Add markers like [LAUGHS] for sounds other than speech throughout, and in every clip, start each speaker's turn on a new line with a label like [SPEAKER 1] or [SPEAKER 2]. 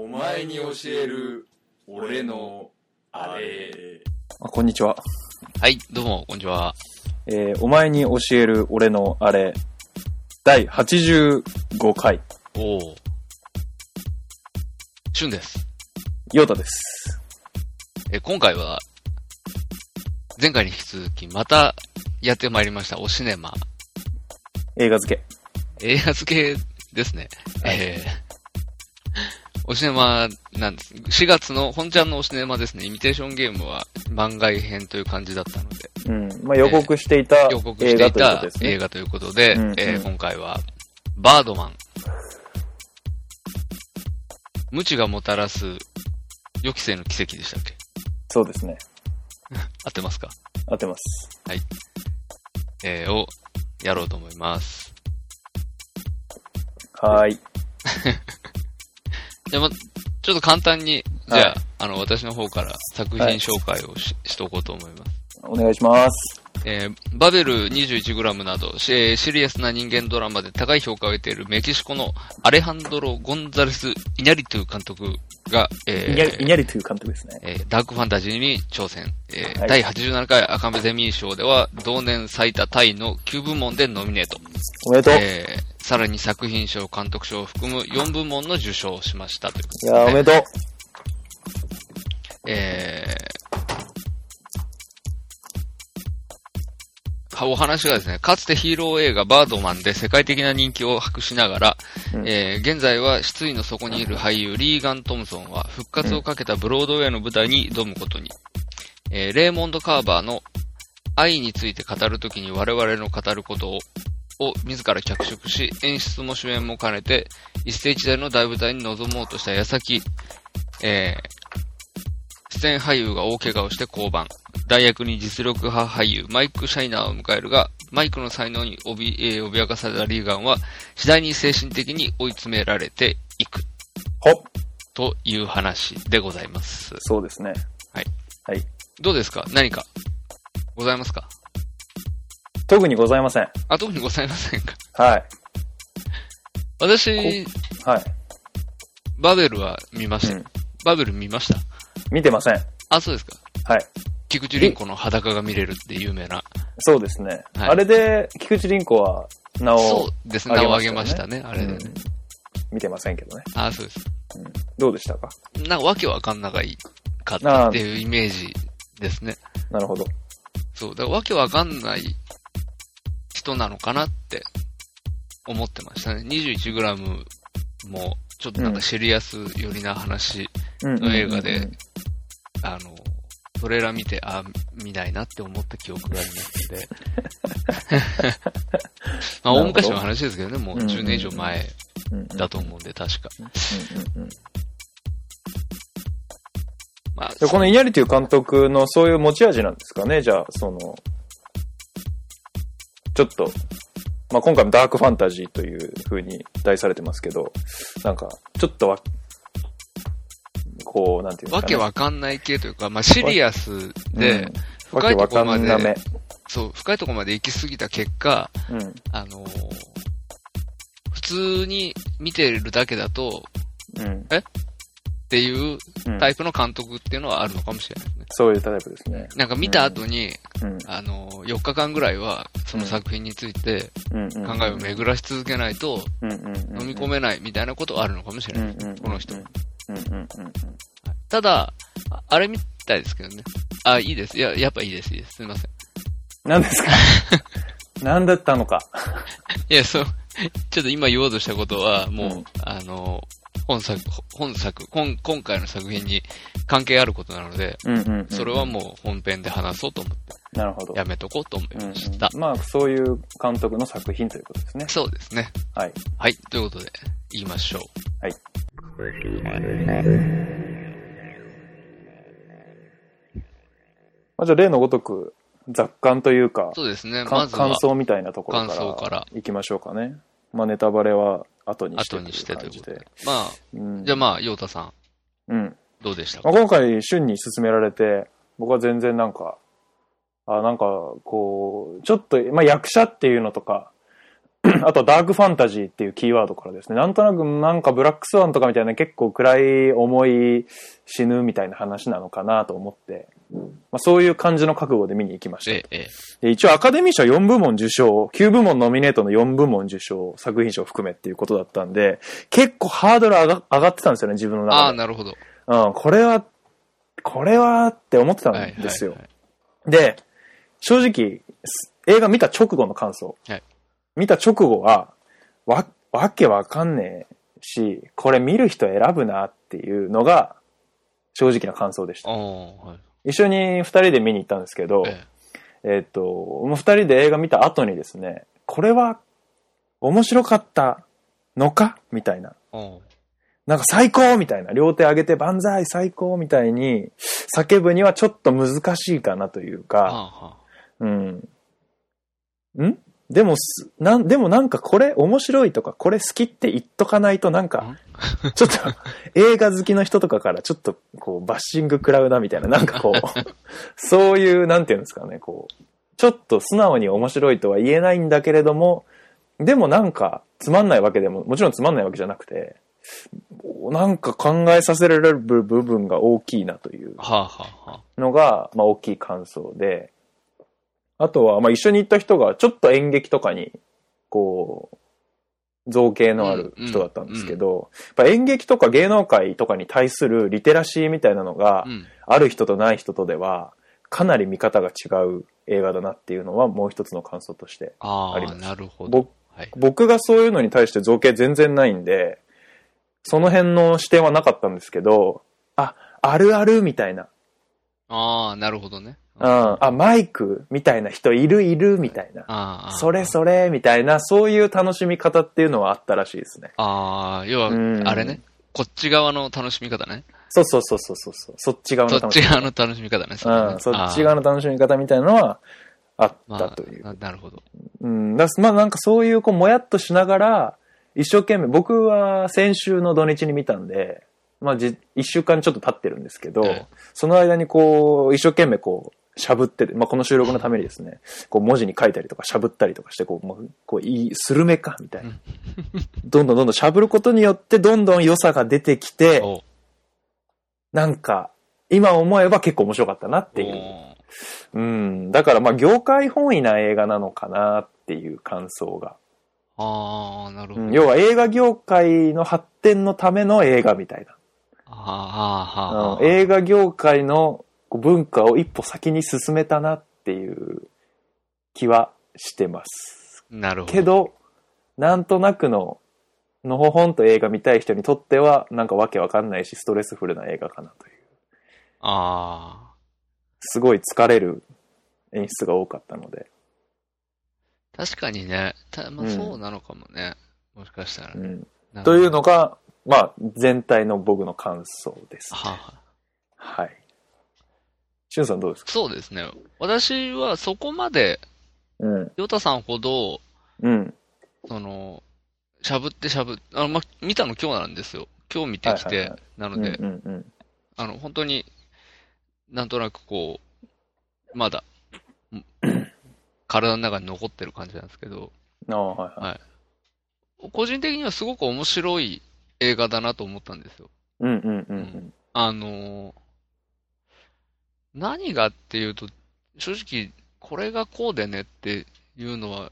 [SPEAKER 1] 教える俺のあれ
[SPEAKER 2] あこんにちは。
[SPEAKER 3] はい、どうも、こんにちは。
[SPEAKER 2] えーお前に教える俺のあれ、第85回、
[SPEAKER 3] おお。しゅんです。
[SPEAKER 2] ヨタです。
[SPEAKER 3] え、今回は、前回に引き続き、またやってまいりました、おシネマ。
[SPEAKER 2] 映画付け。
[SPEAKER 3] 映画付けですね。
[SPEAKER 2] はい
[SPEAKER 3] えー、 [LAUGHS] おシネマなんです。4月の、本ちゃんのおシネマですね。イミテーションゲームは番外編という感じだったので、
[SPEAKER 2] うん。まあ、予告していた
[SPEAKER 3] 予告
[SPEAKER 2] 映
[SPEAKER 3] して
[SPEAKER 2] 画とい
[SPEAKER 3] い
[SPEAKER 2] うこ
[SPEAKER 3] た
[SPEAKER 2] とです
[SPEAKER 3] 映
[SPEAKER 2] ね。
[SPEAKER 3] 画ということで、
[SPEAKER 2] うん
[SPEAKER 3] えー
[SPEAKER 2] うん
[SPEAKER 3] 今回は、バードマン。無知がもたらす予期せぬ奇跡でしたっけ
[SPEAKER 2] そうですね。
[SPEAKER 3] 合ってますか
[SPEAKER 2] 合ってます。
[SPEAKER 3] えーをやろうと思います。
[SPEAKER 2] はーい。
[SPEAKER 3] じゃあ、ま、ちょっと簡単に、じゃあ、
[SPEAKER 2] はい
[SPEAKER 3] あの、私の方から作品紹介をし,、とこうと思います。
[SPEAKER 2] お願いします。
[SPEAKER 3] えーバベル 21g など、シえーシリアスな人間ドラマで高い評価を得ているメキシコのアレハンドロ・ゴンザレス・イニャリトゥ監督が、えー
[SPEAKER 2] いにゃり、いにゃりという監督ですね。
[SPEAKER 3] えーダークファンタジーに挑戦。えー
[SPEAKER 2] はい
[SPEAKER 3] 第87回アカデミー賞では、同年最多タイの9部門でノミネート。
[SPEAKER 2] おめでとう。
[SPEAKER 3] えーさらに作品賞、監督賞を含む4部門の受賞をしましたということ
[SPEAKER 2] いやーおめでとう。
[SPEAKER 3] えーはお話がですね、かつてヒーロー映画バードマンで世界的な人気を博しながら、
[SPEAKER 2] うん
[SPEAKER 3] えー現在は失意の底にいる俳優リーガン・トムソンは復活をかけたブロードウェイの舞台に挑むことに、えーレーモンド・カーバーの愛について語るときに我々の語ることを、を自ら脚色し、演出も主演も兼ねて、一世一代の大舞台に臨もうとした矢先、えー出演俳優が大怪我をして降板。大役に実力派俳優マイク・シャイナーを迎えるが、マイクの才能におび、えー脅かされたリーガンは、次第に精神的に追い詰められていく
[SPEAKER 2] ほっ。
[SPEAKER 3] という話でございます。
[SPEAKER 2] そうですね。
[SPEAKER 3] どうですか何かございますか
[SPEAKER 2] 特にございません。
[SPEAKER 3] あ、特にございません [LAUGHS] か
[SPEAKER 2] はい。
[SPEAKER 3] 私、
[SPEAKER 2] はい。
[SPEAKER 3] バベルは見ました。
[SPEAKER 2] うん
[SPEAKER 3] バベル見ました。
[SPEAKER 2] 見てません。
[SPEAKER 3] あ、そうですか。
[SPEAKER 2] はい。
[SPEAKER 3] 菊池凛子の裸が見れるって有名な。
[SPEAKER 2] そうですね。
[SPEAKER 3] はい
[SPEAKER 2] あれで、菊池凛子は、名
[SPEAKER 3] そ
[SPEAKER 2] を、
[SPEAKER 3] うですね。
[SPEAKER 2] あ
[SPEAKER 3] 名
[SPEAKER 2] げ
[SPEAKER 3] を
[SPEAKER 2] ま
[SPEAKER 3] 挙
[SPEAKER 2] したよね
[SPEAKER 3] げましたね。あれでね。
[SPEAKER 2] うん見てませんけどね。
[SPEAKER 3] あ、そうです。
[SPEAKER 2] どうでしたか
[SPEAKER 3] なんかわけわかんなかったっていうイメージですね。
[SPEAKER 2] なるほど。
[SPEAKER 3] そう。だからわけわかんない人なのかなって思ってましたね。21g もちょっとなんかシリアス寄りな話、
[SPEAKER 2] うんうんうんうん
[SPEAKER 3] の映画であの、トレーラー見て、あ、見ないなって思った記憶があります
[SPEAKER 2] [LAUGHS]
[SPEAKER 3] んで。まあ、
[SPEAKER 2] なるほど
[SPEAKER 3] 大昔の話ですけどね、もう
[SPEAKER 2] うんうんうん
[SPEAKER 3] 10年以上前
[SPEAKER 2] うんうん
[SPEAKER 3] だと思うんで、確か。
[SPEAKER 2] うんうんうん
[SPEAKER 3] まあ、
[SPEAKER 2] でこのイニャリという監督のそういう持ち味なんですかねじゃあ、その、ちょっと、まあ、今回もダークファンタジーという風に題されてますけど、なんか、ちょっとわ、こう、なんていうの
[SPEAKER 3] わ
[SPEAKER 2] か
[SPEAKER 3] け
[SPEAKER 2] な。
[SPEAKER 3] わかんない系というか、まあ、シリアスで、
[SPEAKER 2] うん、わ
[SPEAKER 3] 深
[SPEAKER 2] け
[SPEAKER 3] いと
[SPEAKER 2] わ
[SPEAKER 3] こ
[SPEAKER 2] か
[SPEAKER 3] ろま
[SPEAKER 2] ん
[SPEAKER 3] で、
[SPEAKER 2] なめ。
[SPEAKER 3] そう、深いところまで行き過ぎた結果、
[SPEAKER 2] うん。
[SPEAKER 3] あのー普通に見てるだけだと、
[SPEAKER 2] うん。
[SPEAKER 3] っていう
[SPEAKER 2] うん
[SPEAKER 3] タイプの監督っていうのはあるのかもしれないですね。
[SPEAKER 2] そういうタイプですね。
[SPEAKER 3] なんか見た後に、
[SPEAKER 2] うん。
[SPEAKER 3] あの、4日間ぐらいは、その作品について
[SPEAKER 2] うん。
[SPEAKER 3] 考えを巡らし続けないと、
[SPEAKER 2] うんうんうん。
[SPEAKER 3] 飲み込めないみたいなことはあるのかもしれ
[SPEAKER 2] う
[SPEAKER 3] ない。
[SPEAKER 2] んうんうん、
[SPEAKER 3] この人
[SPEAKER 2] うんうんうんうん。
[SPEAKER 3] ただ、ああれみたいですけどね。あ、いいです。いや、やっぱいいです、いいです。すみません。
[SPEAKER 2] 何です
[SPEAKER 3] [LAUGHS]
[SPEAKER 2] か何だったのか。
[SPEAKER 3] いや、そう、 [LAUGHS] ちょっと今言おうとしたことは、もう、
[SPEAKER 2] うん
[SPEAKER 3] あの、本作、本作、今今回の作品に関係あることなので、
[SPEAKER 2] うんうん、うん。
[SPEAKER 3] それはもう本編で話そうと思って、
[SPEAKER 2] なるほど。
[SPEAKER 3] やめとこうと思いました。
[SPEAKER 2] うんうんまあ、そういう監督の作品ということですね。
[SPEAKER 3] そうですね。
[SPEAKER 2] はい。
[SPEAKER 3] はい、ということで、言いましょう。
[SPEAKER 2] はい。まあ、じゃあ、例のごとく、雑感というか、
[SPEAKER 3] そうですね。
[SPEAKER 2] か
[SPEAKER 3] まずは
[SPEAKER 2] 感、想みたいなところか
[SPEAKER 3] 感想から
[SPEAKER 2] ら、いきましょうかね。まあ、ネタバレは後にして。
[SPEAKER 3] 後にしてということ
[SPEAKER 2] 感
[SPEAKER 3] で。まあ、
[SPEAKER 2] じで。うん、
[SPEAKER 3] じゃあまあ、ヨうタさん、
[SPEAKER 2] うん。
[SPEAKER 3] どうでした
[SPEAKER 2] ま
[SPEAKER 3] か
[SPEAKER 2] あ、今回、旬に勧められて、僕は全然なんか、あなんか、こう、ちょっと、まあ、役者っていうのとか、 [CLEARS THROAT] あとはダークファンタジーっていうキーワードからですね。なんとなくなんかブラックスワンとかみたいな結構暗い重い死ぬみたいな話なのかなと思って、まあ、そういう感じの覚悟で見に行きました
[SPEAKER 3] え。え、ええ。
[SPEAKER 2] で一応アカデミー賞4部門受賞、9部門ノミネートの4部門受賞、作品賞含めっていうことだったんで、結構ハードル上が上がってたんですよね、自分の
[SPEAKER 3] あ
[SPEAKER 2] 中
[SPEAKER 3] あ、
[SPEAKER 2] で。
[SPEAKER 3] なるほど。
[SPEAKER 2] うん、これは、これはって思ってたん
[SPEAKER 3] はい。
[SPEAKER 2] ですよ。
[SPEAKER 3] はいはい
[SPEAKER 2] で、正直、す映画見た直後の感想。
[SPEAKER 3] はい
[SPEAKER 2] 見た直後は、わ、わけわかんねえし、これ見る人選ぶなっていうのが、正直な感想でし
[SPEAKER 3] あ
[SPEAKER 2] た。
[SPEAKER 3] あ、はい。
[SPEAKER 2] 一緒に二人で見に行ったんですけど、
[SPEAKER 3] え
[SPEAKER 2] えっと、もう二人で映画見た後にですね、これは面白かったのかみたいな。
[SPEAKER 3] え。うん
[SPEAKER 2] なんか最高みたいな。両手上げて万歳最高みたいに叫ぶにはちょっと難しいかなという
[SPEAKER 3] は
[SPEAKER 2] か、
[SPEAKER 3] あは
[SPEAKER 2] うん。んでもす、なん、でもなんかこれ面白いとか、これ好きって言っとかないとなんか、ちょっと映画好きの人とかからちょっとこうバッシング食らうなみたいな、なんかこう、そういう、なんていうんですかね、こう、ちょっと素直に面白いとは言えないんだけれども、でもなんかつまんないわけでも、もちろんつまんないわけじゃなくて、なんか考えさせられる部分が大きいなという
[SPEAKER 3] あはあはあは
[SPEAKER 2] のが、まあ、大きい感想で、あとは、まあ、一緒に行った人が、ちょっと演劇とかに、こう、造形のある人だったんですけど、やっぱ演劇とか芸能界とかに対するリテラシーみたいなのが
[SPEAKER 3] あ。う、ん。
[SPEAKER 2] ある人とない人とでは、かなり見方が違う映画だなっていうのは、もう一つの感想として
[SPEAKER 3] あ
[SPEAKER 2] ありま
[SPEAKER 3] あ、
[SPEAKER 2] す
[SPEAKER 3] なるほど
[SPEAKER 2] 僕。
[SPEAKER 3] はい。
[SPEAKER 2] 僕がそういうのに対して造形全然ないんで、その辺の視点はなかったんですけど、あ、あるあるみたいな、
[SPEAKER 3] ああ、なるほどね。
[SPEAKER 2] うん、
[SPEAKER 3] あ
[SPEAKER 2] あ、マイクみたいな人いるいるみたいな、
[SPEAKER 3] あ。
[SPEAKER 2] それそれみたいな、そういう楽しみ方っていうのはあったらしいですね。
[SPEAKER 3] ああ、要は
[SPEAKER 2] う、ん
[SPEAKER 3] あれね。こっち側の楽しみ方ね。
[SPEAKER 2] そうそうそうそうそうそう、そっち側
[SPEAKER 3] そ
[SPEAKER 2] の
[SPEAKER 3] っ
[SPEAKER 2] 楽
[SPEAKER 3] ち
[SPEAKER 2] しみ
[SPEAKER 3] 側
[SPEAKER 2] 方。
[SPEAKER 3] の楽しみ方ね。れね
[SPEAKER 2] うん、そっち側の楽しみ方みたいなのはあっ
[SPEAKER 3] ああ
[SPEAKER 2] たという。
[SPEAKER 3] まあ、ななるほど。
[SPEAKER 2] うん、だまあなんかそういうこうもやっとしながら一生懸命僕は先週の土日に見たんで、まあ、じ1週間ちょっと経ってるんですけど、
[SPEAKER 3] ええ
[SPEAKER 2] その間にこう一生懸命こうしゃぶってて、まあ、この収録のためにですねこう文字に書いたりとかしゃぶったりとかしてこうもうこういいスルメかみたいなどんどんどんどんしゃぶることによってどんどん良さが出てきて
[SPEAKER 3] おう
[SPEAKER 2] なんか今思えば結構面白かったなっていう。
[SPEAKER 3] おう
[SPEAKER 2] うん。だからまあ業界本位な映画なのかなっていう感想が。
[SPEAKER 3] ああ、なるほ
[SPEAKER 2] う
[SPEAKER 3] ど。
[SPEAKER 2] ん要は映画業界の発展のための映画みたい
[SPEAKER 3] ああ、はあ、
[SPEAKER 2] な。
[SPEAKER 3] は
[SPEAKER 2] うん映画業界のこう文化を一歩先に進めたなっていう気はしてます。
[SPEAKER 3] なるほど。
[SPEAKER 2] けど、なんとなくの、のほほんと映画見たい人にとっては、なんかわけわかんないし、ストレスフルな映画かなという。
[SPEAKER 3] ああ。
[SPEAKER 2] すごい疲れる演出が多かったので。
[SPEAKER 3] 確かにね。たま
[SPEAKER 2] う
[SPEAKER 3] あ、
[SPEAKER 2] ん
[SPEAKER 3] そうなのかもね。もしかしたら
[SPEAKER 2] う。ん、
[SPEAKER 3] なんか
[SPEAKER 2] というのが、まあ、全体の僕の感想です。
[SPEAKER 3] はあはあ。
[SPEAKER 2] はい。しゅんさんどうですか
[SPEAKER 3] そうですね。私はそこまで、
[SPEAKER 2] うん。
[SPEAKER 3] ヨタさんほど、
[SPEAKER 2] うん。
[SPEAKER 3] その、しゃぶってしゃぶ、あの、ま、見たの今日なんですよ。今日見てきて、
[SPEAKER 2] はいはいは
[SPEAKER 3] なので、
[SPEAKER 2] うんうんうん
[SPEAKER 3] あの、本当に、なんとなくこう、まだ、ん体の中に残ってる感じなんですけど、
[SPEAKER 2] ああ、はいはい。
[SPEAKER 3] 個人的にはすごく面白い映画だなと思ったんですよ。
[SPEAKER 2] うんうんうん
[SPEAKER 3] あのー何がっていうと、正直、これがこうでねっていうのは、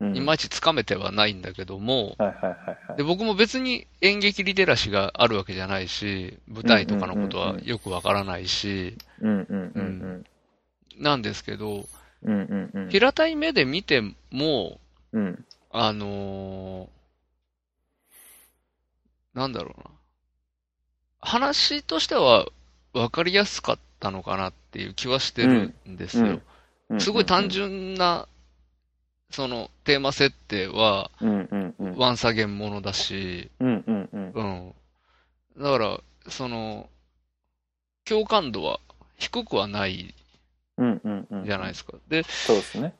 [SPEAKER 2] うんうん。
[SPEAKER 3] いまいちつかめてはないんだけども、
[SPEAKER 2] はいはいはいはい。
[SPEAKER 3] で、僕も別に演劇リテラシーがあるわけじゃないし、舞台とかのことはよくわからないし、
[SPEAKER 2] うんうんうん
[SPEAKER 3] なんですけど、
[SPEAKER 2] うん。うんうんうん。
[SPEAKER 3] 平たい目で見ても、
[SPEAKER 2] うん。
[SPEAKER 3] あのーなんだろうな。話としてはわかりやすかったのかなっていう気はしてるんですよ。
[SPEAKER 2] うん
[SPEAKER 3] すごい単。純な、そのテーマ設定は
[SPEAKER 2] うんうんうん。
[SPEAKER 3] ワンサゲンものだし、
[SPEAKER 2] うんうんうん。
[SPEAKER 3] うん。だから、その、共感度は低くはない
[SPEAKER 2] うんうんうん。
[SPEAKER 3] じゃないですか。で、
[SPEAKER 2] そうですね。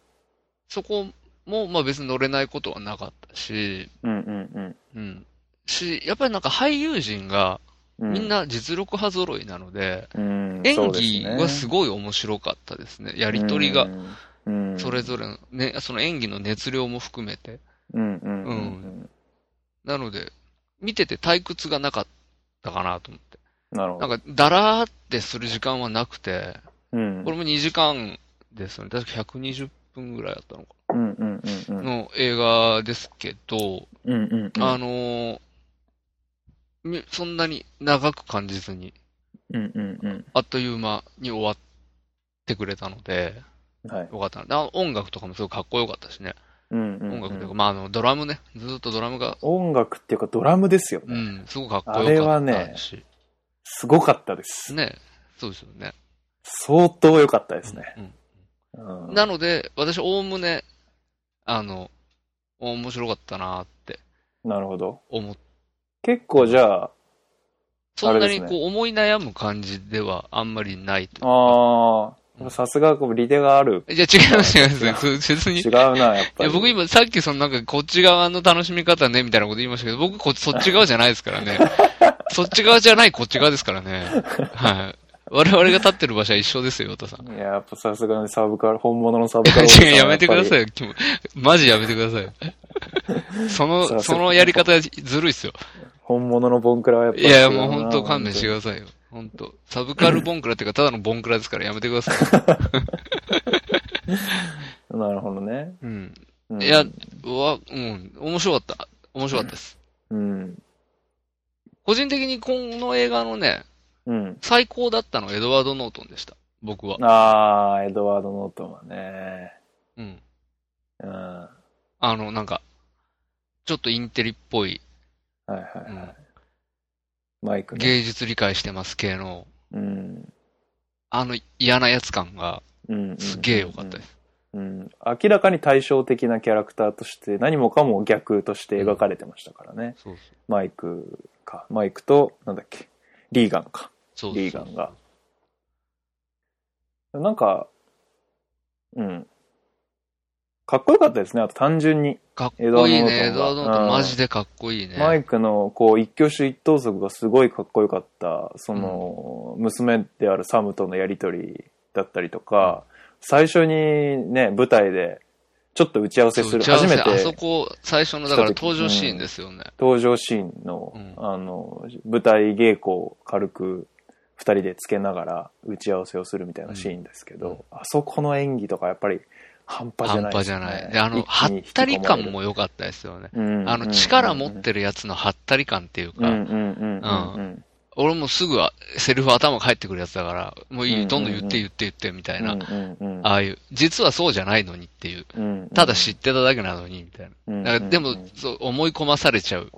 [SPEAKER 3] そこも、まあ別に乗れないことはなかったし、
[SPEAKER 2] うんうん
[SPEAKER 3] うん。し、やっぱりなんか俳優陣が
[SPEAKER 2] うん。
[SPEAKER 3] みん、な実力派揃いなので、
[SPEAKER 2] うん、
[SPEAKER 3] 演技はす
[SPEAKER 2] ご
[SPEAKER 3] ごい面白かったですね。や
[SPEAKER 2] い
[SPEAKER 3] りとりが、。
[SPEAKER 2] うん。
[SPEAKER 3] それぞれの、ね、その演技の熱量も含めて。
[SPEAKER 2] うんうんうん
[SPEAKER 3] なので、見てて退屈がなかったかなと思って。
[SPEAKER 2] うん。なるほ
[SPEAKER 3] な
[SPEAKER 2] ど。
[SPEAKER 3] んか、だらーってする時間はなくて、
[SPEAKER 2] うん。
[SPEAKER 3] これも2時間ですよね。確か120分ぐらいだったのか
[SPEAKER 2] うんうんうんう
[SPEAKER 3] な。
[SPEAKER 2] ん。
[SPEAKER 3] の映画ですけど、
[SPEAKER 2] うんうんうん。
[SPEAKER 3] あのーみそんなに長く感じずに、
[SPEAKER 2] うんうん
[SPEAKER 3] あっという間に終わってくれたので、
[SPEAKER 2] うん。はい。
[SPEAKER 3] よかったなであの。音楽とかもすごいかっこよかったしね。
[SPEAKER 2] うんうんうん
[SPEAKER 3] 音楽というか、まあ、あの、ドラムね。ずっとドラムが、
[SPEAKER 2] 音楽っていうかドラムですよ
[SPEAKER 3] う
[SPEAKER 2] ね。
[SPEAKER 3] ん、すごくかっこよかったし。
[SPEAKER 2] すごかったです。
[SPEAKER 3] ね。そうですよね。
[SPEAKER 2] 相当良かったですね。
[SPEAKER 3] うん
[SPEAKER 2] うん
[SPEAKER 3] なので、私、おおむね、あの、面白かったなーって
[SPEAKER 2] なるほど。
[SPEAKER 3] 思っ
[SPEAKER 2] 結構じゃあ、
[SPEAKER 3] そんなに
[SPEAKER 2] あれですね
[SPEAKER 3] こう思い悩む感じではあんまりないと。
[SPEAKER 2] ああ、さすがこう利手がある。
[SPEAKER 3] いや、違います、違います。別
[SPEAKER 2] 違
[SPEAKER 3] に。いう
[SPEAKER 2] な、やっぱり。
[SPEAKER 3] や僕今さっきそのなんかこっち側の楽しみ方ねみたいなこと言いましたけど、僕こっちそっち側じゃないですから
[SPEAKER 2] [LAUGHS]
[SPEAKER 3] ね。そっち側じゃないこっち側ですからね。はい。我々が立ってる場所は一緒ですよ、太田さん。
[SPEAKER 2] いや、やっぱさすがにサブカル、本物のサブカルおじさんは
[SPEAKER 3] 違 [LAUGHS] う、やめてください
[SPEAKER 2] っ
[SPEAKER 3] よ、キモマジやめてくださいよ。そ
[SPEAKER 2] そう
[SPEAKER 3] の、そのやり方ずるいっすよ。
[SPEAKER 2] ぱり本物のボンクラはやっぱ
[SPEAKER 3] いや、もう本当勘弁して
[SPEAKER 2] 違
[SPEAKER 3] く
[SPEAKER 2] う。
[SPEAKER 3] ださいよ。本当サブカルボンクラっていうか、ただのボンクラですからやめてください。
[SPEAKER 2] なるほどね。
[SPEAKER 3] うん。
[SPEAKER 2] うん
[SPEAKER 3] いや、わ、うん、面白かった。面白かったです。
[SPEAKER 2] うん。
[SPEAKER 3] 個人的にこの映画のね、
[SPEAKER 2] うん。
[SPEAKER 3] 最高だったのはエドワード・ノートンでした。僕は。
[SPEAKER 2] ああ、エドワード・ノートンはね。
[SPEAKER 3] うん。
[SPEAKER 2] うん。は
[SPEAKER 3] あの、なんか、ちょっとインテリっぽい、
[SPEAKER 2] いは
[SPEAKER 3] う
[SPEAKER 2] い
[SPEAKER 3] ん
[SPEAKER 2] はい。マイクね。
[SPEAKER 3] 芸術理解してます系の、
[SPEAKER 2] うん。
[SPEAKER 3] あの嫌なやつ感が
[SPEAKER 2] うんうん。
[SPEAKER 3] すげえ良かったです。
[SPEAKER 2] うん、明らかに対照的なキャラクターとして何もかも逆として描かれてましたからね、
[SPEAKER 3] そう
[SPEAKER 2] マイクかマイクとなんだっけリーガンか
[SPEAKER 3] そう。そう
[SPEAKER 2] リーガンがなんかうんかっこよかったですねあと単純に、
[SPEAKER 3] かっこいいね。エ
[SPEAKER 2] エ
[SPEAKER 3] ド
[SPEAKER 2] ド
[SPEAKER 3] ワ
[SPEAKER 2] ワード
[SPEAKER 3] ード・
[SPEAKER 2] ノ
[SPEAKER 3] ノー
[SPEAKER 2] ー
[SPEAKER 3] ト
[SPEAKER 2] ト
[SPEAKER 3] ン
[SPEAKER 2] ン
[SPEAKER 3] マジでかっこいいね。
[SPEAKER 2] マイクのこう一挙手一投足がすごいかっこよかったその、娘であるサムとのやり取りだったりとか、最初にね舞台でちょっと打ち合わせす
[SPEAKER 3] そう
[SPEAKER 2] る
[SPEAKER 3] 打ち合わ
[SPEAKER 2] 初
[SPEAKER 3] せ
[SPEAKER 2] めて
[SPEAKER 3] あそこ、最初の、だから登場シーンですよね。
[SPEAKER 2] 登場シーンの、
[SPEAKER 3] うん
[SPEAKER 2] あの、舞台稽古を軽く二人でつけながら打ち合わせをするみたいなシーンですけど、
[SPEAKER 3] うん
[SPEAKER 2] あそこの演技とかやっぱり半端じゃ
[SPEAKER 3] 半
[SPEAKER 2] ない
[SPEAKER 3] 端じゃない。で、あの、はったり感、も良かったですよね。
[SPEAKER 2] 一気に引き込まれるうん
[SPEAKER 3] あの、力持ってるやつのはったり感ってい
[SPEAKER 2] う
[SPEAKER 3] う
[SPEAKER 2] んう
[SPEAKER 3] か、
[SPEAKER 2] んうんうん
[SPEAKER 3] 俺もすぐはセリフ頭返ってくるやつだから、もういい、
[SPEAKER 2] うん
[SPEAKER 3] どんどん言って言って言ってみたい
[SPEAKER 2] うん
[SPEAKER 3] な、
[SPEAKER 2] うんうん
[SPEAKER 3] ああいう、実はそうじゃないのにっていう、
[SPEAKER 2] うんうん
[SPEAKER 3] ただ知ってただけなのに、みたい
[SPEAKER 2] うんうん
[SPEAKER 3] な。だからでも、そう思い込まされちゃう、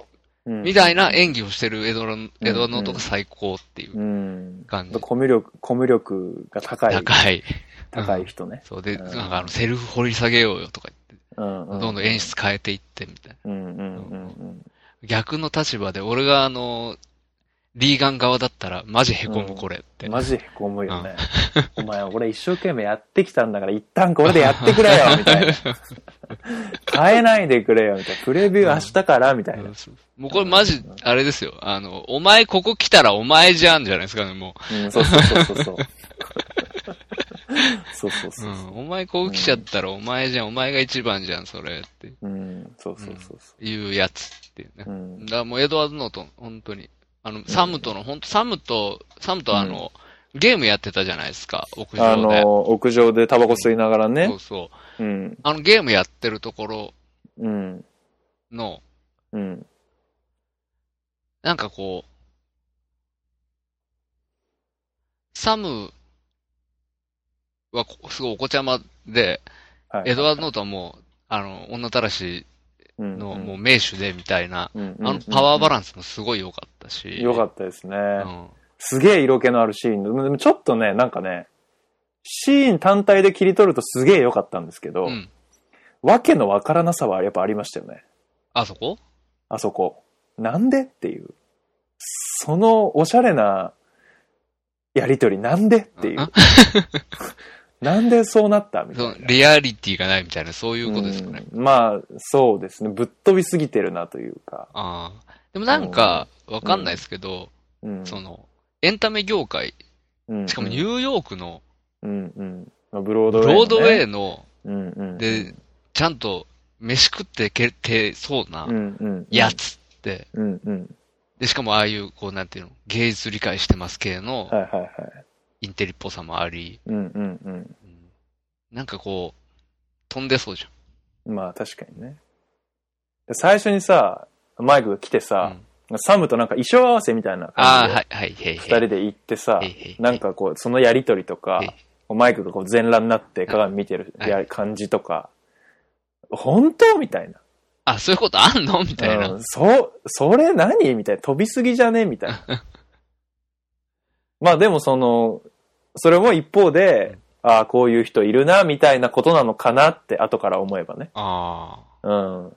[SPEAKER 2] うん
[SPEAKER 3] みたいな演技をしてるエドラエドワードノートが最高っていううん感じ。
[SPEAKER 2] コミュ力コミュ力が高い
[SPEAKER 3] 高い。
[SPEAKER 2] 高い人ね、
[SPEAKER 3] そうで、
[SPEAKER 2] うん
[SPEAKER 3] なんかあの、セルフ掘り下げようよとか言って、
[SPEAKER 2] うんう
[SPEAKER 3] どんどん演出変えていってみたいな。
[SPEAKER 2] うんうんうん
[SPEAKER 3] 逆の立場で、俺があの、リーガン側だったら、マジ凹むこれって。
[SPEAKER 2] うんマジへこむよね、お前俺一生懸命やってきたんだから一旦これでやってくれよ
[SPEAKER 3] [LAUGHS]
[SPEAKER 2] みたいな変えないでくれよみたいなプレビュー明日からみたいな、
[SPEAKER 3] うんそうもうこれマジ、あれですよ。あの、お前ここ来たらお前じゃんじゃないですかね、も
[SPEAKER 2] うん、そうそうそうそうそうそ
[SPEAKER 3] [LAUGHS]
[SPEAKER 2] うそう
[SPEAKER 3] う。う
[SPEAKER 2] そう、
[SPEAKER 3] ん。お前ここ来ちゃったらお前じゃん、お前が一番じゃん、それって
[SPEAKER 2] うん、そうそうそうそ
[SPEAKER 3] いうやつっていうね
[SPEAKER 2] う。。うん
[SPEAKER 3] だからもうエドワード・ノートン、本当に。あの、サムとの、本当サムと、サムとあの、ゲームやってたじゃないですか、屋
[SPEAKER 2] あ
[SPEAKER 3] 上で。
[SPEAKER 2] の、屋上でタバコ吸いながら
[SPEAKER 3] そ
[SPEAKER 2] ね
[SPEAKER 3] う。そう。
[SPEAKER 2] うん、
[SPEAKER 3] あの、ゲームやってるところ
[SPEAKER 2] うん、
[SPEAKER 3] の、
[SPEAKER 2] うん。
[SPEAKER 3] なんかこう、サムはこすごいお子ちゃまで、
[SPEAKER 2] はい
[SPEAKER 3] エドワード・ノートはもう、あの、女たらしのもう名手でみたいな、
[SPEAKER 2] うん、うん
[SPEAKER 3] あのパワーバ
[SPEAKER 2] ラ
[SPEAKER 3] ランスもすごい良かったし。
[SPEAKER 2] よかったですね。
[SPEAKER 3] うん
[SPEAKER 2] すげえ色気のあるシーン。でもちょっとね、なんかね、シーン単体で切り取るとすげえ良かったんですけど、
[SPEAKER 3] うん。
[SPEAKER 2] わけのわからなさはやっぱありましたよね。
[SPEAKER 3] あそこ
[SPEAKER 2] あそこ。なんでっていう。そのおしゃれなやりとりなんでっていう。なんでそうなったみたい
[SPEAKER 3] [LAUGHS] そ
[SPEAKER 2] な
[SPEAKER 3] の。リアリティがないみたいな、そういうことですかね。
[SPEAKER 2] うんまあ、そうですね。ぶっ飛びすぎてるなというか。
[SPEAKER 3] ああ。でもなんか、わかんないですけど、
[SPEAKER 2] うん、
[SPEAKER 3] その、エンタメ業界、
[SPEAKER 2] うん
[SPEAKER 3] しかもニューヨークの、
[SPEAKER 2] うんうんまあブロードウ
[SPEAKER 3] ブ
[SPEAKER 2] ェイ、ね。
[SPEAKER 3] ロードウェイ
[SPEAKER 2] イ。
[SPEAKER 3] の、
[SPEAKER 2] うんうん、
[SPEAKER 3] で、ちゃんと飯食って蹴ってそうな
[SPEAKER 2] うんうん。
[SPEAKER 3] やつって、
[SPEAKER 2] うんうん。
[SPEAKER 3] で、しかもああいう、こう、なんていうの、芸術理解してます系の
[SPEAKER 2] はいはいはい。
[SPEAKER 3] インテリっぽさもあり、
[SPEAKER 2] うんうん
[SPEAKER 3] うんなんかこう、飛んでそうじゃん。
[SPEAKER 2] うん。まあ確かにね。で最初にさ、マイクが来てさ、
[SPEAKER 3] うん
[SPEAKER 2] サムとなんか衣装合わせみたいな
[SPEAKER 3] あ
[SPEAKER 2] 感
[SPEAKER 3] あ、
[SPEAKER 2] じ
[SPEAKER 3] は
[SPEAKER 2] で
[SPEAKER 3] い、はい、へいへい。
[SPEAKER 2] 二人で行ってさ
[SPEAKER 3] へいへい、
[SPEAKER 2] なんかこう、そのやりとりとか
[SPEAKER 3] へい、
[SPEAKER 2] こうマイクがこう全裸になって鏡見てる
[SPEAKER 3] はい
[SPEAKER 2] や感じとか、本当みたいな。
[SPEAKER 3] あ、そういうことあんのみたいな。
[SPEAKER 2] うん、そ、それ何みたいな。飛びすぎじゃねみたい
[SPEAKER 3] [LAUGHS]
[SPEAKER 2] な。まあでもその、それも一方で、ああ、こういう人いるな、みたいなことなのかなって、後から思えばね。
[SPEAKER 3] あ
[SPEAKER 2] うん。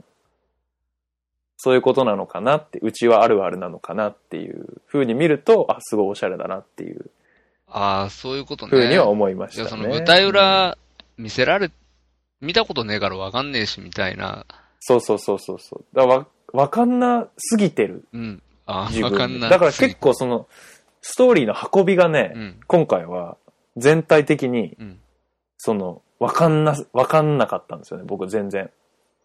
[SPEAKER 2] そういうことなのかなって、うちはあるあるなのかなっていうふうに見ると、あ、すごいおしゃれだなっていう
[SPEAKER 3] あ。ああ、そういうことね。
[SPEAKER 2] ふうには思いまし
[SPEAKER 3] い
[SPEAKER 2] た
[SPEAKER 3] や、
[SPEAKER 2] ね。
[SPEAKER 3] その舞台裏見せられ、見たことねえからわかんねえし、みたいな。
[SPEAKER 2] そうそうそうそうそう。だからわ、わかんなすぎてる。
[SPEAKER 3] うん。あ
[SPEAKER 2] 自
[SPEAKER 3] あ、わ
[SPEAKER 2] 分
[SPEAKER 3] かんない。
[SPEAKER 2] だから結構その、ストーリーの運びがね、
[SPEAKER 3] うん。
[SPEAKER 2] 今回は全体的に、
[SPEAKER 3] うん。
[SPEAKER 2] その、わかんな、わかんなかったんですよね、僕全然。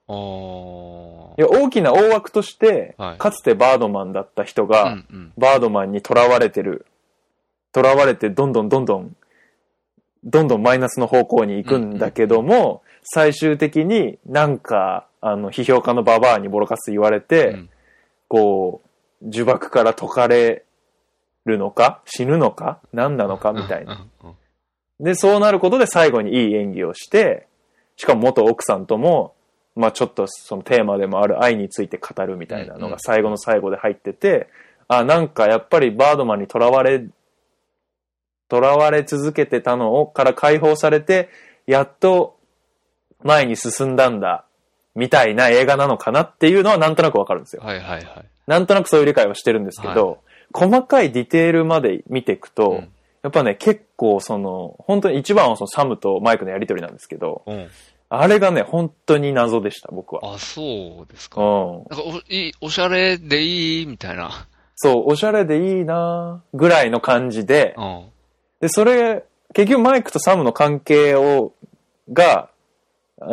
[SPEAKER 3] お
[SPEAKER 2] いや、大きな大枠として、
[SPEAKER 3] はい
[SPEAKER 2] かつてバードマンだった人
[SPEAKER 3] あ。
[SPEAKER 2] が、
[SPEAKER 3] うんうん。
[SPEAKER 2] バードマンに囚われてる。囚われて、どんどんどんどん、どんどんマイナスの方向に行くんだけども、最終的になんか、あの、批評家のババアにボロカス言われて、
[SPEAKER 3] うん
[SPEAKER 2] こう、呪縛から解かれるのか死ぬのか何なのかみたいな。
[SPEAKER 3] うん。うん
[SPEAKER 2] で、そうなることで最後にいい演技をして、しかも元奥さんとも、まあちょっとそのテーマでもある愛について語るみたいな
[SPEAKER 3] う
[SPEAKER 2] の
[SPEAKER 3] んうん
[SPEAKER 2] が最後の最後で入ってて、あ、なんかやっぱりバードマンに囚われ、囚われ続けてたのをから解放されて、やっと前に進んだんだ、みたいな映画なのかなっていうのはなんとなくわかるんですよ。
[SPEAKER 3] はいはいはい。
[SPEAKER 2] なんとなくそういう理解はしてるんですけど、細かいディテールまで見ていくと、
[SPEAKER 3] うん
[SPEAKER 2] やっぱね、結構その、本当に一番はそのサムとマイクのやりとりなんですけど、
[SPEAKER 3] うん。
[SPEAKER 2] あれがね、本当に謎でした、僕は。
[SPEAKER 3] あ、そうです
[SPEAKER 2] う
[SPEAKER 3] か。
[SPEAKER 2] ん。
[SPEAKER 3] なんかお、いい、おしゃれでいいみたいな。
[SPEAKER 2] そう、おしゃれでいいなぁぐらいの感じで
[SPEAKER 3] う、ん。
[SPEAKER 2] で、それ、結局マイクとサムの関係を、が、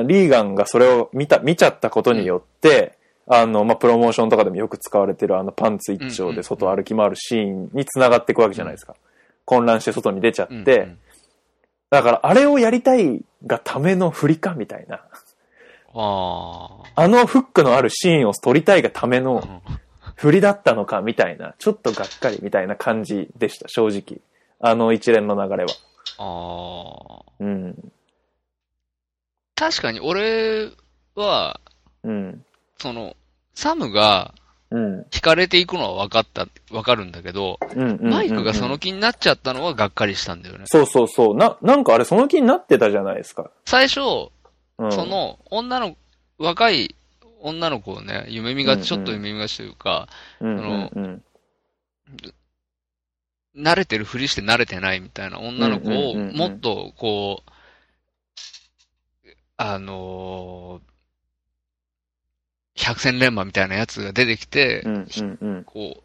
[SPEAKER 2] リーガンがそれを見た、見ちゃったことによって、あの、まあ、プロモーションとかでもよく使われてるあのパンツ一丁で外歩き回るシーンに繋がっていくわけじゃないですか。混乱して外に出ちゃって、
[SPEAKER 3] うん、
[SPEAKER 2] だからあれをやりたいがための振りかみたいな。
[SPEAKER 3] あ
[SPEAKER 2] あのフックのあるシーンを撮りたいがため
[SPEAKER 3] あ。う
[SPEAKER 2] の
[SPEAKER 3] ん
[SPEAKER 2] 振りだったのかみたいな、ちょっとがっかりみたいな感じでした、正直。あの一連の流れは。
[SPEAKER 3] ああ。
[SPEAKER 2] うん。
[SPEAKER 3] 確かに俺は、
[SPEAKER 2] うん。
[SPEAKER 3] その、サムが
[SPEAKER 2] うん。
[SPEAKER 3] 惹かれていくのは分かった、分かるんだけど、
[SPEAKER 2] うん。うん
[SPEAKER 3] マイクがそ。
[SPEAKER 2] うん
[SPEAKER 3] の気になっちゃったのはがっかりしたんだよね。
[SPEAKER 2] そうそうそう。な、なんかあれその気になってたじゃないですか。
[SPEAKER 3] 最初、
[SPEAKER 2] うん。
[SPEAKER 3] そ、の、女の、若い女の子をね、夢見がち、ち
[SPEAKER 2] うん
[SPEAKER 3] ょ
[SPEAKER 2] うん
[SPEAKER 3] っと夢見がちというか、
[SPEAKER 2] うんう
[SPEAKER 3] そ
[SPEAKER 2] ん
[SPEAKER 3] の
[SPEAKER 2] うん。
[SPEAKER 3] 慣れてるふりして慣れてないみたいな女の子を、
[SPEAKER 2] うんうんうんうん
[SPEAKER 3] もっと、こう、あのー百戦錬磨みたいなやつが出てきて、
[SPEAKER 2] うんうんうん。
[SPEAKER 3] こう、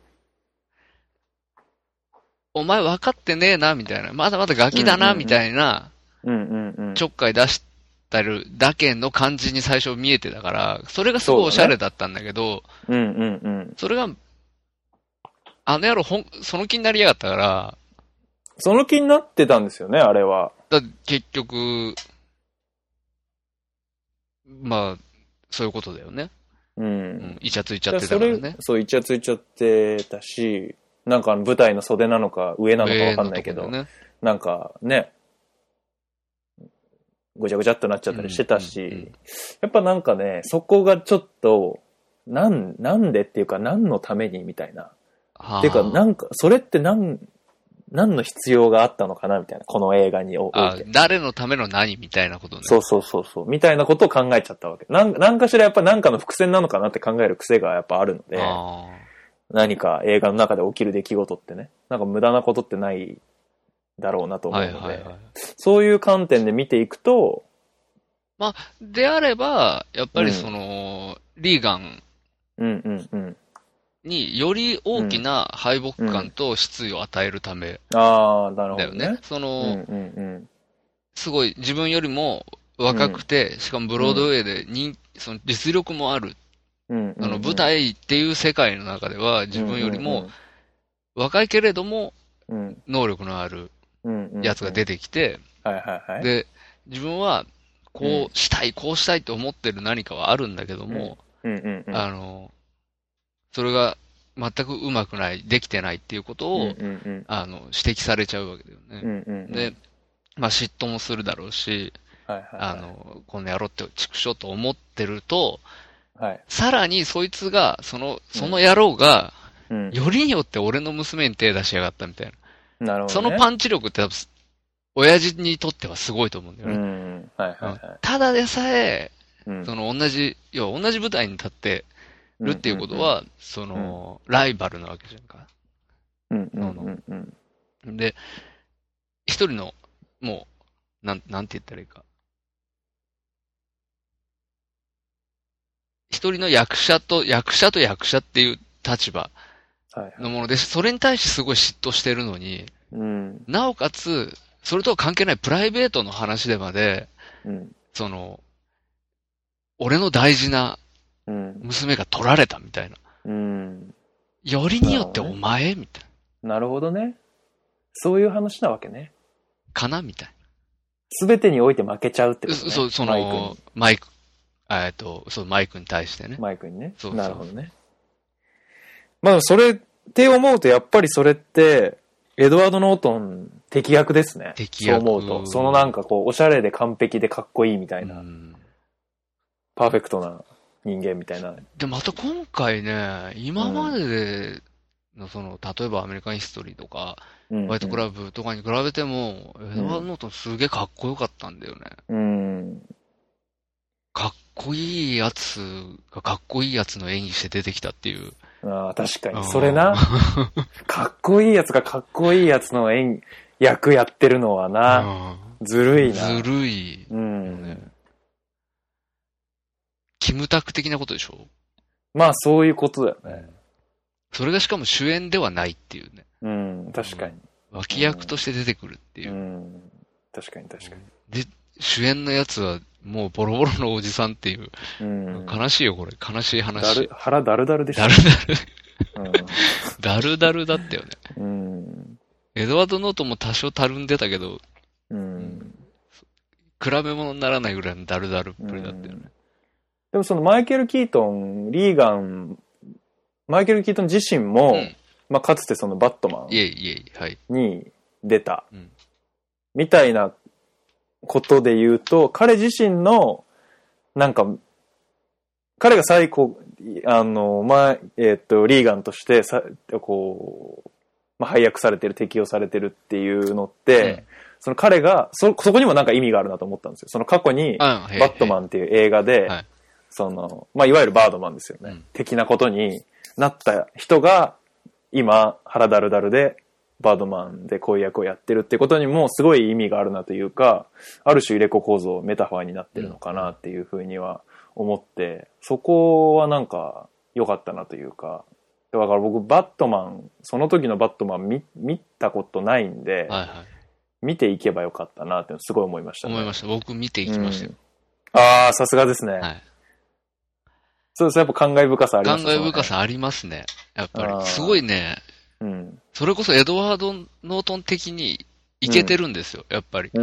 [SPEAKER 3] お前分かってねえな、みたいな。まだまだガキだな、
[SPEAKER 2] うんうんうん
[SPEAKER 3] みたいな、
[SPEAKER 2] うんうんうん。
[SPEAKER 3] ちょっかい出したるだけの感じに最初見えてたから、それがすごいおしゃれだったんだけど、
[SPEAKER 2] うんうんうん。
[SPEAKER 3] それが、あの野郎ほん、その気になりやがったから、
[SPEAKER 2] その気になってたんですよね、あれは。
[SPEAKER 3] だ結局、まあ、そういうことだよね。
[SPEAKER 2] う
[SPEAKER 3] うんん。、イチャついちゃってたからね。
[SPEAKER 2] それそう、イチャついちゃってたし、なんかあの舞台の袖なのか上なのかわかんないけど、
[SPEAKER 3] 上のとこだよね
[SPEAKER 2] なんかね、ごちゃごちゃっとなっちゃったりしてたし、
[SPEAKER 3] うんうんうん
[SPEAKER 2] やっぱなんかね、そこがちょっと、なん、なんでっていうか何のためにみたいな。
[SPEAKER 3] はあ
[SPEAKER 2] っていうか、なんか、それって何、何の必要があったのかなみたいな、この映画におお
[SPEAKER 3] あ
[SPEAKER 2] いて。
[SPEAKER 3] 誰のための何みたいなことね。
[SPEAKER 2] そうそうそうそう。みたいなことを考えちゃったわけ。なんなんかしらやっぱ何かの伏線なのかなって考える癖がやっぱあるので。
[SPEAKER 3] あ
[SPEAKER 2] 何か映画の中で起きる出来事ってね、なんか無駄なことってないだろうなと
[SPEAKER 3] あ
[SPEAKER 2] 思う
[SPEAKER 3] は
[SPEAKER 2] の
[SPEAKER 3] い
[SPEAKER 2] で、
[SPEAKER 3] はいはい。
[SPEAKER 2] そういう観点で見ていくと、
[SPEAKER 3] であれば、やっぱりその、リーガン
[SPEAKER 2] うんうんうん。
[SPEAKER 3] により大きな敗北感と失意を与えるため
[SPEAKER 2] ああ、なるほ
[SPEAKER 3] だよ
[SPEAKER 2] ど
[SPEAKER 3] ね。
[SPEAKER 2] ね。
[SPEAKER 3] そうの、
[SPEAKER 2] んうんうん。
[SPEAKER 3] すごい自分よりも若くて、しかもブロードウェイで人、その実力もある。
[SPEAKER 2] うんうん
[SPEAKER 3] あの、舞台っていう世界の中では自分よりも、若いけれども
[SPEAKER 2] うん
[SPEAKER 3] 能力のある
[SPEAKER 2] うんうん
[SPEAKER 3] やつが出てきて、
[SPEAKER 2] はいはいはい。
[SPEAKER 3] で、自分はこうしたい、こうしたいと思ってる何かはあるんだけども、
[SPEAKER 2] うんうんうん、
[SPEAKER 3] あの、それが全くうまくない、できてないっていうこと
[SPEAKER 2] うん
[SPEAKER 3] を、
[SPEAKER 2] うんうん
[SPEAKER 3] あの、指摘されちゃうわけだよ
[SPEAKER 2] う
[SPEAKER 3] ね。
[SPEAKER 2] んうんうん、
[SPEAKER 3] で、まあ嫉妬もするだろうし、
[SPEAKER 2] はいはいはい、
[SPEAKER 3] あの、この野郎って畜生と思ってると、
[SPEAKER 2] はい、
[SPEAKER 3] さらにそいつが、その、その野郎が、
[SPEAKER 2] うん
[SPEAKER 3] よりによって俺の娘に手出しやがったみたいな。
[SPEAKER 2] なるほどね、
[SPEAKER 3] そのパンチ力って多分、親父にとってはすごいと思うんだよ
[SPEAKER 2] う
[SPEAKER 3] ね。
[SPEAKER 2] ん、はいはいはい。
[SPEAKER 3] ただでさえ、
[SPEAKER 2] うん
[SPEAKER 3] その同じ、要は同じ舞台に立ってるっていうこと、は、その、ライバルなわけじゃんか。
[SPEAKER 2] うんうんうんうん
[SPEAKER 3] で、一人の、もう、なん、なんて言ったらいいか。一人の役者と、役者と役者っていう立場
[SPEAKER 2] はいはい
[SPEAKER 3] のものです、それに対してすごい嫉妬してるのに、
[SPEAKER 2] うん
[SPEAKER 3] なおかつ、それとは関係ないプライベートの話でまで、
[SPEAKER 2] うん
[SPEAKER 3] その、俺の大事な
[SPEAKER 2] うん
[SPEAKER 3] 娘が取られたみたいな。
[SPEAKER 2] うん
[SPEAKER 3] よりによって
[SPEAKER 2] なるほど
[SPEAKER 3] お
[SPEAKER 2] ね
[SPEAKER 3] 前みたいな。
[SPEAKER 2] なるほどね。そういう話なわけね。
[SPEAKER 3] かなみたい
[SPEAKER 2] すべてにおいて負けちゃうって
[SPEAKER 3] な。
[SPEAKER 2] ことね。
[SPEAKER 3] そう、そ
[SPEAKER 2] マイクに
[SPEAKER 3] の、マイク、えっと、そう、マイクに対してね。
[SPEAKER 2] マイクにね。
[SPEAKER 3] そうそう
[SPEAKER 2] なるほどね。まあでもそれって思うと、やっぱりそれって、エドワード・ノートン敵役ですね。
[SPEAKER 3] 敵役
[SPEAKER 2] そう思うと。そのなんかこう、おしゃれで完璧でかっこいいみたいな、
[SPEAKER 3] うん
[SPEAKER 2] パーフェクトな人間みたいな。
[SPEAKER 3] で、また今回ね、今まででの、その、例えばアメリカンヒストリーとか、
[SPEAKER 2] うん
[SPEAKER 3] ホワイトクラブとかに比べても、エドワード・ノートンすげえかっこよかったんだよね。
[SPEAKER 2] うん。
[SPEAKER 3] かっこいいやつがかっこいいやつの演技して出てきたっていう。
[SPEAKER 2] ああ、確か
[SPEAKER 3] うん
[SPEAKER 2] に。それ
[SPEAKER 3] [LAUGHS]
[SPEAKER 2] な。かっこいいやつがかっこいいやつの演役やってるのはな、ず
[SPEAKER 3] う
[SPEAKER 2] る
[SPEAKER 3] ん
[SPEAKER 2] いな。
[SPEAKER 3] ずるい。
[SPEAKER 2] うん。
[SPEAKER 3] キムタク的なことでしょ
[SPEAKER 2] まあ、そういうことだよね。
[SPEAKER 3] それがしかも主演ではないっていうね。
[SPEAKER 2] うん、確かに。
[SPEAKER 3] 脇役として出てくるっていうう。
[SPEAKER 2] ん。確かに、確か
[SPEAKER 3] 主演のやつはもうボロボロのおじさんっていう。
[SPEAKER 2] に。うん。
[SPEAKER 3] 悲しいよ、これ。悲しい
[SPEAKER 2] だ
[SPEAKER 3] 話
[SPEAKER 2] る。、腹だるだるでし
[SPEAKER 3] だ
[SPEAKER 2] ょ
[SPEAKER 3] る。だる、だるだるだったよね。
[SPEAKER 2] うん。
[SPEAKER 3] エドワード・ノートンも多少たるんでたけど、
[SPEAKER 2] うん。うん
[SPEAKER 3] 比べ物にならないぐらいのだるだるっぷりだったよね。
[SPEAKER 2] でもそのマイケル・キートン、リーガン、マイケル・キートン自身も、
[SPEAKER 3] うん
[SPEAKER 2] まあかつてそのバットマン
[SPEAKER 3] いえいえいえ、はい。
[SPEAKER 2] に出た
[SPEAKER 3] うん、
[SPEAKER 2] みたいなことで言うと、彼自身の、なんか、彼が最高、あの、まえっと、リーガンとしてさ、こう、まあ、配役されてる、適用されてるっていうのって、
[SPEAKER 3] うん
[SPEAKER 2] その彼が、そ、そこにもなんか意味があるなと思ったんですよ。その過去に、
[SPEAKER 3] バ
[SPEAKER 2] バットマンっていう映画で、
[SPEAKER 3] はい
[SPEAKER 2] その、まあ、いわゆるバードマンですよね。
[SPEAKER 3] うん
[SPEAKER 2] 的なことになった人が、今、腹だるだるで、バードマンでこういう役をやってるってことにも、すごい意味があるなというか、ある種入れ子構造、メタファーになってるのかなっていうふうには思って、そこはなんか、良かったなというか、だから僕、バットマン、その時のバットマン見見たことないんで、
[SPEAKER 3] はいはい。
[SPEAKER 2] 見ていけばよかったなってすごい思いましたね。
[SPEAKER 3] 思いました。僕見ていきましたよ。
[SPEAKER 2] ああ、さすがですね。
[SPEAKER 3] はい。
[SPEAKER 2] そうですね、やっぱ感慨深さありま
[SPEAKER 3] 感
[SPEAKER 2] す
[SPEAKER 3] 慨深。さありますね。やっぱ
[SPEAKER 2] あー
[SPEAKER 3] り。すごいね、
[SPEAKER 2] その辺
[SPEAKER 3] それこそエドワード・ノートン的にいけてるんですよ、やっぱり。
[SPEAKER 2] う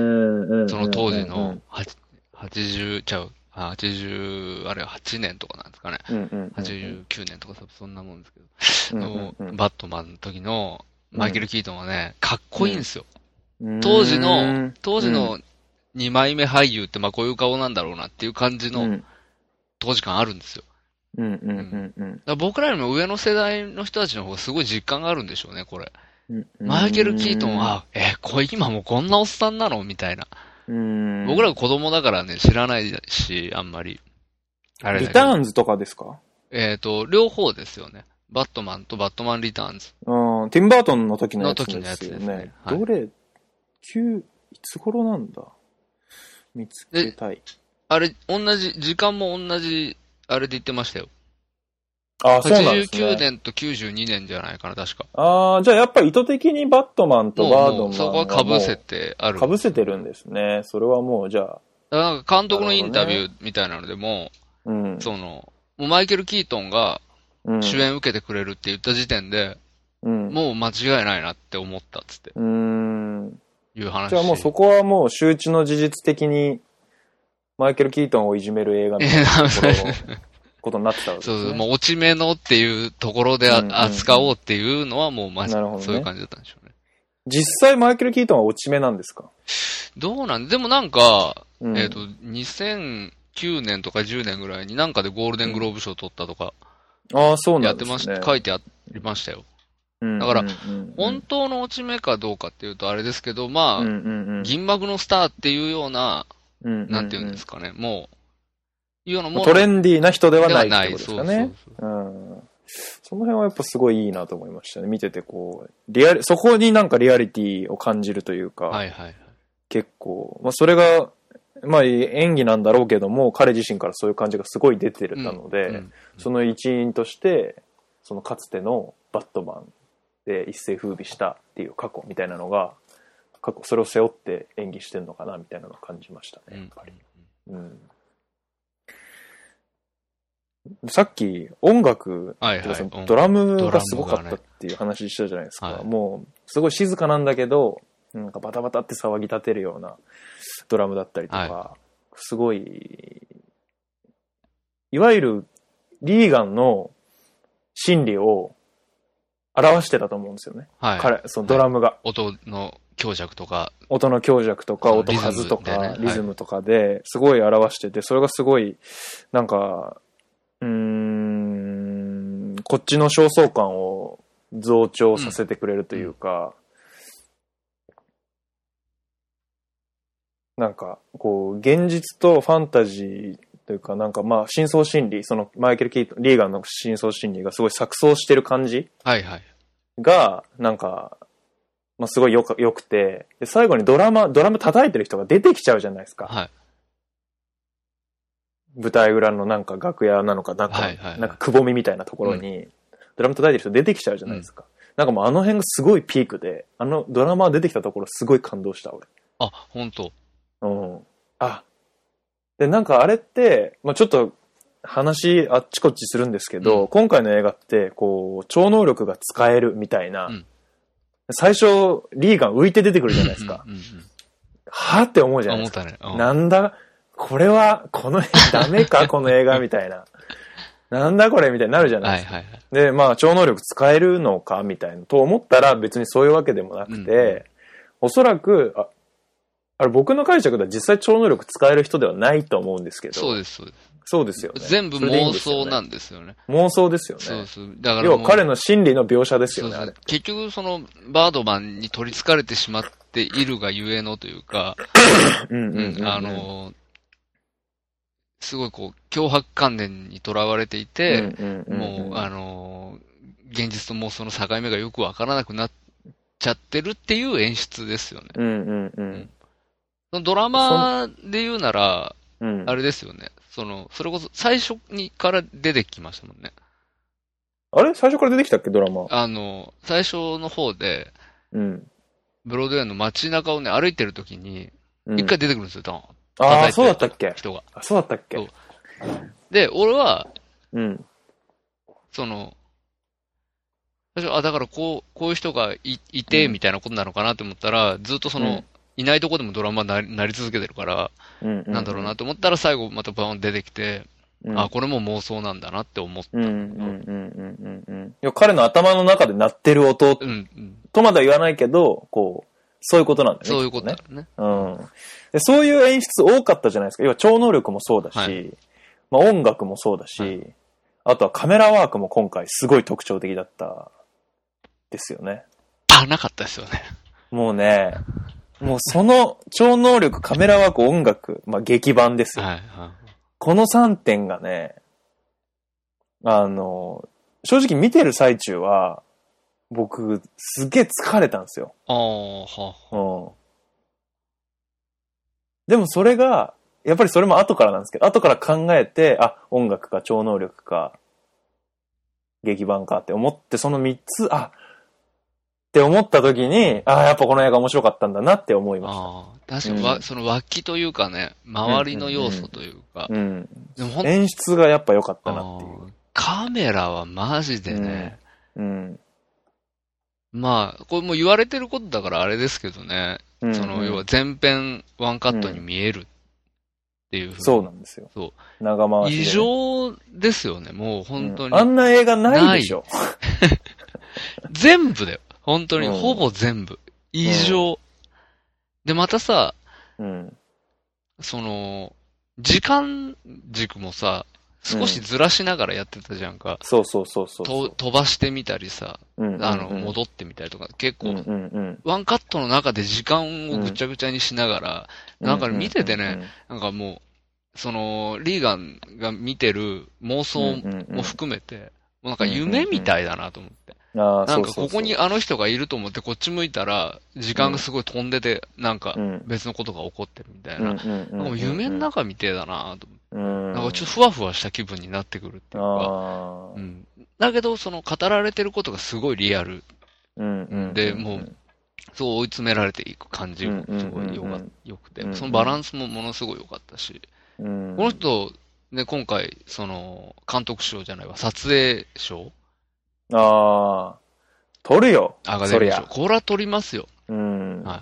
[SPEAKER 2] ん。
[SPEAKER 3] その当時の
[SPEAKER 2] う、
[SPEAKER 3] はち80、ちゃう、あ80、あれは8年とかなんですかね。
[SPEAKER 2] んうんうん。
[SPEAKER 3] 89年とかそんなもんですけど。
[SPEAKER 2] うんうんう
[SPEAKER 3] の
[SPEAKER 2] ん
[SPEAKER 3] バットマンの時のマイケル・キートンはね、かっこいいんですよ。
[SPEAKER 2] うん
[SPEAKER 3] 当時の、当時の2枚目俳優ってまあこういう顔なんだろうなっていう感じ
[SPEAKER 2] う
[SPEAKER 3] の
[SPEAKER 2] ん
[SPEAKER 3] 当時感あるんですよ。
[SPEAKER 2] うんうんうんうん
[SPEAKER 3] だから僕らよりも上の世代の人たちの方がすごい実感があるんでしょうね、これ。
[SPEAKER 2] うんうん。
[SPEAKER 3] マイケル・キートンは、え、これ今もうこんなおっさんなのみたいな。
[SPEAKER 2] うん、
[SPEAKER 3] 僕らが子供だからね、知らないし、あんまり。あれだ
[SPEAKER 2] リ
[SPEAKER 3] け
[SPEAKER 2] タ
[SPEAKER 3] ど。
[SPEAKER 2] ーンズとかですか
[SPEAKER 3] えっ、と、両方ですよね。バットマンとバットマン・リターンズ。
[SPEAKER 2] うん。ティムバートンの時のやつ
[SPEAKER 3] の時の
[SPEAKER 2] で
[SPEAKER 3] やつ
[SPEAKER 2] す
[SPEAKER 3] で
[SPEAKER 2] よ
[SPEAKER 3] す
[SPEAKER 2] ね
[SPEAKER 3] ね。はい
[SPEAKER 2] どれ、旧、いつ頃なんだ見つけたい。
[SPEAKER 3] あれ、同じ、時間も同じ、あれで言ってましたよ。
[SPEAKER 2] あ、そうなんです
[SPEAKER 3] 89
[SPEAKER 2] ね。
[SPEAKER 3] 年と92年じゃないかな、確か。
[SPEAKER 2] ああ、じゃあやっぱり意図的にバットマンと
[SPEAKER 3] もう
[SPEAKER 2] バード
[SPEAKER 3] も
[SPEAKER 2] マン
[SPEAKER 3] うそこは
[SPEAKER 2] かぶ
[SPEAKER 3] 被せてある。
[SPEAKER 2] かぶせてるんですね。それはもう、じゃあ、
[SPEAKER 3] からなんか監督のインタビューみたいなのでも、
[SPEAKER 2] うん。
[SPEAKER 3] その、もうマイケル・キートンが
[SPEAKER 2] うん。
[SPEAKER 3] 主演受けてくれるって言った時点で、
[SPEAKER 2] うん。
[SPEAKER 3] もう間違いないなって思ったっつって、
[SPEAKER 2] うん。
[SPEAKER 3] いう話。
[SPEAKER 2] じゃあもうそこはもう周知の事実的に、マイケル・キートンをいじめる映
[SPEAKER 3] [LAUGHS]
[SPEAKER 2] 画みたいなところのことになってたわけです、
[SPEAKER 3] そう
[SPEAKER 2] ね。
[SPEAKER 3] そう、もう落ち目のっていうところで
[SPEAKER 2] うんうんうん
[SPEAKER 3] あ扱おうっていうのはもうマジ、
[SPEAKER 2] なるほどね
[SPEAKER 3] そういう感じだったんでしょうね。
[SPEAKER 2] 実際マイケル・キートンは落ち目なんですか、
[SPEAKER 3] どうなんでもなんか、
[SPEAKER 2] うん、
[SPEAKER 3] えっ、と、2009年とか10年ぐらいになんかでゴールデングローブ賞取ったとか、
[SPEAKER 2] ああ、そう
[SPEAKER 3] や
[SPEAKER 2] な
[SPEAKER 3] っ
[SPEAKER 2] んで
[SPEAKER 3] て
[SPEAKER 2] す
[SPEAKER 3] まし
[SPEAKER 2] ね。
[SPEAKER 3] 書いてありましたよ。
[SPEAKER 2] うん
[SPEAKER 3] だから
[SPEAKER 2] うんうん
[SPEAKER 3] 本当の落ち目かどうかっていうとあれですけど、まあ、
[SPEAKER 2] うんうんうん
[SPEAKER 3] 銀幕のスターっていうような、
[SPEAKER 2] うん
[SPEAKER 3] なんていうんですかね、もう、いうようなもう
[SPEAKER 2] トレンディーな人ではないってことで
[SPEAKER 3] そ
[SPEAKER 2] す
[SPEAKER 3] う
[SPEAKER 2] か
[SPEAKER 3] そう
[SPEAKER 2] ね。
[SPEAKER 3] そう
[SPEAKER 2] うんその辺はやっぱすごいいいなと思いましたね。見ててこう、リアリ、そこになんかリアリティを感じるというか、
[SPEAKER 3] はいはいはい。
[SPEAKER 2] 結構、まあそれが、まあ演技なんだろうけども、彼自身からそういう感じがすごい出てたので、
[SPEAKER 3] うん
[SPEAKER 2] その一員として、そのかつてのバットマンで一世風靡したっていう過去みたいなのが、過去、それを背負って演技してんのかなみたいなのを感じました
[SPEAKER 3] うん
[SPEAKER 2] ね、やっぱり。うんさっき音楽
[SPEAKER 3] はい
[SPEAKER 2] とか
[SPEAKER 3] は
[SPEAKER 2] その
[SPEAKER 3] い。
[SPEAKER 2] ドラム
[SPEAKER 3] ドラムが
[SPEAKER 2] が
[SPEAKER 3] ね
[SPEAKER 2] すごかったっていう話したじゃないですか、
[SPEAKER 3] はい
[SPEAKER 2] もうすごい静かなんだけどなんかバタバタって騒ぎ立てるようなドラムだったりとか、
[SPEAKER 3] は
[SPEAKER 2] すごいいわゆるリーガンの心理を表してたと思うんですよね、
[SPEAKER 3] はい。
[SPEAKER 2] 彼そのドラムが、
[SPEAKER 3] 音の強弱とか、
[SPEAKER 2] 音の強弱とか
[SPEAKER 3] そう
[SPEAKER 2] 音数と
[SPEAKER 3] リズムでね
[SPEAKER 2] か
[SPEAKER 3] はい
[SPEAKER 2] リズムとかですごい表しててそれがすごいなんかうーんこっちの焦燥感を増長させてくれるというか、なんかこう現実とファンタジーというかなんかまあ深層心理そのマイケル・キートンリーガンの深層心理がすごい錯綜してる感じ、
[SPEAKER 3] はいはい。
[SPEAKER 2] が、なんか、まあ、すごいよか良くて、で、最後にドラマ、ドラム叩いてる人が出てきちゃうじゃないですか。
[SPEAKER 3] はい。
[SPEAKER 2] 舞台裏のなんか楽屋なのか、なんか、
[SPEAKER 3] はいはいはい
[SPEAKER 2] なんかくぼみみたいなところに、ドラム叩いてる人出てきちゃうじゃないですか。なんかもうあの辺がすごいピークで、あのドラマー出てきたところすごい感動した、俺。
[SPEAKER 3] あ、本当
[SPEAKER 2] うん。あ。で、なんかあれって、まあ、ちょっと話あっちこっちするんですけど、
[SPEAKER 3] うん
[SPEAKER 2] 今回の映画って、こう、超能力が使えるみたいな、
[SPEAKER 3] うん
[SPEAKER 2] 最初、リーガン浮いて出てくるじゃないですか。
[SPEAKER 3] うんうん
[SPEAKER 2] はぁって思うじ
[SPEAKER 3] うん。
[SPEAKER 2] ゃ
[SPEAKER 3] あ
[SPEAKER 2] ないで
[SPEAKER 3] 思っ
[SPEAKER 2] すか。
[SPEAKER 3] たね。うん
[SPEAKER 2] なんだ、これは、この、ダメか、 [LAUGHS] この映画みたいな。なんだこれみたいになるじゃない
[SPEAKER 3] は
[SPEAKER 2] ですか
[SPEAKER 3] いはいはい。
[SPEAKER 2] で、まあ、超能力使えるのかみたいな、と思ったら別にそういうわけでもなくて、
[SPEAKER 3] うん
[SPEAKER 2] おそらく、あ、あれ僕の解釈では実際超能力使える人ではないと思うんですけど、
[SPEAKER 3] そうです、そうです。
[SPEAKER 2] そうですよね。
[SPEAKER 3] 全部
[SPEAKER 2] それでいいん
[SPEAKER 3] 妄
[SPEAKER 2] ですよ
[SPEAKER 3] 想
[SPEAKER 2] ね
[SPEAKER 3] なんですよね。
[SPEAKER 2] 妄想ですよ
[SPEAKER 3] そう
[SPEAKER 2] ね。
[SPEAKER 3] そう。だから
[SPEAKER 2] 要
[SPEAKER 3] もう、
[SPEAKER 2] は彼の心理の描写です
[SPEAKER 3] そ
[SPEAKER 2] よ
[SPEAKER 3] う
[SPEAKER 2] ね、
[SPEAKER 3] そ
[SPEAKER 2] あれ
[SPEAKER 3] う。結局、その、バードマンに取り憑かれてしまっているがゆえのというか、
[SPEAKER 2] うんうんうんうん
[SPEAKER 3] あ、のー、すごいこう、脅迫観念にとらわれていて、もう、あのー、現実と妄想の境目がよくわからなくなっちゃってるっていう演出ですよね。
[SPEAKER 2] うんうんうん
[SPEAKER 3] そのドラマで言うなら、
[SPEAKER 2] うんうん。
[SPEAKER 3] あ
[SPEAKER 2] あ
[SPEAKER 3] れですよね。その、それこそ最初にから出てきましたもんね。
[SPEAKER 2] れ最初から出てきたっけ、ドラマ。
[SPEAKER 3] あの、最初の方で、
[SPEAKER 2] うん。
[SPEAKER 3] ブロードウェイの街中をね、歩いてる時に、
[SPEAKER 2] うん
[SPEAKER 3] 一回出てくるんですよ、ドーン。
[SPEAKER 2] あ
[SPEAKER 3] 叩いて
[SPEAKER 2] あ、そうだったっけ
[SPEAKER 3] 人が。
[SPEAKER 2] あそうだったっけ
[SPEAKER 3] そうで、俺は、
[SPEAKER 2] うん。
[SPEAKER 3] その、最初、あ、だからこう、こういう人がいいて、
[SPEAKER 2] うん
[SPEAKER 3] みたいなことなのかなと思ったら、ずっとその、
[SPEAKER 2] うん
[SPEAKER 3] いないとこでもドラマななり続けてるから、
[SPEAKER 2] うん。
[SPEAKER 3] なんだろうなと思ったら最後またバーン出てきて、
[SPEAKER 2] うん。
[SPEAKER 3] あ、これも妄想なんだなって思って、
[SPEAKER 2] うんうんうんうんうんうん。いや彼の頭の中で鳴ってる音
[SPEAKER 3] うん、うん、
[SPEAKER 2] とまでは言わないけど、こう、そういうことなんだよね。
[SPEAKER 3] そういうこと
[SPEAKER 2] き
[SPEAKER 3] だ
[SPEAKER 2] っ
[SPEAKER 3] よね。
[SPEAKER 2] ね。うん。でそういう演出多かったじゃないですか。要は超能力もそうだし、
[SPEAKER 3] は
[SPEAKER 2] まあ音楽もそうだし、
[SPEAKER 3] は
[SPEAKER 2] あとはカメラワークも今回すごい特徴的だったですよね。
[SPEAKER 3] あ、なかったですよね。
[SPEAKER 2] もうね、もうその超能力、カメラワーク、音楽、まあ劇版ですよ
[SPEAKER 3] はい、はい。
[SPEAKER 2] この3点がね、あの、正直見てる最中は、僕、すげえ疲れたんですよ。
[SPEAKER 3] ああ、は
[SPEAKER 2] うん。でもそれが、やっぱりそれも後からなんですけど、後から考えて、あ、音楽か超能力か、劇版かって思って、その3つ、あ、って思った時に、ああ、やっぱこの映画面白かったんだなって思いまし
[SPEAKER 3] ああ、確かにわ、
[SPEAKER 2] うん
[SPEAKER 3] その脇というかね、周りの要素という
[SPEAKER 2] た。
[SPEAKER 3] か、
[SPEAKER 2] うん。
[SPEAKER 3] でもほん
[SPEAKER 2] 演出がやっぱ良かったなっていう。
[SPEAKER 3] ああカメラはマジでね、
[SPEAKER 2] うん。
[SPEAKER 3] まあ、これもう言われてることだからあれですけどね、
[SPEAKER 2] うん
[SPEAKER 3] その要は全編ワンカットに見えるっていうふうに
[SPEAKER 2] そうなんですよ。
[SPEAKER 3] そ
[SPEAKER 2] 長回しでね。
[SPEAKER 3] 異常ですよね、もう本当に。
[SPEAKER 2] うんあんな映画ないでしょ。
[SPEAKER 3] 全部だよ。本当に、
[SPEAKER 2] うん
[SPEAKER 3] ほぼ全部。異常。で、またさ、
[SPEAKER 2] うん。
[SPEAKER 3] その、時間軸もさ、少しずらしながらやってたじゃんか。
[SPEAKER 2] そうそうそうそうそ
[SPEAKER 3] と
[SPEAKER 2] う。
[SPEAKER 3] 飛ばしてみたりさ、
[SPEAKER 2] うんうん
[SPEAKER 3] あの、戻ってみたりとか、結
[SPEAKER 2] うんう
[SPEAKER 3] 構、
[SPEAKER 2] んうん。
[SPEAKER 3] ワンカットの中で時間をぐちゃぐちゃにしながら、なんか見ててねなんかもう、その、リーガンが見てる
[SPEAKER 2] う
[SPEAKER 3] 妄
[SPEAKER 2] んうん
[SPEAKER 3] 想
[SPEAKER 2] うん、うんうん
[SPEAKER 3] も含めて、もうなんか夢みたいだなと思って。
[SPEAKER 2] あー
[SPEAKER 3] なん
[SPEAKER 2] そ
[SPEAKER 3] か
[SPEAKER 2] うそうそう
[SPEAKER 3] ここにあの人がいると思ってこっち向いたら、時間がすごい飛んでて、なんか
[SPEAKER 2] うん
[SPEAKER 3] 別のことが起こってるみたい
[SPEAKER 2] うん
[SPEAKER 3] な。
[SPEAKER 2] うんうん
[SPEAKER 3] なんか夢の中みてえだなと思って。
[SPEAKER 2] うん
[SPEAKER 3] なんかちょっとふわふわした気分になってくるっていうか。
[SPEAKER 2] あ
[SPEAKER 3] う
[SPEAKER 2] ー
[SPEAKER 3] ん、だけど、その語られてることがすごいリアル。
[SPEAKER 2] うんうんうん
[SPEAKER 3] でもうそう追い詰められていく感じもす
[SPEAKER 2] うんう
[SPEAKER 3] ごいよ
[SPEAKER 2] んうん
[SPEAKER 3] か
[SPEAKER 2] うん
[SPEAKER 3] よく
[SPEAKER 2] うんう
[SPEAKER 3] て。
[SPEAKER 2] ん
[SPEAKER 3] そのバランスもものすごい良かったし。
[SPEAKER 2] うん、
[SPEAKER 3] この人、ね、今回、その、監督賞じゃないわ、撮影賞
[SPEAKER 2] ああ、取るよ。
[SPEAKER 3] アカデ
[SPEAKER 2] そ
[SPEAKER 3] ミ
[SPEAKER 2] り
[SPEAKER 3] ー賞。
[SPEAKER 2] ゃ。
[SPEAKER 3] これは取りますよ。
[SPEAKER 2] うん。
[SPEAKER 3] は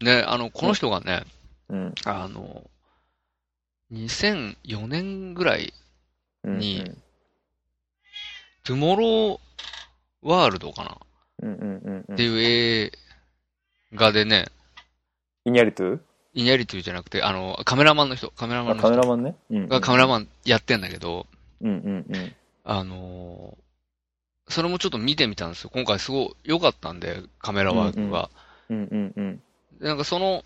[SPEAKER 3] い。ね、あの、この人がね、
[SPEAKER 2] うん
[SPEAKER 3] あの、2004年ぐらい、
[SPEAKER 2] うん
[SPEAKER 3] にトゥモローワールドかな、
[SPEAKER 2] うんうんうんうん
[SPEAKER 3] っていう映画でね、
[SPEAKER 2] イニャリトゥ
[SPEAKER 3] イニャリトゥじゃなくて、あの、カメラマンの人、カメラマ
[SPEAKER 2] あ
[SPEAKER 3] ンの
[SPEAKER 2] カメ
[SPEAKER 3] 人
[SPEAKER 2] ラマンね。うんうん
[SPEAKER 3] がカメラマンやってんだけど、
[SPEAKER 2] うんうんうん。
[SPEAKER 3] あのーそれもちょっと見てみたんですよ。今回すごい良かったんで、カメラワークが。
[SPEAKER 2] うんうんうん。
[SPEAKER 3] でなんかその、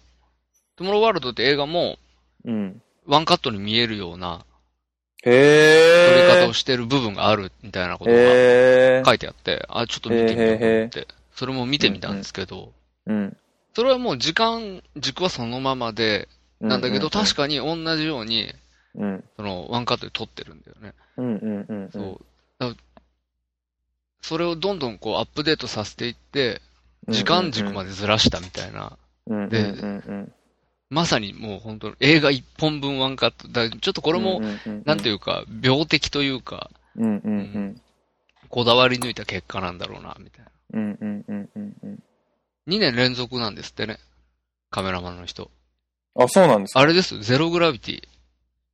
[SPEAKER 3] トゥモローワールドって映画も、
[SPEAKER 2] うん。
[SPEAKER 3] ワンカットに見えるような
[SPEAKER 2] へ
[SPEAKER 3] 撮り
[SPEAKER 2] え。
[SPEAKER 3] 方をしてる部分があるみたいなことが
[SPEAKER 2] へえ。
[SPEAKER 3] 書いてあって、あ、ちょっと見てみよ
[SPEAKER 2] へー
[SPEAKER 3] うと
[SPEAKER 2] へ
[SPEAKER 3] 思
[SPEAKER 2] ーへ
[SPEAKER 3] って、それも見てみたんですけど、
[SPEAKER 2] うん。
[SPEAKER 3] それはもう時間、軸はそのままで、なんだけど、確かに同じように、
[SPEAKER 2] に。うん
[SPEAKER 3] その、ワンカットで撮ってるんだよね。
[SPEAKER 2] うんうんうん。
[SPEAKER 3] そう。だからそれをどんどんこうアップデートさせていって、
[SPEAKER 2] うん。
[SPEAKER 3] 時間軸ま
[SPEAKER 2] で。
[SPEAKER 3] でずらしたみたいな、
[SPEAKER 2] うんうん
[SPEAKER 3] で
[SPEAKER 2] うん
[SPEAKER 3] まさにもう本当映画一本分ワンカット。だからちょっとこれも、、なんて
[SPEAKER 2] い
[SPEAKER 3] いうか、病的というか、
[SPEAKER 2] うん。うんうん
[SPEAKER 3] こだわり抜いた結果なんだろうな、みたいな。
[SPEAKER 2] うん。うんうんうんうんうん。
[SPEAKER 3] 2年連続なんですってね。カメラマンの人。
[SPEAKER 2] あ、そうなんですか
[SPEAKER 3] あれですよ、ゼログラビティ。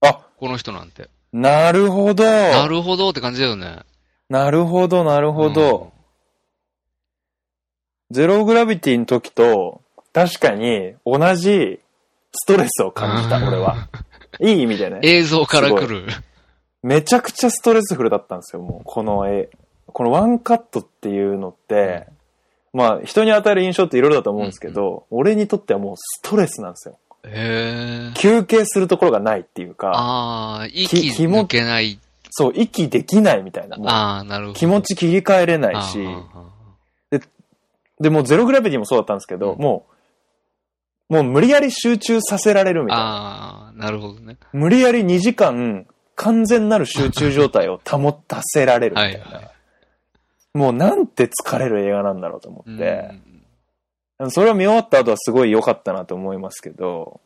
[SPEAKER 2] あ
[SPEAKER 3] この人なんて。
[SPEAKER 2] なるほど。
[SPEAKER 3] なるほどって感じだよね。
[SPEAKER 2] なるほど、なるほど。ゼログラビティの時と、確かに同じストレスを
[SPEAKER 3] うん。
[SPEAKER 2] 感じた、俺は。いい意味でね。
[SPEAKER 3] [LAUGHS] 映像から来る。
[SPEAKER 2] めちゃくちゃストレスフルだったんですよ、もう。この絵。このワンカットっていうのって、まあ、人に与える印象っていろいろだと思うんですけど、俺にとってはもうストレスなんですよ。
[SPEAKER 3] へえ。
[SPEAKER 2] 休憩するところがないっていうか、
[SPEAKER 3] ああ、
[SPEAKER 2] き
[SPEAKER 3] 息
[SPEAKER 2] 気持
[SPEAKER 3] 抜けない。
[SPEAKER 2] そう、息できないみたいな。もう
[SPEAKER 3] ああ、なるほど。
[SPEAKER 2] 気持ち切り替えれない
[SPEAKER 3] あ
[SPEAKER 2] し、
[SPEAKER 3] ーあー
[SPEAKER 2] で、もうゼログラビティもそうだったんですけど、
[SPEAKER 3] うん
[SPEAKER 2] もう、もう無理やり集中させられるみたいな。
[SPEAKER 3] あー、なるほどね。
[SPEAKER 2] 無理やり2時間完全なる集中状態を保たせられるみたいな。
[SPEAKER 3] はいは
[SPEAKER 2] もうなんて疲れる映画なんだろうと思
[SPEAKER 3] う
[SPEAKER 2] っ
[SPEAKER 3] ん
[SPEAKER 2] て、それを見終わった後はすごい良かったなと思いますけど、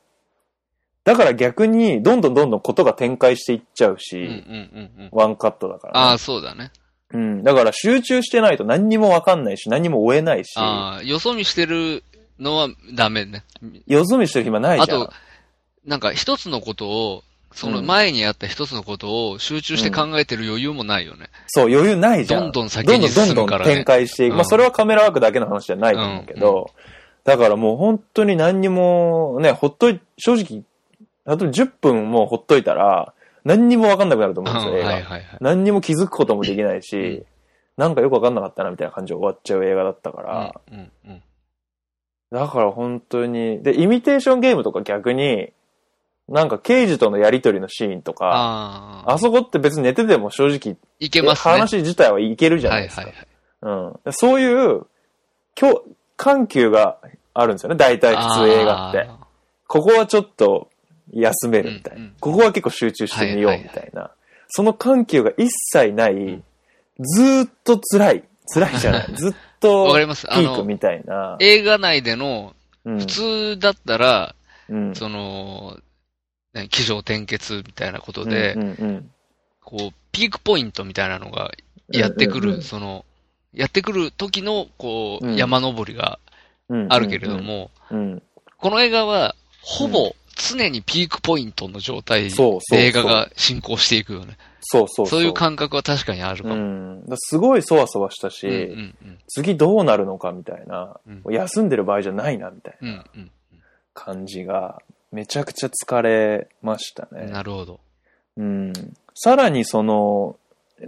[SPEAKER 2] だから逆にどんどんどんどんことが展開していっちゃうし、
[SPEAKER 3] うんうんうんうん。
[SPEAKER 2] ワンカットだから
[SPEAKER 3] あ
[SPEAKER 2] ね、
[SPEAKER 3] あ、そうだね。
[SPEAKER 2] うん。だから集中してないと何にもわかんないし、何にも追えないし、
[SPEAKER 3] ああ、よそ見してるのはダメね。
[SPEAKER 2] 夜積みしてる暇ない
[SPEAKER 3] あ
[SPEAKER 2] じゃん
[SPEAKER 3] と。、なんか一つのことを、その前にあった一つのことを集中して考えてる余裕もないよね。
[SPEAKER 2] そう、余裕ないじゃん。
[SPEAKER 3] どんどん先に進むから
[SPEAKER 2] ど
[SPEAKER 3] ね
[SPEAKER 2] んどんどんどん展開していく。
[SPEAKER 3] うん
[SPEAKER 2] まあ、それはカメラワークだけの話じゃないと思うけど、
[SPEAKER 3] うん
[SPEAKER 2] だからもう本当に何にも、ね、ほっとい、正直、例えば10分もうほっといたら、何にもわかんなくなると
[SPEAKER 3] う
[SPEAKER 2] 思
[SPEAKER 3] ん、
[SPEAKER 2] うんですよ、
[SPEAKER 3] はい
[SPEAKER 2] 映画。
[SPEAKER 3] はいはい。
[SPEAKER 2] 何にも気づくこともできないし、
[SPEAKER 3] うん
[SPEAKER 2] なんかよくわかんなかったなみたいな感じで終わっちゃう映画だったから、
[SPEAKER 3] うんうん
[SPEAKER 2] だから本当に、で、イミテーションゲームとか逆に、なんか刑事とのやりとりのシーンとか、
[SPEAKER 3] ああ
[SPEAKER 2] あそこって別に寝てても正直、
[SPEAKER 3] いけますね。
[SPEAKER 2] 話自体はいけるじゃないですか。
[SPEAKER 3] はいはいはい。
[SPEAKER 2] うん。そういう、今日、緩急があるんですよね。大体普通映画って。
[SPEAKER 3] あ
[SPEAKER 2] ここはちょっと休めるみたいな。
[SPEAKER 3] うんうん
[SPEAKER 2] ここは結構集中してみよう
[SPEAKER 3] はい
[SPEAKER 2] み
[SPEAKER 3] はいはい
[SPEAKER 2] たいな。その緩急が一切ない、
[SPEAKER 3] ん [LAUGHS]
[SPEAKER 2] ずーっと辛い。辛いじゃない。ずっト
[SPEAKER 3] わかりますあ
[SPEAKER 2] ピーク
[SPEAKER 3] の、
[SPEAKER 2] みたいな。
[SPEAKER 3] 映画内での、
[SPEAKER 2] うん
[SPEAKER 3] 普通だったら、
[SPEAKER 2] うん
[SPEAKER 3] その、ね起承転結みたいなことで、
[SPEAKER 2] うんうんうん
[SPEAKER 3] こう、ピークポイントみたいなのがやってくる、
[SPEAKER 2] うんうんうん
[SPEAKER 3] その、やってくる時の、こう、
[SPEAKER 2] うん
[SPEAKER 3] 山登りがあるけれども、
[SPEAKER 2] うん、
[SPEAKER 3] この映画は、ほぼ常にピークポイントの状態で
[SPEAKER 2] そうそう
[SPEAKER 3] 映画が進行していくよね。
[SPEAKER 2] そうそう
[SPEAKER 3] そういう感覚は確かにあるか
[SPEAKER 2] う
[SPEAKER 3] も。
[SPEAKER 2] ん、だからすごいそわそわしたし、
[SPEAKER 3] うんうんうん
[SPEAKER 2] 次どうなるのかみたいな、
[SPEAKER 3] うん
[SPEAKER 2] 休んでる場合じゃないなみたい
[SPEAKER 3] うん
[SPEAKER 2] な感じが、めちゃくちゃ疲れました
[SPEAKER 3] うん。
[SPEAKER 2] ね。
[SPEAKER 3] なるほど。
[SPEAKER 2] うん、さらにその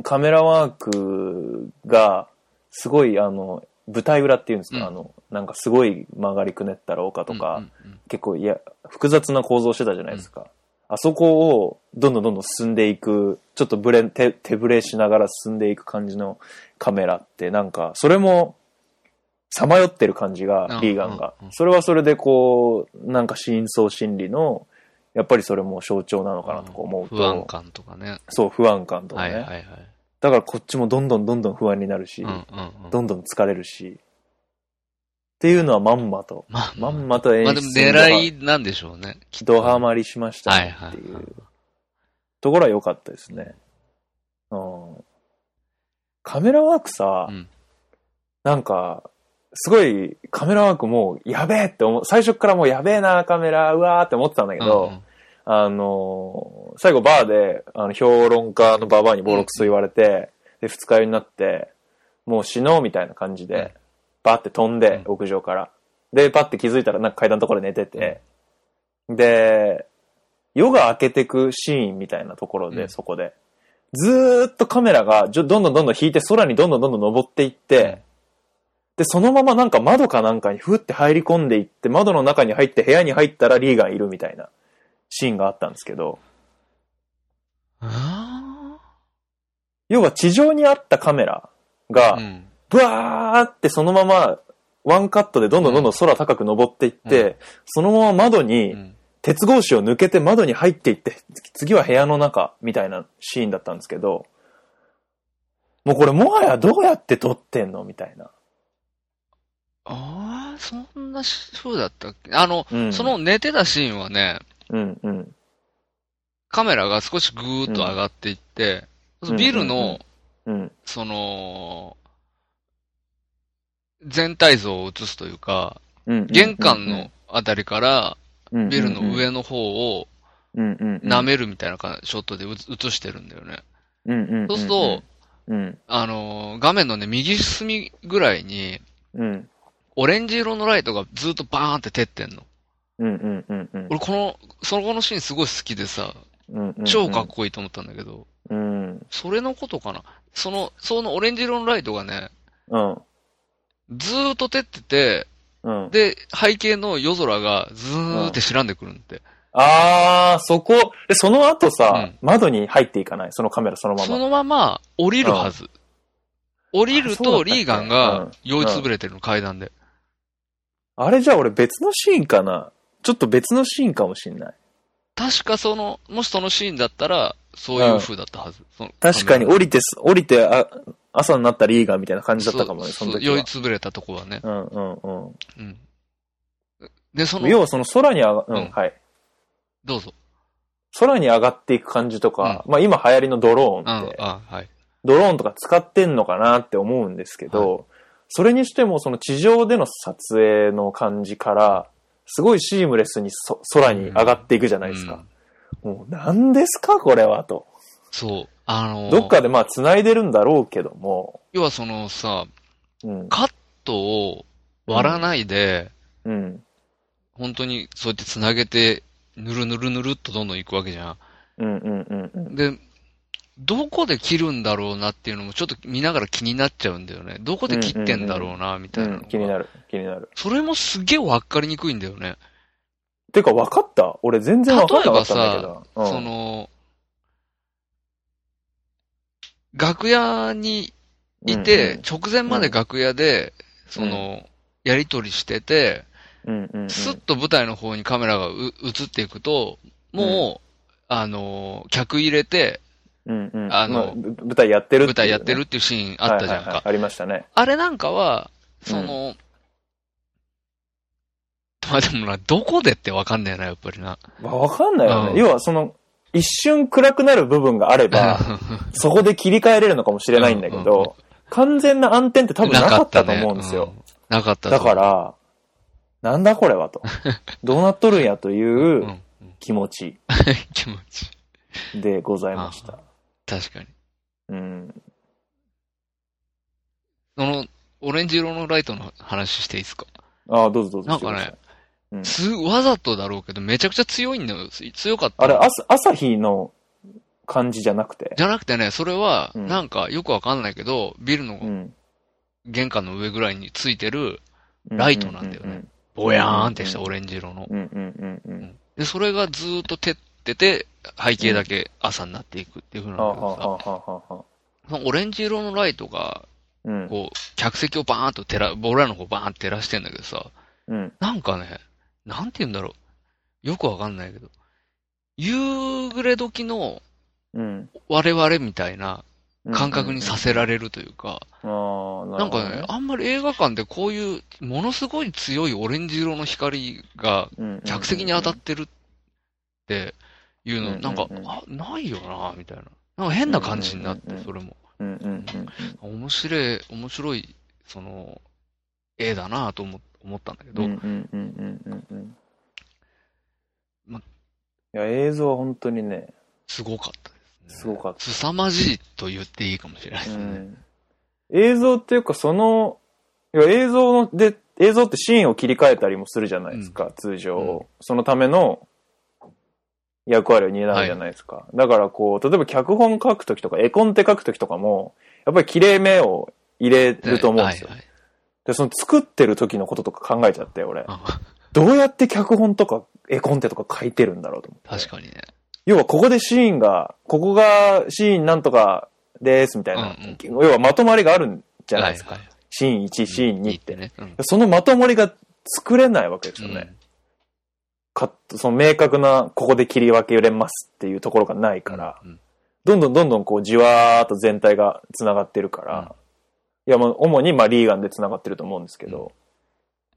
[SPEAKER 2] カメラワークがすごいあの舞台裏っていうんですか、
[SPEAKER 3] うん
[SPEAKER 2] あのなんかすごい曲がりくねったら丘とか、
[SPEAKER 3] うんうん
[SPEAKER 2] 結構いや複雑な構造してたじゃないですか、あそこをどんどんどんどん進んでいくちょっとブレ手手ぶれしながら進んでいく感じのカメラってなんかそれもさまよってる感じ
[SPEAKER 3] うん
[SPEAKER 2] がリーガンが、
[SPEAKER 3] うんうん
[SPEAKER 2] それはそれでこうなんか深層心理のやっぱりそれも象徴なのかなとか思うと、
[SPEAKER 3] 不安感とかね。
[SPEAKER 2] そう、不安感とか
[SPEAKER 3] は
[SPEAKER 2] ね。
[SPEAKER 3] いはいはい。
[SPEAKER 2] だからこっちもどんどんどんどん不安になるし、
[SPEAKER 3] うんうんうん。
[SPEAKER 2] どんどん疲れるし、っていうのはまんまと、
[SPEAKER 3] まあ
[SPEAKER 2] ま
[SPEAKER 3] まあ、
[SPEAKER 2] ん
[SPEAKER 3] ま
[SPEAKER 2] まと演
[SPEAKER 3] あ
[SPEAKER 2] 出
[SPEAKER 3] でも
[SPEAKER 2] に
[SPEAKER 3] 狙いなんでしょうね。きっと
[SPEAKER 2] ドハマりしました
[SPEAKER 3] はい
[SPEAKER 2] ね
[SPEAKER 3] は
[SPEAKER 2] っ
[SPEAKER 3] い
[SPEAKER 2] てい
[SPEAKER 3] はいう
[SPEAKER 2] ところは良かったですね。うん。カメラワークさ、
[SPEAKER 3] うん
[SPEAKER 2] なんか、すごいカメラワークもうやべえって思う、最初からもうやべえなカメラ、うわーって思ってたんだけど、
[SPEAKER 3] うんうん
[SPEAKER 2] あのー最後バーで、あの、評論家のババアにボロクソ言われて、で、二日酔いになって、もう死のうみたいな感じ
[SPEAKER 3] うん
[SPEAKER 2] で、バーって飛ん
[SPEAKER 3] うん
[SPEAKER 2] で、屋上から。で、バーって気づいたら、なんか階段のところで寝てて、で、夜が明けてくシーンみたいなところで、
[SPEAKER 3] うん
[SPEAKER 2] そこで。ずーっとカメラが、じょどんどんどんどん引いて、空にどんどんどんどん登っていって、で、そのままなんか窓かなんかにふって入り込んでいって、窓の中に入って部屋に入ったらリーガンいるみたいなシーンがあったんですけど、
[SPEAKER 3] あ
[SPEAKER 2] 要は地上にあったカメラ
[SPEAKER 3] あ
[SPEAKER 2] が
[SPEAKER 3] う、ん。
[SPEAKER 2] ブワーってそのままワンカットでどんどんどんどん空高く登っていって、
[SPEAKER 3] う
[SPEAKER 2] そのまま窓
[SPEAKER 3] う
[SPEAKER 2] に、
[SPEAKER 3] ん
[SPEAKER 2] 鉄格子を抜けて窓に入っていって、次は部屋の中みたいなシーンだったんですけど、もうこれもはやどうやって撮ってんのみたいな。
[SPEAKER 3] ああ、そんなし、そうだったっけあの、
[SPEAKER 2] うん
[SPEAKER 3] その寝てたシーンはね、
[SPEAKER 2] うんうん。
[SPEAKER 3] カメラが少しぐーっと上がっていって、
[SPEAKER 2] うん
[SPEAKER 3] ビル
[SPEAKER 2] うんうんう
[SPEAKER 3] の
[SPEAKER 2] ん、うん。
[SPEAKER 3] その、全体像を映すという
[SPEAKER 2] うん
[SPEAKER 3] か、
[SPEAKER 2] うん
[SPEAKER 3] 玄関の、あたりからビルの
[SPEAKER 2] うんうんうん
[SPEAKER 3] 上の方を
[SPEAKER 2] うんうんうん
[SPEAKER 3] 舐めるみたいなかショットでうつ映してるんだよね。
[SPEAKER 2] うんうんんん
[SPEAKER 3] そうすると、、
[SPEAKER 2] うん、
[SPEAKER 3] あのー、画面のね、右隅ぐらいに、
[SPEAKER 2] うん、
[SPEAKER 3] オレンジ色のライトがずっとバーンって照ってんの。
[SPEAKER 2] うん、うん、うん、うん
[SPEAKER 3] 俺この、その後のシーンすごい好きでさ、
[SPEAKER 2] うん、うん、
[SPEAKER 3] 超かっこいいと思ったんだけど、
[SPEAKER 2] うん、
[SPEAKER 3] それのことかな。その、そのオレンジ色のライトがね、
[SPEAKER 2] うん、
[SPEAKER 3] ずーっと照ってて、
[SPEAKER 2] うん。
[SPEAKER 3] で、背景の夜空がずーって白んでくるんで、
[SPEAKER 2] あー、そこ、で、その後さ、
[SPEAKER 3] うん
[SPEAKER 2] 窓に入っていかない、そのカメラそのま
[SPEAKER 3] そ
[SPEAKER 2] ま。
[SPEAKER 3] のまま降りるはず。降りる
[SPEAKER 2] あそうだった
[SPEAKER 3] と
[SPEAKER 2] っけ
[SPEAKER 3] リーガンが酔いつぶれてるの、階段で。
[SPEAKER 2] あれじゃあ俺別のシーンかなちょっと別のシーンかもしんない。
[SPEAKER 3] 確かその、もしそのシーンだったら、そういう風だったはず。その
[SPEAKER 2] 確かに降りてす、降りて、あ、朝になったリーガーみたいな感じだったかもね、
[SPEAKER 3] そ
[SPEAKER 2] そうの
[SPEAKER 3] そう
[SPEAKER 2] 時
[SPEAKER 3] 酔い
[SPEAKER 2] は。
[SPEAKER 3] つぶれたとこはね。
[SPEAKER 2] うん、うん、う
[SPEAKER 3] うん。で、そ
[SPEAKER 2] ん。要
[SPEAKER 3] の、
[SPEAKER 2] はその空に上が、う
[SPEAKER 3] うん
[SPEAKER 2] ん、はい。
[SPEAKER 3] どうぞ。
[SPEAKER 2] 空に上がっていく感じとか、まあ今流行りのドロ
[SPEAKER 3] う
[SPEAKER 2] ーンっ
[SPEAKER 3] ん
[SPEAKER 2] て、、
[SPEAKER 3] あ、はい。
[SPEAKER 2] ドローンとか使ってんのかなって思うんですけど、それにしてもその地上での撮影の感じから、すごいシームレスにそ空に上がっていくじゃないです
[SPEAKER 3] うん
[SPEAKER 2] か。もう何ですかこれはと。
[SPEAKER 3] そう。あのー
[SPEAKER 2] どっかでまあ繋いでるんだろうけども、
[SPEAKER 3] 要はそのさ、
[SPEAKER 2] うん。
[SPEAKER 3] カットを割らないで、
[SPEAKER 2] うん。
[SPEAKER 3] 本当にそうやって繋げて、ぬるぬるぬるっとどんどん行くわけじゃ。
[SPEAKER 2] うんうんうんうんん。
[SPEAKER 3] で、どこで切るんだろうなっていうのもちょっと見ながら気になっちゃうんだよね。どこで切ってんだろうな、みたいなの
[SPEAKER 2] うん、気に
[SPEAKER 3] る。
[SPEAKER 2] なる、気になる。
[SPEAKER 3] それもすげえわかりにくいんだよね。
[SPEAKER 2] てか分かった俺全然分かんなかったんだけど。うん
[SPEAKER 3] その、楽屋にいて、、直前まで楽屋で、その、やりとりしてて、
[SPEAKER 2] うんうんうんうん、
[SPEAKER 3] スッと舞台の方にカメラがう映っていくと、もう、あのー、客入れて、
[SPEAKER 2] うんうん、
[SPEAKER 3] あ
[SPEAKER 2] ま
[SPEAKER 3] の
[SPEAKER 2] ぶ舞台やってるっていう
[SPEAKER 3] 舞台やってるっていうシーンあったじゃん
[SPEAKER 2] はいはいはい
[SPEAKER 3] か。
[SPEAKER 2] ありましたね。
[SPEAKER 3] あれなんかは、その、まあでもな、どこでってわかんないな、やっぱりな。
[SPEAKER 2] まあわかんないよね。
[SPEAKER 3] うん
[SPEAKER 2] 要はその、一瞬暗くなる部分があれば、そこで切り替えれるのかもしれないんだけ
[SPEAKER 3] うんうん
[SPEAKER 2] ど、完全な暗転って多分なかったと思うん
[SPEAKER 3] [LAUGHS]
[SPEAKER 2] ですよ。。
[SPEAKER 3] なかったね
[SPEAKER 2] だから、なんだこれはと。どうなっとるんやと
[SPEAKER 3] う
[SPEAKER 2] い
[SPEAKER 3] んう
[SPEAKER 2] うん気持ち
[SPEAKER 3] 気持ちいい。
[SPEAKER 2] でございました。
[SPEAKER 3] 確かに。
[SPEAKER 2] うん。
[SPEAKER 3] その、オレンジ色のライトの話していいですか
[SPEAKER 2] ああ、どうぞどうぞ。
[SPEAKER 3] なんかね
[SPEAKER 2] うん
[SPEAKER 3] す、わざとだろうけど、めちゃくちゃ強いんだよ。強かった。
[SPEAKER 2] あれ、朝朝日の感じじゃなくて。
[SPEAKER 3] じゃなくてね、それは、
[SPEAKER 2] うん
[SPEAKER 3] なんかよくわかんないけど、ビル
[SPEAKER 2] う
[SPEAKER 3] の
[SPEAKER 2] ん。
[SPEAKER 3] 玄関の上ぐらいについてる、ライトなんだよね。ぼやーんってしたオレンジ色の。
[SPEAKER 2] うんうんうんうん。
[SPEAKER 3] で、それがずーっと照ってて、背景だけ朝になっていくっていう風
[SPEAKER 2] はあ
[SPEAKER 3] なんだ
[SPEAKER 2] はあ
[SPEAKER 3] けどさ
[SPEAKER 2] は、あはあはあ。
[SPEAKER 3] そのオレンジ色のライトが、
[SPEAKER 2] うん。
[SPEAKER 3] こう、客席をバーンと照ら、ボラの方バーンと照らしてんだけどさ、
[SPEAKER 2] うん。
[SPEAKER 3] なんかね、なんて言うんだろう。よくわかんないけど、夕暮れ時の
[SPEAKER 2] うん。
[SPEAKER 3] 我々みたいな感覚にさせられるというか、
[SPEAKER 2] うんうんうん。ああ、
[SPEAKER 3] なんかね、あんまり映画館でこういうものすごい強いオレンジ色の光が
[SPEAKER 2] ね
[SPEAKER 3] 客席に当たってるってい
[SPEAKER 2] う
[SPEAKER 3] う
[SPEAKER 2] んうん
[SPEAKER 3] の、
[SPEAKER 2] うん
[SPEAKER 3] なんか、あ、ないよなみたいな。なんか変な感じになっ
[SPEAKER 2] うんうん
[SPEAKER 3] て
[SPEAKER 2] う、ん
[SPEAKER 3] それも。
[SPEAKER 2] うんうんうんうん。
[SPEAKER 3] 面白い、面白い、その、絵だなと思思ったんだけど、
[SPEAKER 2] うんうんうんうんうんうん。
[SPEAKER 3] ま
[SPEAKER 2] いや、映像は本当にね、
[SPEAKER 3] すごかったです
[SPEAKER 2] す
[SPEAKER 3] ね。
[SPEAKER 2] ごかっ
[SPEAKER 3] 凄まじいと言っていいかもしれない
[SPEAKER 2] た。
[SPEAKER 3] で
[SPEAKER 2] う
[SPEAKER 3] すね。
[SPEAKER 2] ん映像っていうか、その、いや映像ので、映像ってシーンを切り替えたりもするじゃないですか、通常、
[SPEAKER 3] うん
[SPEAKER 2] そのための役割を担うじゃないですか。だからこう、例えば脚本書くときとか、絵コンテ書くときとかも、やっぱり切れ目を入れると思うんですよ。
[SPEAKER 3] はいはい
[SPEAKER 2] で、その作ってる時のこととか考えちゃって、俺。
[SPEAKER 3] あ
[SPEAKER 2] どうやって脚本とか絵コンテとか書いてるんだろうと思って。
[SPEAKER 3] 確かにね。
[SPEAKER 2] 要はここでシーンが、ここがシーンなんとかですみたいな、
[SPEAKER 3] う
[SPEAKER 2] 要はまとまりがあるんじゃないですか。
[SPEAKER 3] はいはい
[SPEAKER 2] シーン1、シーン2って。
[SPEAKER 3] ね。うん
[SPEAKER 2] そのまとまりが作れないわけですよね。カットその明確なここで切り分けれますっていうところがないから、
[SPEAKER 3] うん
[SPEAKER 2] どんどんどんどんこうじわーっと全体が繋がってるから、いやまあ主にまあリーガンで繋がってると思うんですけど、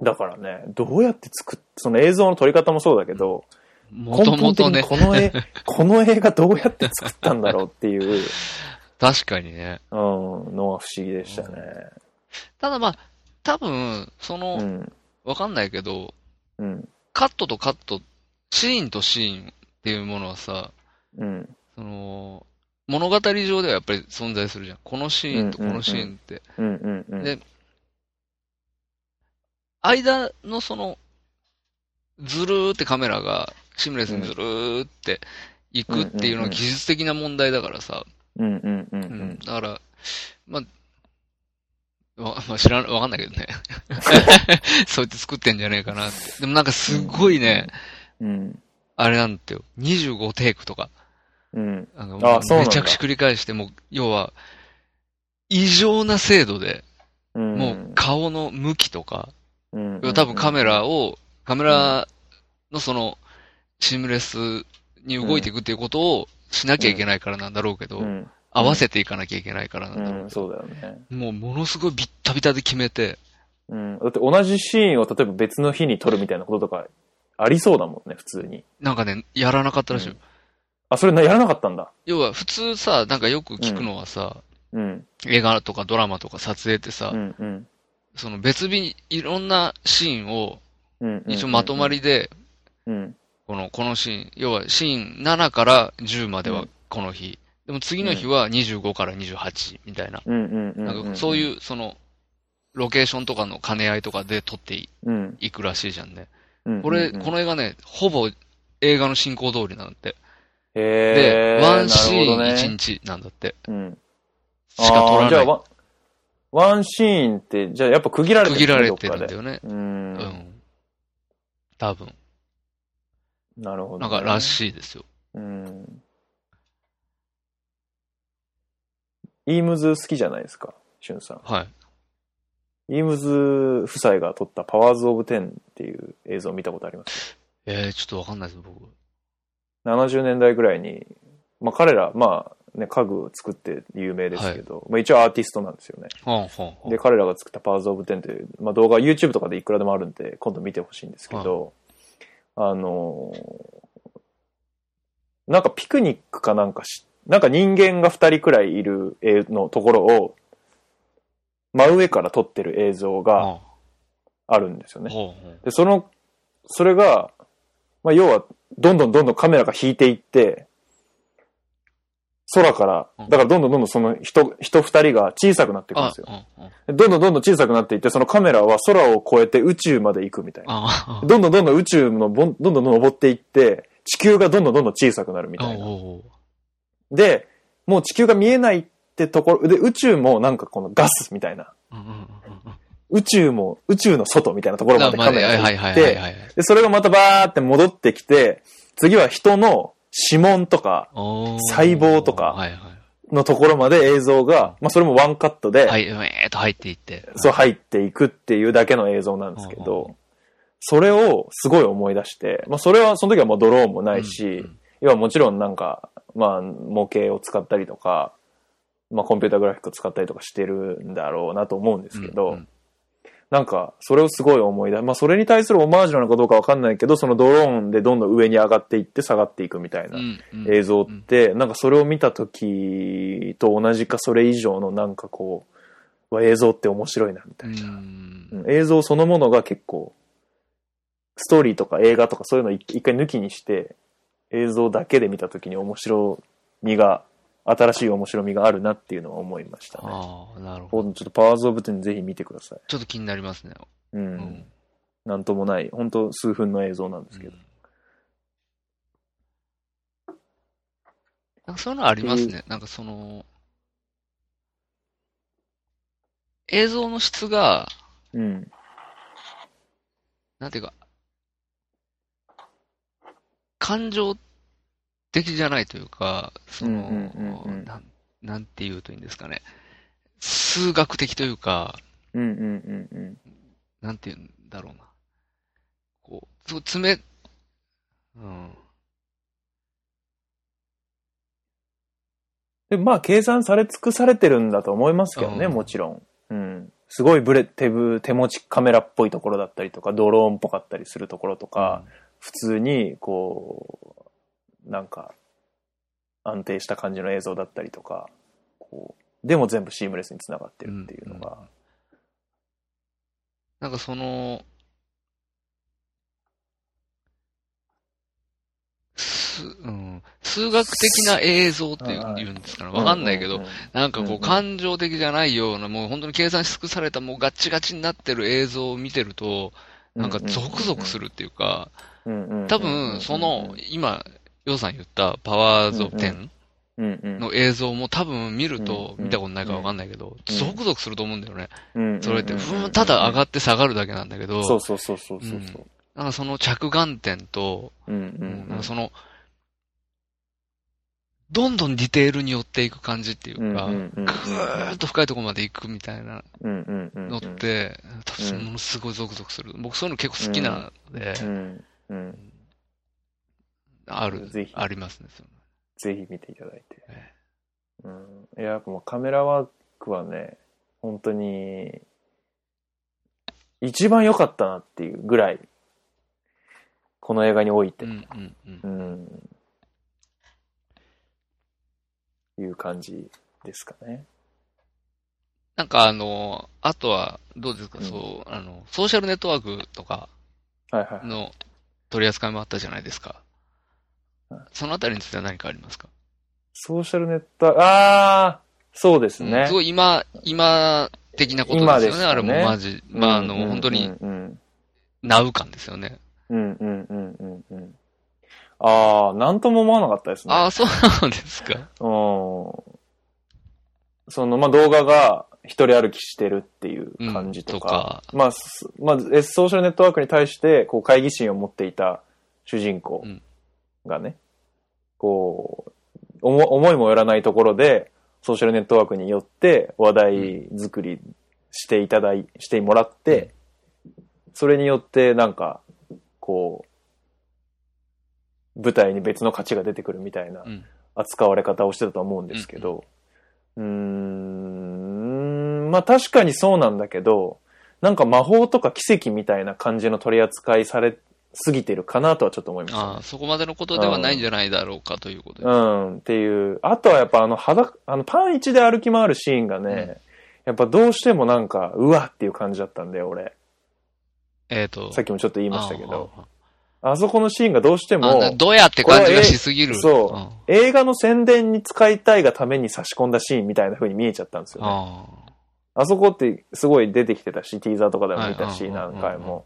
[SPEAKER 2] だからね、どうやって作っ、その映像の撮り方もそうだけど、
[SPEAKER 3] も
[SPEAKER 2] 根
[SPEAKER 3] とも
[SPEAKER 2] 本的
[SPEAKER 3] と
[SPEAKER 2] に
[SPEAKER 3] ね、
[SPEAKER 2] この
[SPEAKER 3] [LAUGHS]
[SPEAKER 2] 絵、この映画どうやって作ったんだろうっていう、
[SPEAKER 3] 確かにね。
[SPEAKER 2] うん、のは不思議でしたね。
[SPEAKER 3] ただまあ、多分、そうの、
[SPEAKER 2] ん。
[SPEAKER 3] わかんないけど、
[SPEAKER 2] うん。
[SPEAKER 3] カットとカット、シーンとシーンっていうものはさ、
[SPEAKER 2] うん。
[SPEAKER 3] その、物語上ではやっぱり存在するじゃん。このシーンとこのシーンって。
[SPEAKER 2] うん。うん。うん。
[SPEAKER 3] で間のその、ずるーってカメラがシームレスにずるーって行くっていうのは技術的な問題だからさ。
[SPEAKER 2] うん。うん。うん。う
[SPEAKER 3] うん
[SPEAKER 2] ん。
[SPEAKER 3] だから、まあ、わ、まあ、知らん、わかんないけ
[SPEAKER 2] [LAUGHS]
[SPEAKER 3] どね。そうやって作ってんじゃねえかなって。でもなんかすごいね、
[SPEAKER 2] うん。
[SPEAKER 3] あれなんだよ。25テイクとか。
[SPEAKER 2] うん。
[SPEAKER 3] なんか
[SPEAKER 2] あそうなん
[SPEAKER 3] め
[SPEAKER 2] だ
[SPEAKER 3] ちゃくちゃ繰り返して、もう、要は、異常な精度で、
[SPEAKER 2] うん。
[SPEAKER 3] もう顔の向きとか、
[SPEAKER 2] うん、
[SPEAKER 3] 多分カメラを、カメラのその、シームレスに動いていくっていうことをしなきゃいけないからなんだろうけど、
[SPEAKER 2] うん。
[SPEAKER 3] 合わせていかなきゃいけないからなんだ
[SPEAKER 2] う
[SPEAKER 3] ろうけど、
[SPEAKER 2] ん。そうだよね。
[SPEAKER 3] もうものすごいビッタビタで決めて、
[SPEAKER 2] うん。だって同じシーンを例えば別の日に撮るみたいなこととかありそうだもんね、普通に。
[SPEAKER 3] なんかね、やらなかったらしいよ。
[SPEAKER 2] うんあ、それなやらなかったんだ。
[SPEAKER 3] 要は普通さ、なんかよく聞くのはさ、
[SPEAKER 2] うん。
[SPEAKER 3] 映画とかドラマとか撮影ってさ、
[SPEAKER 2] うん。うん。
[SPEAKER 3] その別日にいろんなシーンを
[SPEAKER 2] うん。
[SPEAKER 3] 一応まとま
[SPEAKER 2] り。
[SPEAKER 3] りで、
[SPEAKER 2] うん。
[SPEAKER 3] この、このシーン、要はシーン7から10まではこの日、でも次の日は25から28みたいな、
[SPEAKER 2] うん。うん。うん。
[SPEAKER 3] なんかそう
[SPEAKER 2] う。
[SPEAKER 3] いうその、ロケーションとかの兼ね合いとかで撮ってい
[SPEAKER 2] うん。
[SPEAKER 3] いくらしいじゃんね。
[SPEAKER 2] うん。
[SPEAKER 3] これ、この映画ね、ほぼ映画の進行通りなんだって。
[SPEAKER 2] へー
[SPEAKER 3] で、ワンシーン
[SPEAKER 2] なるほどね
[SPEAKER 3] 1日なんだって。
[SPEAKER 2] うん。
[SPEAKER 3] しか撮ら
[SPEAKER 2] あーじゃ
[SPEAKER 3] な
[SPEAKER 2] あ
[SPEAKER 3] い。
[SPEAKER 2] ワン、ワンシーンって、じゃあやっぱ区切られ
[SPEAKER 3] 区
[SPEAKER 2] て
[SPEAKER 3] 切
[SPEAKER 2] る
[SPEAKER 3] ら
[SPEAKER 2] ね
[SPEAKER 3] れてるんだ。よね。
[SPEAKER 2] どっかでう。
[SPEAKER 3] うんん。多分。
[SPEAKER 2] なるほど、
[SPEAKER 3] なんか、らしいですよ。
[SPEAKER 2] うん。イームズ好きじゃないですか、しゅんさん。
[SPEAKER 3] はい。
[SPEAKER 2] イームズ夫妻が撮ったパワーズ・オブ・テンっていう映像を見たことあります。
[SPEAKER 3] えー、ちょっとわかんないです、僕。
[SPEAKER 2] 70年代ぐらいにまあ彼ら、まあね、家具を作って有名ですけど、まあ一応アーティストなんですよね。
[SPEAKER 3] ほうほうほう
[SPEAKER 2] で、彼らが作ったパワーズオブテンという、まあ動画 YouTube とかでいくらでもあるんで、今度見てほしいんですけど、あのーなんかピクニックかなんかし、なんか人間が二人くらいいる絵のところを、真上から撮ってる映像が
[SPEAKER 3] ほ
[SPEAKER 2] あるんですよ
[SPEAKER 3] う
[SPEAKER 2] ね。
[SPEAKER 3] ほうほう
[SPEAKER 2] で、その、それが、まあ、要は、どんどんどんどんカメラが引いていって、空から
[SPEAKER 3] うん、
[SPEAKER 2] だからどんどんどんどんその人、人二人が小さくなっていくんですよ。
[SPEAKER 3] あうんうん
[SPEAKER 2] でどんどんどんどん小さくなっていって、そのカメラは空を越えて宇宙まで行くみたいな。
[SPEAKER 3] あ
[SPEAKER 2] どんどんどんどん宇宙のぼん、どんどんどん登っていって、地球がどんどんどんどん小さくなるみ
[SPEAKER 3] あ
[SPEAKER 2] たいな。
[SPEAKER 3] ほうほう
[SPEAKER 2] で、もう地球が見えないってところ、で、宇宙もなんかこのガスみたいな。
[SPEAKER 3] うんうんうんうん
[SPEAKER 2] 宇宙も、宇宙の外みたいなところまで
[SPEAKER 3] まあ
[SPEAKER 2] カ
[SPEAKER 3] ま
[SPEAKER 2] メ
[SPEAKER 3] あ
[SPEAKER 2] ラが
[SPEAKER 3] はい
[SPEAKER 2] 行
[SPEAKER 3] は
[SPEAKER 2] っ
[SPEAKER 3] い
[SPEAKER 2] て
[SPEAKER 3] はい、はいはい。
[SPEAKER 2] で、それがまたバーって戻ってきて、次は人の指紋とか
[SPEAKER 3] おー
[SPEAKER 2] 細胞とか
[SPEAKER 3] はいは
[SPEAKER 2] のところまで映像が、まあそれもワンカットで、
[SPEAKER 3] い。はい、えーっと入っていって。
[SPEAKER 2] そう入っていくっていうだけの映像なんですけ
[SPEAKER 3] うん
[SPEAKER 2] ど、それをすごい思い出して、まあそれはその時はもうドローンもない
[SPEAKER 3] うんう
[SPEAKER 2] し
[SPEAKER 3] ん、
[SPEAKER 2] 要はもちろんなんか、まあ模型を使ったりとか、まあコンピュータグラフィックを使ったりとかしてるんだろうなと思うんですけ
[SPEAKER 3] うん
[SPEAKER 2] ど
[SPEAKER 3] うん、
[SPEAKER 2] なんか、それをすごい思い出、まあ、それに対するオマージュなのかどうかわかんないけど、そのドローンでどんどん上に上がっていって下がっていくみたいな
[SPEAKER 3] うんうん
[SPEAKER 2] 映像って、なんかそれを見た時と同じかそれ以上のなんかこう、わ映像って面白いなみたいな。
[SPEAKER 3] うん
[SPEAKER 2] うん映像そのものが結構、ストーリーとか映画とかそういうの一一回抜きにして、映像だけで見た時に面白みが、新しい面白みがあるなっていうのは思いましたね。
[SPEAKER 3] ああ、なるほ
[SPEAKER 2] ほ
[SPEAKER 3] ど。
[SPEAKER 2] んとちょっとパワーズオブテンぜひ見てください。
[SPEAKER 3] ちょっと気になりますね。
[SPEAKER 2] う。
[SPEAKER 3] うん
[SPEAKER 2] なんともない、本当数分の映像なんですけど。
[SPEAKER 3] うんなんかそういうのありますね。なんかその、映像の質が、
[SPEAKER 2] うん。
[SPEAKER 3] なんていうか、感情的じゃないというか、その、
[SPEAKER 2] うんうんうんうん
[SPEAKER 3] なん、なんて言うといいんですかね。数学的というか、
[SPEAKER 2] うんうんうんうん。
[SPEAKER 3] なんて言うんだろうな。こう、つ、爪、うん。
[SPEAKER 2] で、まあ、計算され尽くされてるんだと思いますけどね、
[SPEAKER 3] うん
[SPEAKER 2] もちろん。うん。すごいブレ、手ぶ、手持ちカメラっぽいところだったりとか、ドローンっぽかったりするところとか、普通に、こう、なんか、安定した感じの映像だったりとか、こう、でも全部シームレスにつながってるっていうのが、
[SPEAKER 3] なんかその、す、うん、数学的な映像っていう
[SPEAKER 2] はいはい
[SPEAKER 3] 言うんですかね。わかんないけ
[SPEAKER 2] う
[SPEAKER 3] ど
[SPEAKER 2] う、
[SPEAKER 3] なんか
[SPEAKER 2] うんう
[SPEAKER 3] こ
[SPEAKER 2] ん
[SPEAKER 3] う感情的じゃないような、もう本当に計算し尽くされた、もうガッチガチになってる映像を見てると、なんかゾクゾクするっていうか、
[SPEAKER 2] うんうんうんうん。
[SPEAKER 3] 多分その、今、ヨウさん言ったパワーズオブ
[SPEAKER 2] うんう
[SPEAKER 3] 10
[SPEAKER 2] うんうん、
[SPEAKER 3] の映像も多分見ると、
[SPEAKER 2] うん
[SPEAKER 3] 見たことないからわかんないけ
[SPEAKER 2] う
[SPEAKER 3] ど、
[SPEAKER 2] ん
[SPEAKER 3] ゾクゾクすると思うんだよね。
[SPEAKER 2] うんうんうんうん
[SPEAKER 3] それって、ふーんただ上がって下がるだけなんだけど、
[SPEAKER 2] そうそうそうそうそうそう。
[SPEAKER 3] なんかその着眼点と、
[SPEAKER 2] うんうんうん
[SPEAKER 3] なんかその、どんどんディテールに寄っていく感じっていうか、ぐーっと深いところまで行くみたいなの
[SPEAKER 2] 乗、
[SPEAKER 3] って、多
[SPEAKER 2] うん
[SPEAKER 3] 分ものすごいゾクゾクする。僕そういうの結構好きなので
[SPEAKER 2] う、んうん、
[SPEAKER 3] ある
[SPEAKER 2] ぜひ、
[SPEAKER 3] ありますね。その
[SPEAKER 2] ぜひ見ていただいて
[SPEAKER 3] え、
[SPEAKER 2] うん、いやもうカメラワークはね本当に一番良かったなっていうぐらいこの映画において
[SPEAKER 3] う、んうんうん
[SPEAKER 2] う。んいう感じですかね
[SPEAKER 3] なんかあの、あとは、どうですか、
[SPEAKER 2] うん
[SPEAKER 3] そう、あの、ソーシャルネットワークとか
[SPEAKER 2] はいはいはい
[SPEAKER 3] の取り扱いもあったじゃないですか
[SPEAKER 2] はい。
[SPEAKER 3] そのあたりについては何かありますか
[SPEAKER 2] ソーシャルネットワークああそうですね、
[SPEAKER 3] うんすごい今、今的なこと
[SPEAKER 2] 今
[SPEAKER 3] です
[SPEAKER 2] で
[SPEAKER 3] よ
[SPEAKER 2] す
[SPEAKER 3] ね。
[SPEAKER 2] ね
[SPEAKER 3] あれもマジ、まあ、あの、
[SPEAKER 2] うんうんうん
[SPEAKER 3] 本当に、
[SPEAKER 2] うん
[SPEAKER 3] ナウ感ですよね。
[SPEAKER 2] うんうんうんうんうん。ああ、なんとも思わなかったですね。
[SPEAKER 3] ああ、そうなんですか。
[SPEAKER 2] うん。その、まあ、動画が一人歩きしてるっていう感じとか、まあ、すまあ、S ソーシャルネットワークに対して、こう、会議心を持っていた主人公がね、こう、思思いもよらないところで、ソーシャルネットワークによって話題作りしていただい、してもらって、それによってなんか、こう、舞台に別の価値が出てくるみたいな
[SPEAKER 3] うん
[SPEAKER 2] 扱われ方をしてたと思うんですけど、うーん、まあ確かにそうなんだけど、なんか魔法とか奇跡みたいな感じの取り扱いされすぎてるかなとはちょっと思いましたね
[SPEAKER 3] ああ、そこまでのことではないんじゃないだろうかということで。
[SPEAKER 2] うん、っていう。あとはやっぱあの裸、あのパン一で歩き回るシーンがね、
[SPEAKER 3] うん
[SPEAKER 2] やっぱどうしてもなんか、うわっていう感じだったんだよ、俺。
[SPEAKER 3] えっ、と。
[SPEAKER 2] さっきもちょっと言
[SPEAKER 3] き
[SPEAKER 2] いましたけど。。あそこのシーンがどうして
[SPEAKER 3] あああ
[SPEAKER 2] も
[SPEAKER 3] あ、どうやって感じがしすぎる。
[SPEAKER 2] そう映画の宣伝に使いたいがために差し込んだシーンみたいな風に見えちゃったんです
[SPEAKER 3] うん
[SPEAKER 2] よ、ね。
[SPEAKER 3] あ
[SPEAKER 2] あそこってすごい出てきてたし、ティーザーとかでも見たし、
[SPEAKER 3] はい
[SPEAKER 2] 何回も。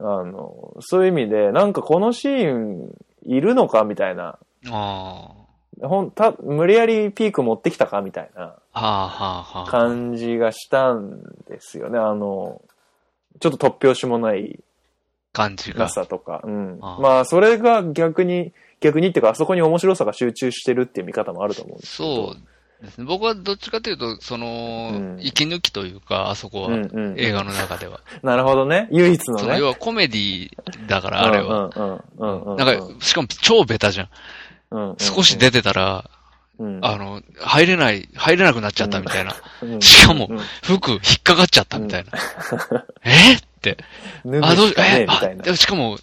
[SPEAKER 2] あの、そういう意味で、なんかこのシーンいるのかみたいな。
[SPEAKER 3] あ。あ
[SPEAKER 2] ほんた、無理やりピーク持ってきたかみたいな
[SPEAKER 3] あ。はあはあはあ。
[SPEAKER 2] 感じがしたんですよね。あの、ちょっと突拍子もない
[SPEAKER 3] 感じが
[SPEAKER 2] な。さとか。うん。
[SPEAKER 3] ああ
[SPEAKER 2] まあ、それが逆に、逆にっていうか、あそこに面白さが集中してるっていう見方もあると思うんですけど。
[SPEAKER 3] そうですね。僕はどっちかというと、その、
[SPEAKER 2] うん
[SPEAKER 3] 息抜きというか、あそこは、
[SPEAKER 2] うんうん、
[SPEAKER 3] 映画の中では。
[SPEAKER 2] なるほどね。唯一の
[SPEAKER 3] その
[SPEAKER 2] ね
[SPEAKER 3] 要。はコメディだから、あれは。
[SPEAKER 2] うんうんうんうんうん。
[SPEAKER 3] なんか、しかも超ベタじゃん。
[SPEAKER 2] うんうん、
[SPEAKER 3] 少し出てたら、
[SPEAKER 2] うん、
[SPEAKER 3] あの、入れない、入れなくなっちゃったみたいな。
[SPEAKER 2] うん、
[SPEAKER 3] しかも
[SPEAKER 2] うん、
[SPEAKER 3] 服引っかかっちゃったみたいな。えって。
[SPEAKER 2] 脱
[SPEAKER 3] あ、ど
[SPEAKER 2] ぐ
[SPEAKER 3] う
[SPEAKER 2] し
[SPEAKER 3] し
[SPEAKER 2] かねえ
[SPEAKER 3] え
[SPEAKER 2] みた
[SPEAKER 3] あ
[SPEAKER 2] いな
[SPEAKER 3] で。もしかも、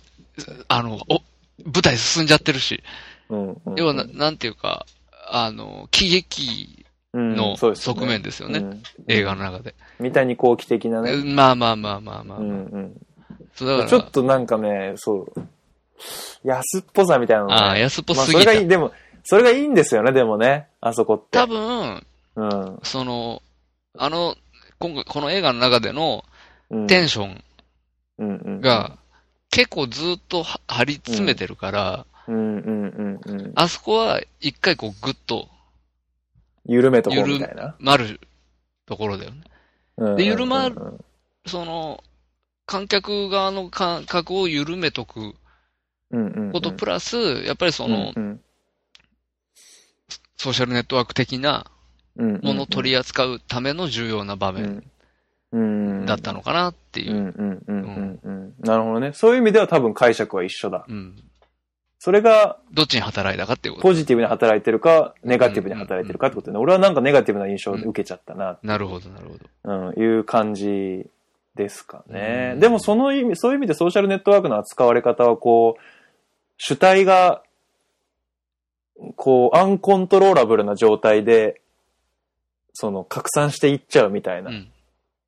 [SPEAKER 3] あの、お、舞台進んじゃってるし。
[SPEAKER 2] うんうん
[SPEAKER 3] 要はな、なんていうか、あの、喜劇
[SPEAKER 2] うん
[SPEAKER 3] の
[SPEAKER 2] そうですね
[SPEAKER 3] 側面ですよ
[SPEAKER 2] う
[SPEAKER 3] ね。
[SPEAKER 2] ん
[SPEAKER 3] 映画の中で。
[SPEAKER 2] 三谷幸喜的なね。
[SPEAKER 3] まあまあまあまあまあ
[SPEAKER 2] う。ん
[SPEAKER 3] そ
[SPEAKER 2] う
[SPEAKER 3] うだ
[SPEAKER 2] ん、
[SPEAKER 3] から、
[SPEAKER 2] ちょっとなんかね、そう。安っぽさみたいなの
[SPEAKER 3] あ
[SPEAKER 2] が
[SPEAKER 3] あ、
[SPEAKER 2] ね、
[SPEAKER 3] 安っぽ
[SPEAKER 2] まあ、
[SPEAKER 3] す
[SPEAKER 2] そ
[SPEAKER 3] ぎ
[SPEAKER 2] れ
[SPEAKER 3] た
[SPEAKER 2] が。いい、でも、それがいいんですよね、でもね、あそこって。
[SPEAKER 3] 多分、
[SPEAKER 2] うん。
[SPEAKER 3] その、あの、今回、この映画の中での
[SPEAKER 2] うん、
[SPEAKER 3] テンション
[SPEAKER 2] うんうん、
[SPEAKER 3] が、結構ずっとは張り詰めてるから、
[SPEAKER 2] うんうんうんうん。
[SPEAKER 3] あそこは一回こうグッと
[SPEAKER 2] 緩めとこうみたいな。
[SPEAKER 3] 丸るところだよね。
[SPEAKER 2] うん
[SPEAKER 3] で緩ま
[SPEAKER 2] うんうんうん
[SPEAKER 3] その、観客側の感覚を緩めとく
[SPEAKER 2] うんうんうん。
[SPEAKER 3] ことプラス、やっぱりその、
[SPEAKER 2] うん
[SPEAKER 3] ソーシャルネットワーク的な
[SPEAKER 2] うん、
[SPEAKER 3] ものを取り扱うための重要な場面
[SPEAKER 2] 面
[SPEAKER 3] だったのかなっていうう。
[SPEAKER 2] んうんうんうんうん。なるほどね。そういう意味では多分解釈は一緒だ。
[SPEAKER 3] うん。
[SPEAKER 2] それが
[SPEAKER 3] どっちに働いたかっていうこと。
[SPEAKER 2] ポジティブに働いてるか、ネガティブに働いてるかってことでね。俺はなんかネガティブな印象を受けちゃったな、
[SPEAKER 3] なるほど、なるほど。
[SPEAKER 2] うん、いう感じですかね
[SPEAKER 3] う。ん。
[SPEAKER 2] でもその意味、そういう意味でソーシャルネットワークの扱われ方はこう、主体が、こう、アンコントローラブルな状態で、その、拡散していっちゃうみたいうなん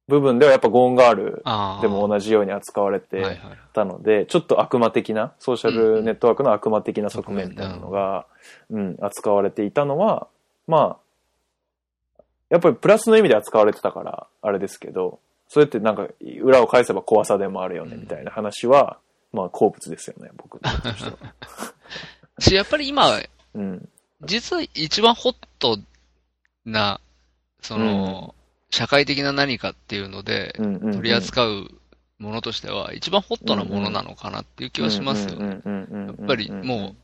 [SPEAKER 2] 部分ではやっぱゴーンガール
[SPEAKER 3] ああ。
[SPEAKER 2] でも同じように扱われて、
[SPEAKER 3] はいはい。
[SPEAKER 2] ったので、ちょっと悪魔的な、ソーシャルネットワークの悪魔的な側面みたいなのが、うん、扱われていたのは、まあ、やっぱりプラスの意味で扱われてたから、あれですけど、それってなんか、裏を返せば怖さでもあるよね、みたいな話は、まあ、好物ですよね、僕として
[SPEAKER 3] [LAUGHS]
[SPEAKER 2] は。
[SPEAKER 3] し、やっぱり今、
[SPEAKER 2] うん。
[SPEAKER 3] 実は一番ホットな、その、社会的な何かっていうので、
[SPEAKER 2] うんうんうん。
[SPEAKER 3] 取り扱うものとしては、一番ホットなものなのかなっていう気はしますよ。
[SPEAKER 2] うん
[SPEAKER 3] や
[SPEAKER 2] うんうんうんうんうん
[SPEAKER 3] っぱりも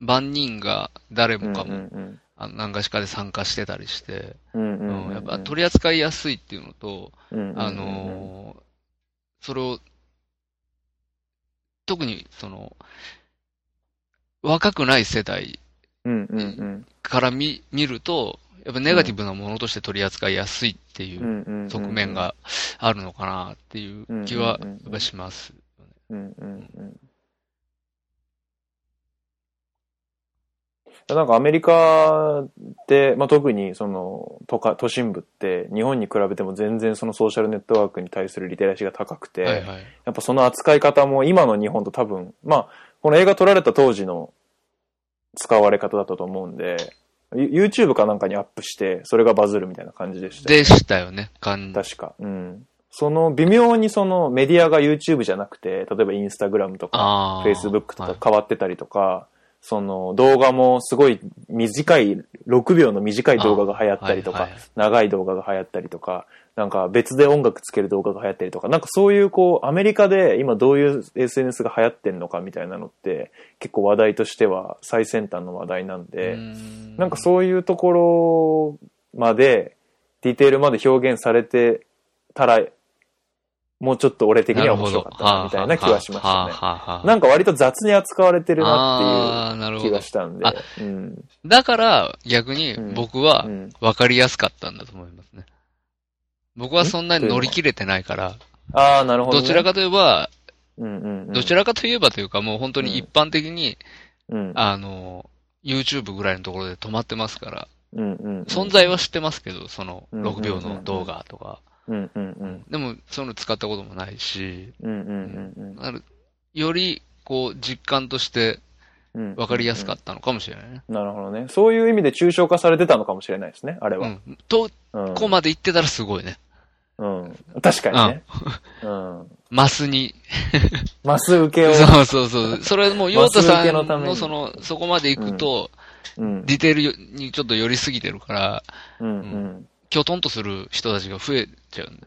[SPEAKER 3] う、万人が誰もか
[SPEAKER 2] う
[SPEAKER 3] も、
[SPEAKER 2] んうん
[SPEAKER 3] あの何かしかで参加してたりして、
[SPEAKER 2] うんうんうん
[SPEAKER 3] うんやっぱ取り扱いやすいっていうのと、
[SPEAKER 2] うんうんうん
[SPEAKER 3] あのーそれを、特にその、若くない世代
[SPEAKER 2] うんうんうん
[SPEAKER 3] から見見ると、やっぱネガティブなものとして取り扱いやすいってい
[SPEAKER 2] うん
[SPEAKER 3] う
[SPEAKER 2] うんうん
[SPEAKER 3] 側面があるのかなっていう気はやっぱします。
[SPEAKER 2] うんうんうん。なんかアメリカで、まあ、特にその都か都心部って日本に比べても全然そのソーシャルネットワークに対するリテラシーが高くて、
[SPEAKER 3] はいはい。
[SPEAKER 2] やっぱその扱い方も今の日本と多分、まあ、この映画撮られた当時の使われ方だったと思うんで、ユ YouTube かなんかにアップして、それがバズるみたいな感じでしたよね
[SPEAKER 3] でしたよね、感
[SPEAKER 2] 確か。うん。その、微妙にそのメディアが YouTube じゃなくて、例えばインスタグラムとか、
[SPEAKER 3] ああ。
[SPEAKER 2] Facebook とか
[SPEAKER 3] はい
[SPEAKER 2] 変わってたりとか、その動画もすごい短い、6秒の短い動画が流行ったりとか、
[SPEAKER 3] あはいはい
[SPEAKER 2] 長い動画が流行ったりとか、なんか別で音楽つける動画が流行ったりとか、なんかそういうこう、アメリカで今どういう SNS が流行ってんのかみたいなのって、結構話題としては最先端の話題なんで、
[SPEAKER 3] うん
[SPEAKER 2] なんかそういうところまで、ディテールまで表現されてたらもうちょっと俺的には面白かったなみたいな気はしましたね。なんか割と雑に扱われてるな
[SPEAKER 3] ああー、
[SPEAKER 2] っ
[SPEAKER 3] な
[SPEAKER 2] てい
[SPEAKER 3] る
[SPEAKER 2] う
[SPEAKER 3] ほ
[SPEAKER 2] 気
[SPEAKER 3] ど
[SPEAKER 2] が。したんで
[SPEAKER 3] あ。
[SPEAKER 2] うん
[SPEAKER 3] だから、逆に
[SPEAKER 2] うん
[SPEAKER 3] 僕は
[SPEAKER 2] うん
[SPEAKER 3] 分かりやすかったんだと思いますね。僕はそんなに乗り切れてないから、
[SPEAKER 2] ああ、なるほどね。
[SPEAKER 3] どちらかといえば、
[SPEAKER 2] うんうんうん、
[SPEAKER 3] どちらかといえばというか、もう本当に一般的に、
[SPEAKER 2] うん
[SPEAKER 3] あの、YouTube ぐらいのところで止まってますから、
[SPEAKER 2] うんうんうん
[SPEAKER 3] 存在は知ってますけど、その
[SPEAKER 2] うん
[SPEAKER 3] 6秒の動画とか。
[SPEAKER 2] うんうんうん
[SPEAKER 3] でも、そういうの使ったこともないし、
[SPEAKER 2] うんうんうん
[SPEAKER 3] なるより、こう、実感として
[SPEAKER 2] うん
[SPEAKER 3] 分かりやすか
[SPEAKER 2] っ
[SPEAKER 3] ったのかもしれないね。
[SPEAKER 2] た。なるほどね。そういう意味で抽象化されてたのかもしれないですね、あれ
[SPEAKER 3] う
[SPEAKER 2] は。
[SPEAKER 3] ん。と、
[SPEAKER 2] うん。
[SPEAKER 3] こまで行ってたらすごいね。
[SPEAKER 2] うん。確かにね。うん。
[SPEAKER 3] マスに。
[SPEAKER 2] マス受けを。
[SPEAKER 3] [LAUGHS] そうそうそう。それもう、ヨータ
[SPEAKER 2] マ
[SPEAKER 3] さ
[SPEAKER 2] ス向けの
[SPEAKER 3] ん
[SPEAKER 2] ため
[SPEAKER 3] の
[SPEAKER 2] に
[SPEAKER 3] その、そこまで行くと、
[SPEAKER 2] うん。
[SPEAKER 3] ディテールにちょっと寄りすぎてるから、
[SPEAKER 2] うんうん。
[SPEAKER 3] きょとんとする人たちが増えちゃうん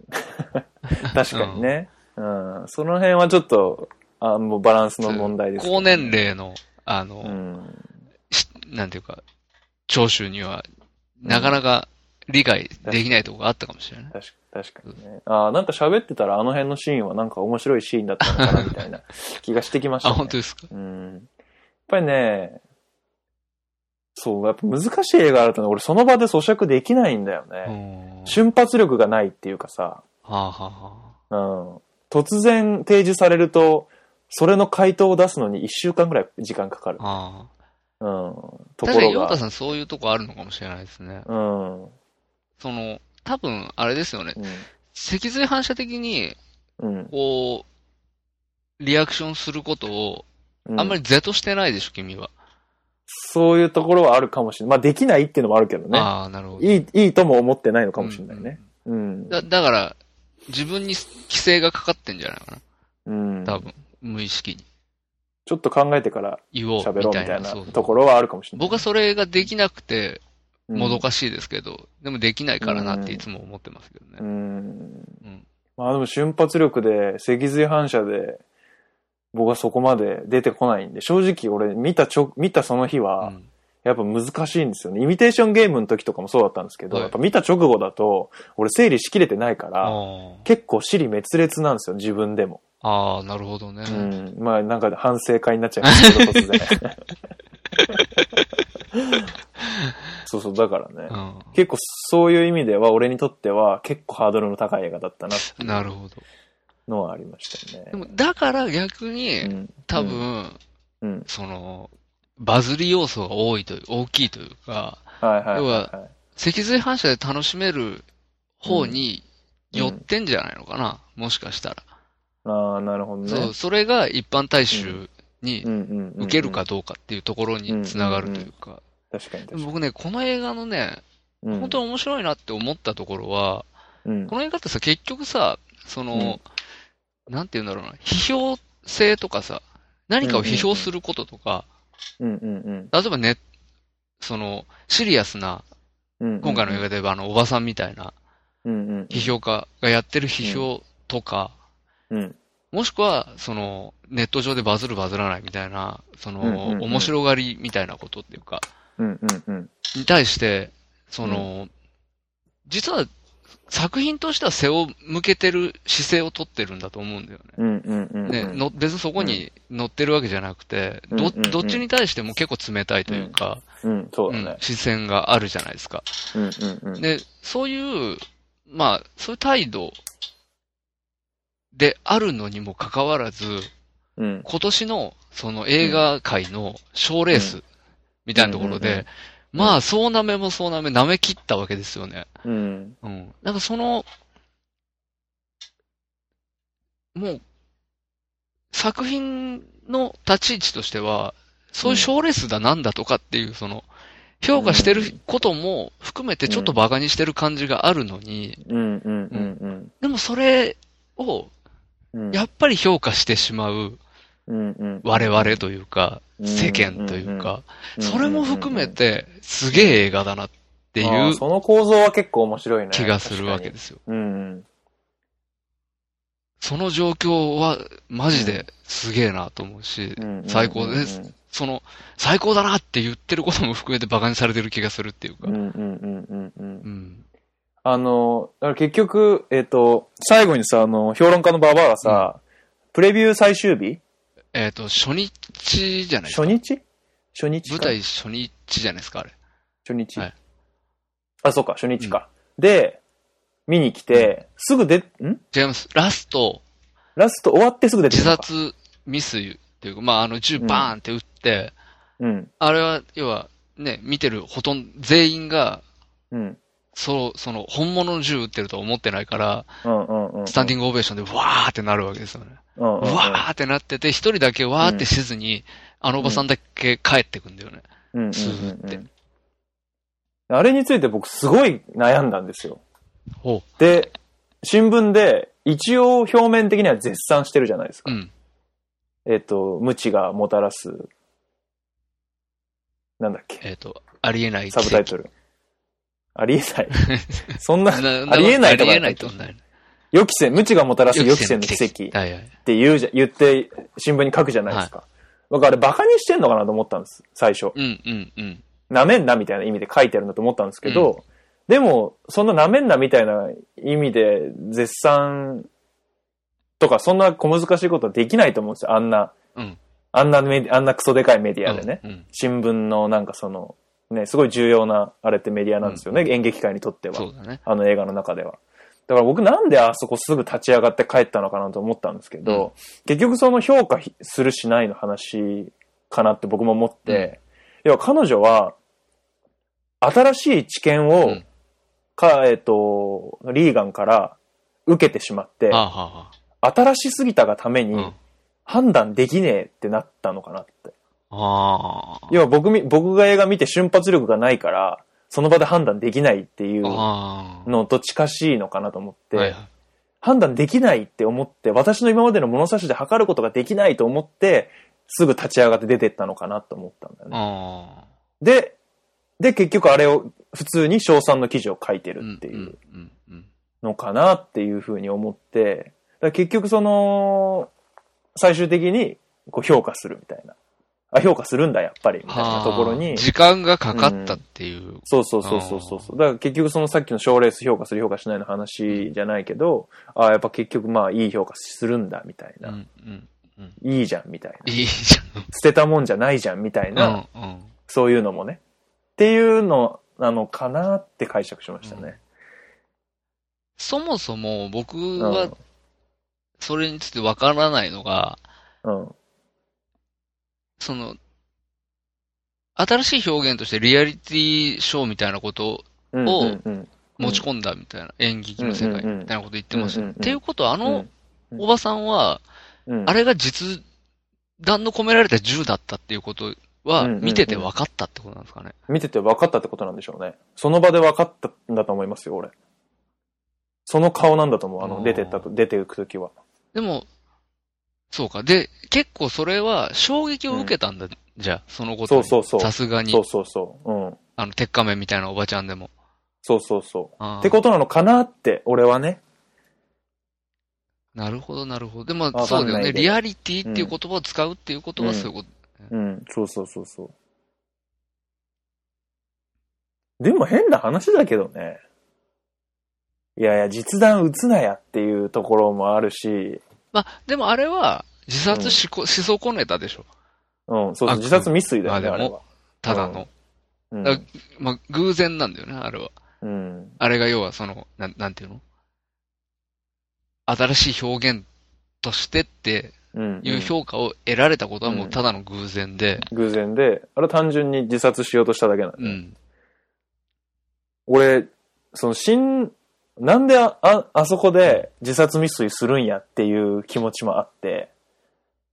[SPEAKER 3] だよ
[SPEAKER 2] 確かにね。うん。その辺はちょっと、あもうバランスの問題ですね。
[SPEAKER 3] 高年齢の、あの、
[SPEAKER 2] うん。
[SPEAKER 3] しなんていうか、聴取には、なかなか理解できないところがあったかもしれない。
[SPEAKER 2] 確か確かにね。ああ、なんか喋ってたらあの辺のシーンはなんか面白いシーンだったのかなみ
[SPEAKER 3] [LAUGHS]
[SPEAKER 2] たいな気がしてきました、
[SPEAKER 3] あ、
[SPEAKER 2] ね。
[SPEAKER 3] 本当ですか
[SPEAKER 2] うん。やっぱりね、そう、やっぱ難しい映画だとね、俺その場で咀嚼できないんだよ
[SPEAKER 3] う
[SPEAKER 2] ね。
[SPEAKER 3] ん。は
[SPEAKER 2] 瞬発力がないっていうかさ、
[SPEAKER 3] あ、はあ
[SPEAKER 2] う
[SPEAKER 3] は
[SPEAKER 2] ん。突然提示されると、それの回答を出すのに1週間ぐらい時間かかる。
[SPEAKER 3] あ、あ
[SPEAKER 2] うん。
[SPEAKER 3] あ。
[SPEAKER 2] と
[SPEAKER 3] 確
[SPEAKER 2] こ
[SPEAKER 3] かに、
[SPEAKER 2] ろ
[SPEAKER 3] ヨータ
[SPEAKER 2] が。
[SPEAKER 3] さんそういうとこあるのかもしれないですね。
[SPEAKER 2] うん。うん。
[SPEAKER 3] その、多分、あれですよね。脊髄反射的に、
[SPEAKER 2] うん。
[SPEAKER 3] こう、リアクションすることを、
[SPEAKER 2] う
[SPEAKER 3] あんまり是としてないでしょ、君は。
[SPEAKER 2] そういうところはあるかもしれない。まあ、できないっていうのもあるけどね。
[SPEAKER 3] ああ、なるほど。
[SPEAKER 2] いい、いいとも思ってないのかもしれないね。うん。
[SPEAKER 3] うん。だ、だから、自分に規制がかかってんじゃないか
[SPEAKER 2] うん。
[SPEAKER 3] な。多分、無意識に。
[SPEAKER 2] ちょっと考えてから
[SPEAKER 3] 言おう、
[SPEAKER 2] 喋ろう
[SPEAKER 3] み
[SPEAKER 2] み
[SPEAKER 3] た
[SPEAKER 2] た
[SPEAKER 3] い
[SPEAKER 2] い
[SPEAKER 3] な。
[SPEAKER 2] な
[SPEAKER 3] そうそう
[SPEAKER 2] ところはあるかもしれない。
[SPEAKER 3] 僕はそれができなくて、
[SPEAKER 2] うん
[SPEAKER 3] もどかしいですけど、でもできないからなっていつも思ってますけど
[SPEAKER 2] う
[SPEAKER 3] ね。
[SPEAKER 2] ん。
[SPEAKER 3] うん
[SPEAKER 2] まあでも瞬発力で、脊髄反射で、僕はそこまで出てこないんで、正直俺見たちょ、見たその日
[SPEAKER 3] う
[SPEAKER 2] は、
[SPEAKER 3] ん
[SPEAKER 2] やっぱ難しいんですよね。イミテーションゲームの時とかもそうだったんですけど、
[SPEAKER 3] はい
[SPEAKER 2] やっぱ見た直後だと、俺整理しきれてないから、
[SPEAKER 3] あ
[SPEAKER 2] 結構尻滅裂なんですよ、自分でも。
[SPEAKER 3] あああ、なるほどね。
[SPEAKER 2] うん。まあ、なんか反省会になっちゃいますけど、突然。そうそう、だからね。
[SPEAKER 3] うん
[SPEAKER 2] 結構そういう意味では、俺にとっては結構ハードルの高い映画だったなってい
[SPEAKER 3] な
[SPEAKER 2] う
[SPEAKER 3] るほど。
[SPEAKER 2] のはありましたよね。
[SPEAKER 3] でも、だから逆に、
[SPEAKER 2] うん
[SPEAKER 3] 多、分、
[SPEAKER 2] うんうん
[SPEAKER 3] その、バズり要素が多いという、大きいというか、
[SPEAKER 2] はいはいはい
[SPEAKER 3] 要は
[SPEAKER 2] は
[SPEAKER 3] 脊髄反射で楽しめる方に寄ってんじゃないのかな、もしかしたら。
[SPEAKER 2] い。ああ、なるほどね。
[SPEAKER 3] そう、それが一般大衆に
[SPEAKER 2] うんうんうんうん
[SPEAKER 3] 受けるかどうかっていうところにつながるというか。
[SPEAKER 2] 確かに
[SPEAKER 3] で
[SPEAKER 2] 確か
[SPEAKER 3] も
[SPEAKER 2] に。
[SPEAKER 3] 僕ね、この映画のね、
[SPEAKER 2] うん
[SPEAKER 3] 本当に面白いなって思ったところは、
[SPEAKER 2] うん
[SPEAKER 3] この映画ってさ、結局さ、その、なんて言うんだろうな、批評性とかさ、何かを批評することとか、
[SPEAKER 2] うんうん
[SPEAKER 3] 例えばね、その、シリアスな、
[SPEAKER 2] うん。
[SPEAKER 3] 今回の映画で言えばあの、おばさんみたいな
[SPEAKER 2] うんうん
[SPEAKER 3] 批評家がやってる批評とか、
[SPEAKER 2] うん
[SPEAKER 3] もしくは、その、ネット上でバズるバズらないみたいな、その、
[SPEAKER 2] うんうんうん
[SPEAKER 3] 面白がりみたいなことっていうか、
[SPEAKER 2] うんうんうん。
[SPEAKER 3] に対して、その、実は作品としては背を向けてる姿勢を取ってるんだと思うんだよね。
[SPEAKER 2] うんうんうんうん。
[SPEAKER 3] ね、の別にそこに乗ってるわけじゃなくて、
[SPEAKER 2] う
[SPEAKER 3] ど
[SPEAKER 2] んうんうん
[SPEAKER 3] どっちに対しても結構冷たいというか、
[SPEAKER 2] うん、そうだ
[SPEAKER 3] うん
[SPEAKER 2] ね。
[SPEAKER 3] 視線があるじゃないですか。
[SPEAKER 2] うんうんうん。
[SPEAKER 3] で、そういう、まあ、そういう態度であるのにもかかわらず、
[SPEAKER 2] うん
[SPEAKER 3] 今年のその映画界の賞レースみたいなところ
[SPEAKER 2] うんうんうん
[SPEAKER 3] で、まあ、そうなめもそうなめ、舐め切ったわけですよね。
[SPEAKER 2] うん
[SPEAKER 3] うん。なんかその、もう、作品の立ち位置としては、そういう賞レースだなんだとかっていう、その、評価してることも含めてちょっと馬鹿にしてる感じがあるのに、
[SPEAKER 2] うんうんうん
[SPEAKER 3] でもそれを、
[SPEAKER 2] うん。
[SPEAKER 3] やっぱり評価してしまう
[SPEAKER 2] うんうん
[SPEAKER 3] 我々というか、
[SPEAKER 2] うん
[SPEAKER 3] 世間というか、
[SPEAKER 2] うんうん
[SPEAKER 3] それも含めて、すげえ映画だなってい
[SPEAKER 2] あー
[SPEAKER 3] う
[SPEAKER 2] その構造は結構面白いね。。
[SPEAKER 3] 気がするわけですすよ。
[SPEAKER 2] うん
[SPEAKER 3] その状況は、マジですげえなと思うし、
[SPEAKER 2] うん。
[SPEAKER 3] 最高ですその、最高だなって言ってることも含めて馬鹿にされてる気がするっていうか
[SPEAKER 2] うん。うんうんうんうん。
[SPEAKER 3] うん。
[SPEAKER 2] あの、だから結局、えっ、と、最後にさ、あの、評論家のババアがさ、プレビュー最終日
[SPEAKER 3] えっ、と、初日じゃないです
[SPEAKER 2] 初
[SPEAKER 3] か。
[SPEAKER 2] 日初日か
[SPEAKER 3] 舞台初日じゃないですか、あれ。
[SPEAKER 2] 初日、
[SPEAKER 3] はい
[SPEAKER 2] あ、そうか、初日か。で、見に来て、すぐ出、ん
[SPEAKER 3] 違います。ラスト、
[SPEAKER 2] ラスト終わってすぐ出て
[SPEAKER 3] 自
[SPEAKER 2] るのか。
[SPEAKER 3] 殺未遂というか、まあ、あの、銃バーンって撃って、
[SPEAKER 2] うん。
[SPEAKER 3] あれは、要は、ね、見てるほとんど、全員が、
[SPEAKER 2] うん。
[SPEAKER 3] そう、その、本物の銃撃ってるとは思ってないから、
[SPEAKER 2] うんうんうん。
[SPEAKER 3] スタンディ
[SPEAKER 2] ン
[SPEAKER 3] ングオベーションでわーってなるわけですよね。
[SPEAKER 2] グ。うんうん
[SPEAKER 3] わーってなってて、一人だけわーってしずに、あのおばさんだけ帰ってくんだよね。
[SPEAKER 2] うんうんうんうん
[SPEAKER 3] スーッて
[SPEAKER 2] あれについて僕すごい悩んだんですよ。
[SPEAKER 3] ほ
[SPEAKER 2] で、新聞で一応表面的には絶賛してるじゃないです
[SPEAKER 3] う。
[SPEAKER 2] か。
[SPEAKER 3] うん。
[SPEAKER 2] えっ、と、無知がもたらす、なんだっけ、
[SPEAKER 3] えっ、と、ありえない奇
[SPEAKER 2] サ
[SPEAKER 3] 跡。
[SPEAKER 2] ブタイトル。ありえ
[SPEAKER 3] [LAUGHS]
[SPEAKER 2] ない。そんな、
[SPEAKER 3] な
[SPEAKER 2] [LAUGHS] ありえないと
[SPEAKER 3] あ
[SPEAKER 2] か
[SPEAKER 3] りえないとかない。
[SPEAKER 2] 予期せぬ、無知がもたらす予期せぬ奇跡。
[SPEAKER 3] はいはい。
[SPEAKER 2] って言うじゃ、言って新聞に書くじゃないですか。僕あれバカにしてんのかなと思ったんです、最初。
[SPEAKER 3] うんうんうん。
[SPEAKER 2] なめんなみたいな意味で書いてあるんだと思ったんですけど、でも、そんななめんなみたいな意味で絶賛とか、そんな小難しいことはできないと思うんですよ、あんな。
[SPEAKER 3] うん
[SPEAKER 2] あんなメディあんなクソでかいメディアでね。
[SPEAKER 3] うんうん
[SPEAKER 2] 新聞のなんかその、ね、すごい重要な、あれってメディアなんですよね、演劇界にとっては。
[SPEAKER 3] そうだね。
[SPEAKER 2] あの映画の中では。だから僕なんであそこすぐ立ち上がって帰ったのかなと思ったんですけど、結局その評価するしないの話かなって僕も思って、要は彼女は新しい知見を、
[SPEAKER 3] うん
[SPEAKER 2] か、えっ、と、リーガンから受けてしまって、
[SPEAKER 3] はあ、はあは
[SPEAKER 2] 新しすぎたがため
[SPEAKER 3] あ、うん
[SPEAKER 2] に。判断できねえってなったのかなって。
[SPEAKER 3] ああ。
[SPEAKER 2] 要は僕み僕が映画見て瞬発力がないから、その場で判断できないっていう
[SPEAKER 3] ああ。
[SPEAKER 2] のと近しいのかなと思って、
[SPEAKER 3] はいはい
[SPEAKER 2] 判断できないって思って、私の今までの物差しで測ることができないと思って、すぐ立ち上がって出てったのかなと思ったんだよね。
[SPEAKER 3] あ
[SPEAKER 2] で、で、結局あれを普通に賞賛の記事を書いて
[SPEAKER 3] あ。
[SPEAKER 2] るっていう
[SPEAKER 3] うんうんうん
[SPEAKER 2] のかなっていうふうに思って、だから結局その、最終的にこう評価するみたいな。あ、評価するんだ、やっぱり、みたい
[SPEAKER 3] は
[SPEAKER 2] な
[SPEAKER 3] あ
[SPEAKER 2] ところに。
[SPEAKER 3] 時間がかかったっていう。
[SPEAKER 2] そうそうそうそうそうそう。だから結局そのさっきの賞レース評価する評価しないの話じゃないけど、ああ、やっぱ結局まあいい評価するんだみたいうな、
[SPEAKER 3] んうん。
[SPEAKER 2] いいじゃんみたいな。
[SPEAKER 3] いいじ
[SPEAKER 2] 捨てたもんじゃないじゃんみたい
[SPEAKER 3] ゃ
[SPEAKER 2] な、
[SPEAKER 3] ん。うんうん。
[SPEAKER 2] そういうのもね。っていうのなのかなって解釈しましたね。
[SPEAKER 3] そもそも僕
[SPEAKER 2] うん。
[SPEAKER 3] はそれについてわからないのが、
[SPEAKER 2] うん。
[SPEAKER 3] その、新しい表現としてリアリティショーみたいなことを
[SPEAKER 2] うん。
[SPEAKER 3] を
[SPEAKER 2] うんうん
[SPEAKER 3] 持ち込んだみたいな、演劇の世界みたいなこと言ってましたよね。
[SPEAKER 2] うんうんうん
[SPEAKER 3] っていうことは、あ
[SPEAKER 2] う
[SPEAKER 3] の
[SPEAKER 2] ん
[SPEAKER 3] おばさんは、
[SPEAKER 2] うん。
[SPEAKER 3] あれが実弾の込められた銃だったっていうこと
[SPEAKER 2] う
[SPEAKER 3] は、
[SPEAKER 2] んうんうん
[SPEAKER 3] 見てて分かったってことなんですかね。
[SPEAKER 2] 見てて分かったってことなんでしょうね。その場で分かったんだと思いますよ、俺。その顔なんだと思う。あ
[SPEAKER 3] あ
[SPEAKER 2] の、
[SPEAKER 3] ー
[SPEAKER 2] 出てったと、出ていくときは。
[SPEAKER 3] でも、そうか。で、結構それは衝撃を受けたんだ、じゃあ、そのことに。
[SPEAKER 2] そうそうそう
[SPEAKER 3] さすが
[SPEAKER 2] そ
[SPEAKER 3] に
[SPEAKER 2] う、そうそう。うん。
[SPEAKER 3] あの、鉄仮面みたいなおばちゃんでも。
[SPEAKER 2] そうそうそう。
[SPEAKER 3] あー
[SPEAKER 2] ってことなのかなって、俺はね。
[SPEAKER 3] なるほど、なるほど。でも、
[SPEAKER 2] わ
[SPEAKER 3] そ
[SPEAKER 2] か
[SPEAKER 3] うんだ
[SPEAKER 2] ない
[SPEAKER 3] よね。
[SPEAKER 2] で
[SPEAKER 3] リアリティっていう言葉を使うっていうことは、そういうこと。
[SPEAKER 2] うん、そうそうそうそう。でも変な話だけどね。いやいや、実弾撃つなやっていうところもあるし、
[SPEAKER 3] まあ、でもあれは、自殺しこ、しそこねたでしょ。
[SPEAKER 2] うん、そうそ
[SPEAKER 3] あ
[SPEAKER 2] う、自殺未遂だよね、
[SPEAKER 3] まあ
[SPEAKER 2] あ
[SPEAKER 3] で
[SPEAKER 2] れ
[SPEAKER 3] も
[SPEAKER 2] は。
[SPEAKER 3] ただの。
[SPEAKER 2] うん
[SPEAKER 3] だまあ、偶然なんだよね、あれは。
[SPEAKER 2] うん、
[SPEAKER 3] あれが要は、その、なん、なんていうの新しい表現としてって
[SPEAKER 2] うん。
[SPEAKER 3] いう
[SPEAKER 2] うん
[SPEAKER 3] 評価を得られたことはもううんただの偶然で、
[SPEAKER 2] 偶然で、あれ単純に自殺しようとしただけなんだよ
[SPEAKER 3] う
[SPEAKER 2] ね
[SPEAKER 3] ん。
[SPEAKER 2] 俺、その、新、なんであ、あ、あそこで自殺未遂するんやっていう気持ちもあって、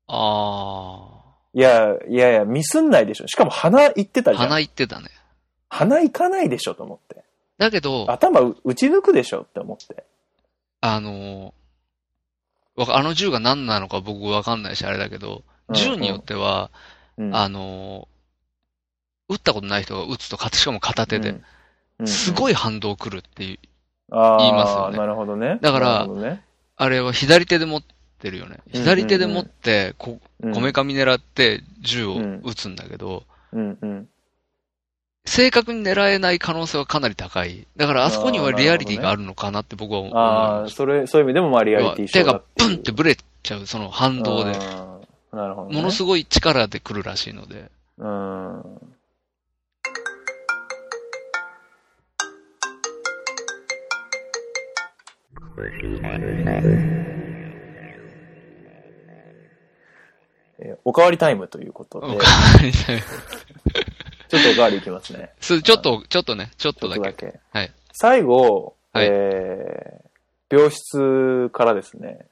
[SPEAKER 3] あ
[SPEAKER 2] いや、いやいや、ミスんないでしょ。しかも鼻行ってた
[SPEAKER 3] あ、
[SPEAKER 2] じゃん。
[SPEAKER 3] 鼻言ってたね。
[SPEAKER 2] 鼻行かないでしょと思って。
[SPEAKER 3] だけど、あ、
[SPEAKER 2] 頭う打ち抜くでしょって思って。
[SPEAKER 3] のーわかあの銃が何なのか僕わかんないし、あれだけど、銃によっては、
[SPEAKER 2] うん、
[SPEAKER 3] あのー撃ったことない人が撃つと、かしかも片手で、す
[SPEAKER 2] い
[SPEAKER 3] ごい反動来るっていう、
[SPEAKER 2] 言
[SPEAKER 3] 言いますよね
[SPEAKER 2] なるほどね。
[SPEAKER 3] だから
[SPEAKER 2] なるほどね
[SPEAKER 3] あれは左手で持ってるよね。
[SPEAKER 2] うん
[SPEAKER 3] 左手で持って、こ
[SPEAKER 2] うん
[SPEAKER 3] こめかみ狙って銃を撃つんだけど、
[SPEAKER 2] うんうん。
[SPEAKER 3] 正確に狙えない可能性はかなり高い。だから、あそこにはリアリティがあるのかなって僕は思う。
[SPEAKER 2] ああ、それ、そういう意味でもまあリアリティショ
[SPEAKER 3] 手
[SPEAKER 2] ーだ
[SPEAKER 3] が
[SPEAKER 2] て
[SPEAKER 3] プ
[SPEAKER 2] いう
[SPEAKER 3] ンってブレちゃう、その反動で。
[SPEAKER 2] うんなるほど、ね。
[SPEAKER 3] ものすごい力で来るらしいので。
[SPEAKER 2] うん。えーおかわりタイムということで、
[SPEAKER 3] わ
[SPEAKER 2] ちょ
[SPEAKER 3] か
[SPEAKER 2] っ
[SPEAKER 3] んない
[SPEAKER 2] とおかわりいきますね。
[SPEAKER 3] それちょっと、ちょっとね、ちょっ
[SPEAKER 2] ち
[SPEAKER 3] と
[SPEAKER 2] ょっ
[SPEAKER 3] だ
[SPEAKER 2] と
[SPEAKER 3] け。
[SPEAKER 2] だけ。
[SPEAKER 3] はい
[SPEAKER 2] 最後、
[SPEAKER 3] はい
[SPEAKER 2] えー病室からですね、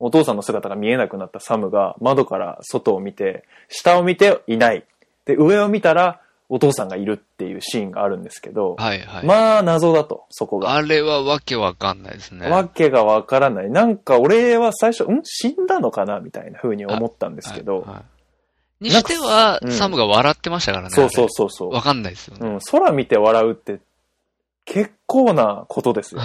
[SPEAKER 2] お父さんの姿が見えなくなったサムが窓から外を見て、下を見ていない。で、上を見たらお父さんがいるっていうシーンがあるんですけど、
[SPEAKER 3] はいはい。
[SPEAKER 2] まあ謎だと、そこが。
[SPEAKER 3] あれはわけわかんないですね。
[SPEAKER 2] わけがわからない。なんか俺は最初、ん死んだのかなみたいな風に思ったんですけど、
[SPEAKER 3] はいはいにしては、
[SPEAKER 2] うん
[SPEAKER 3] サムが笑ってましたからね。
[SPEAKER 2] そうそうそう
[SPEAKER 3] あ
[SPEAKER 2] そ
[SPEAKER 3] れわかんないですよ
[SPEAKER 2] う。う
[SPEAKER 3] ね。
[SPEAKER 2] ん、空見て笑うって結構なことですよ。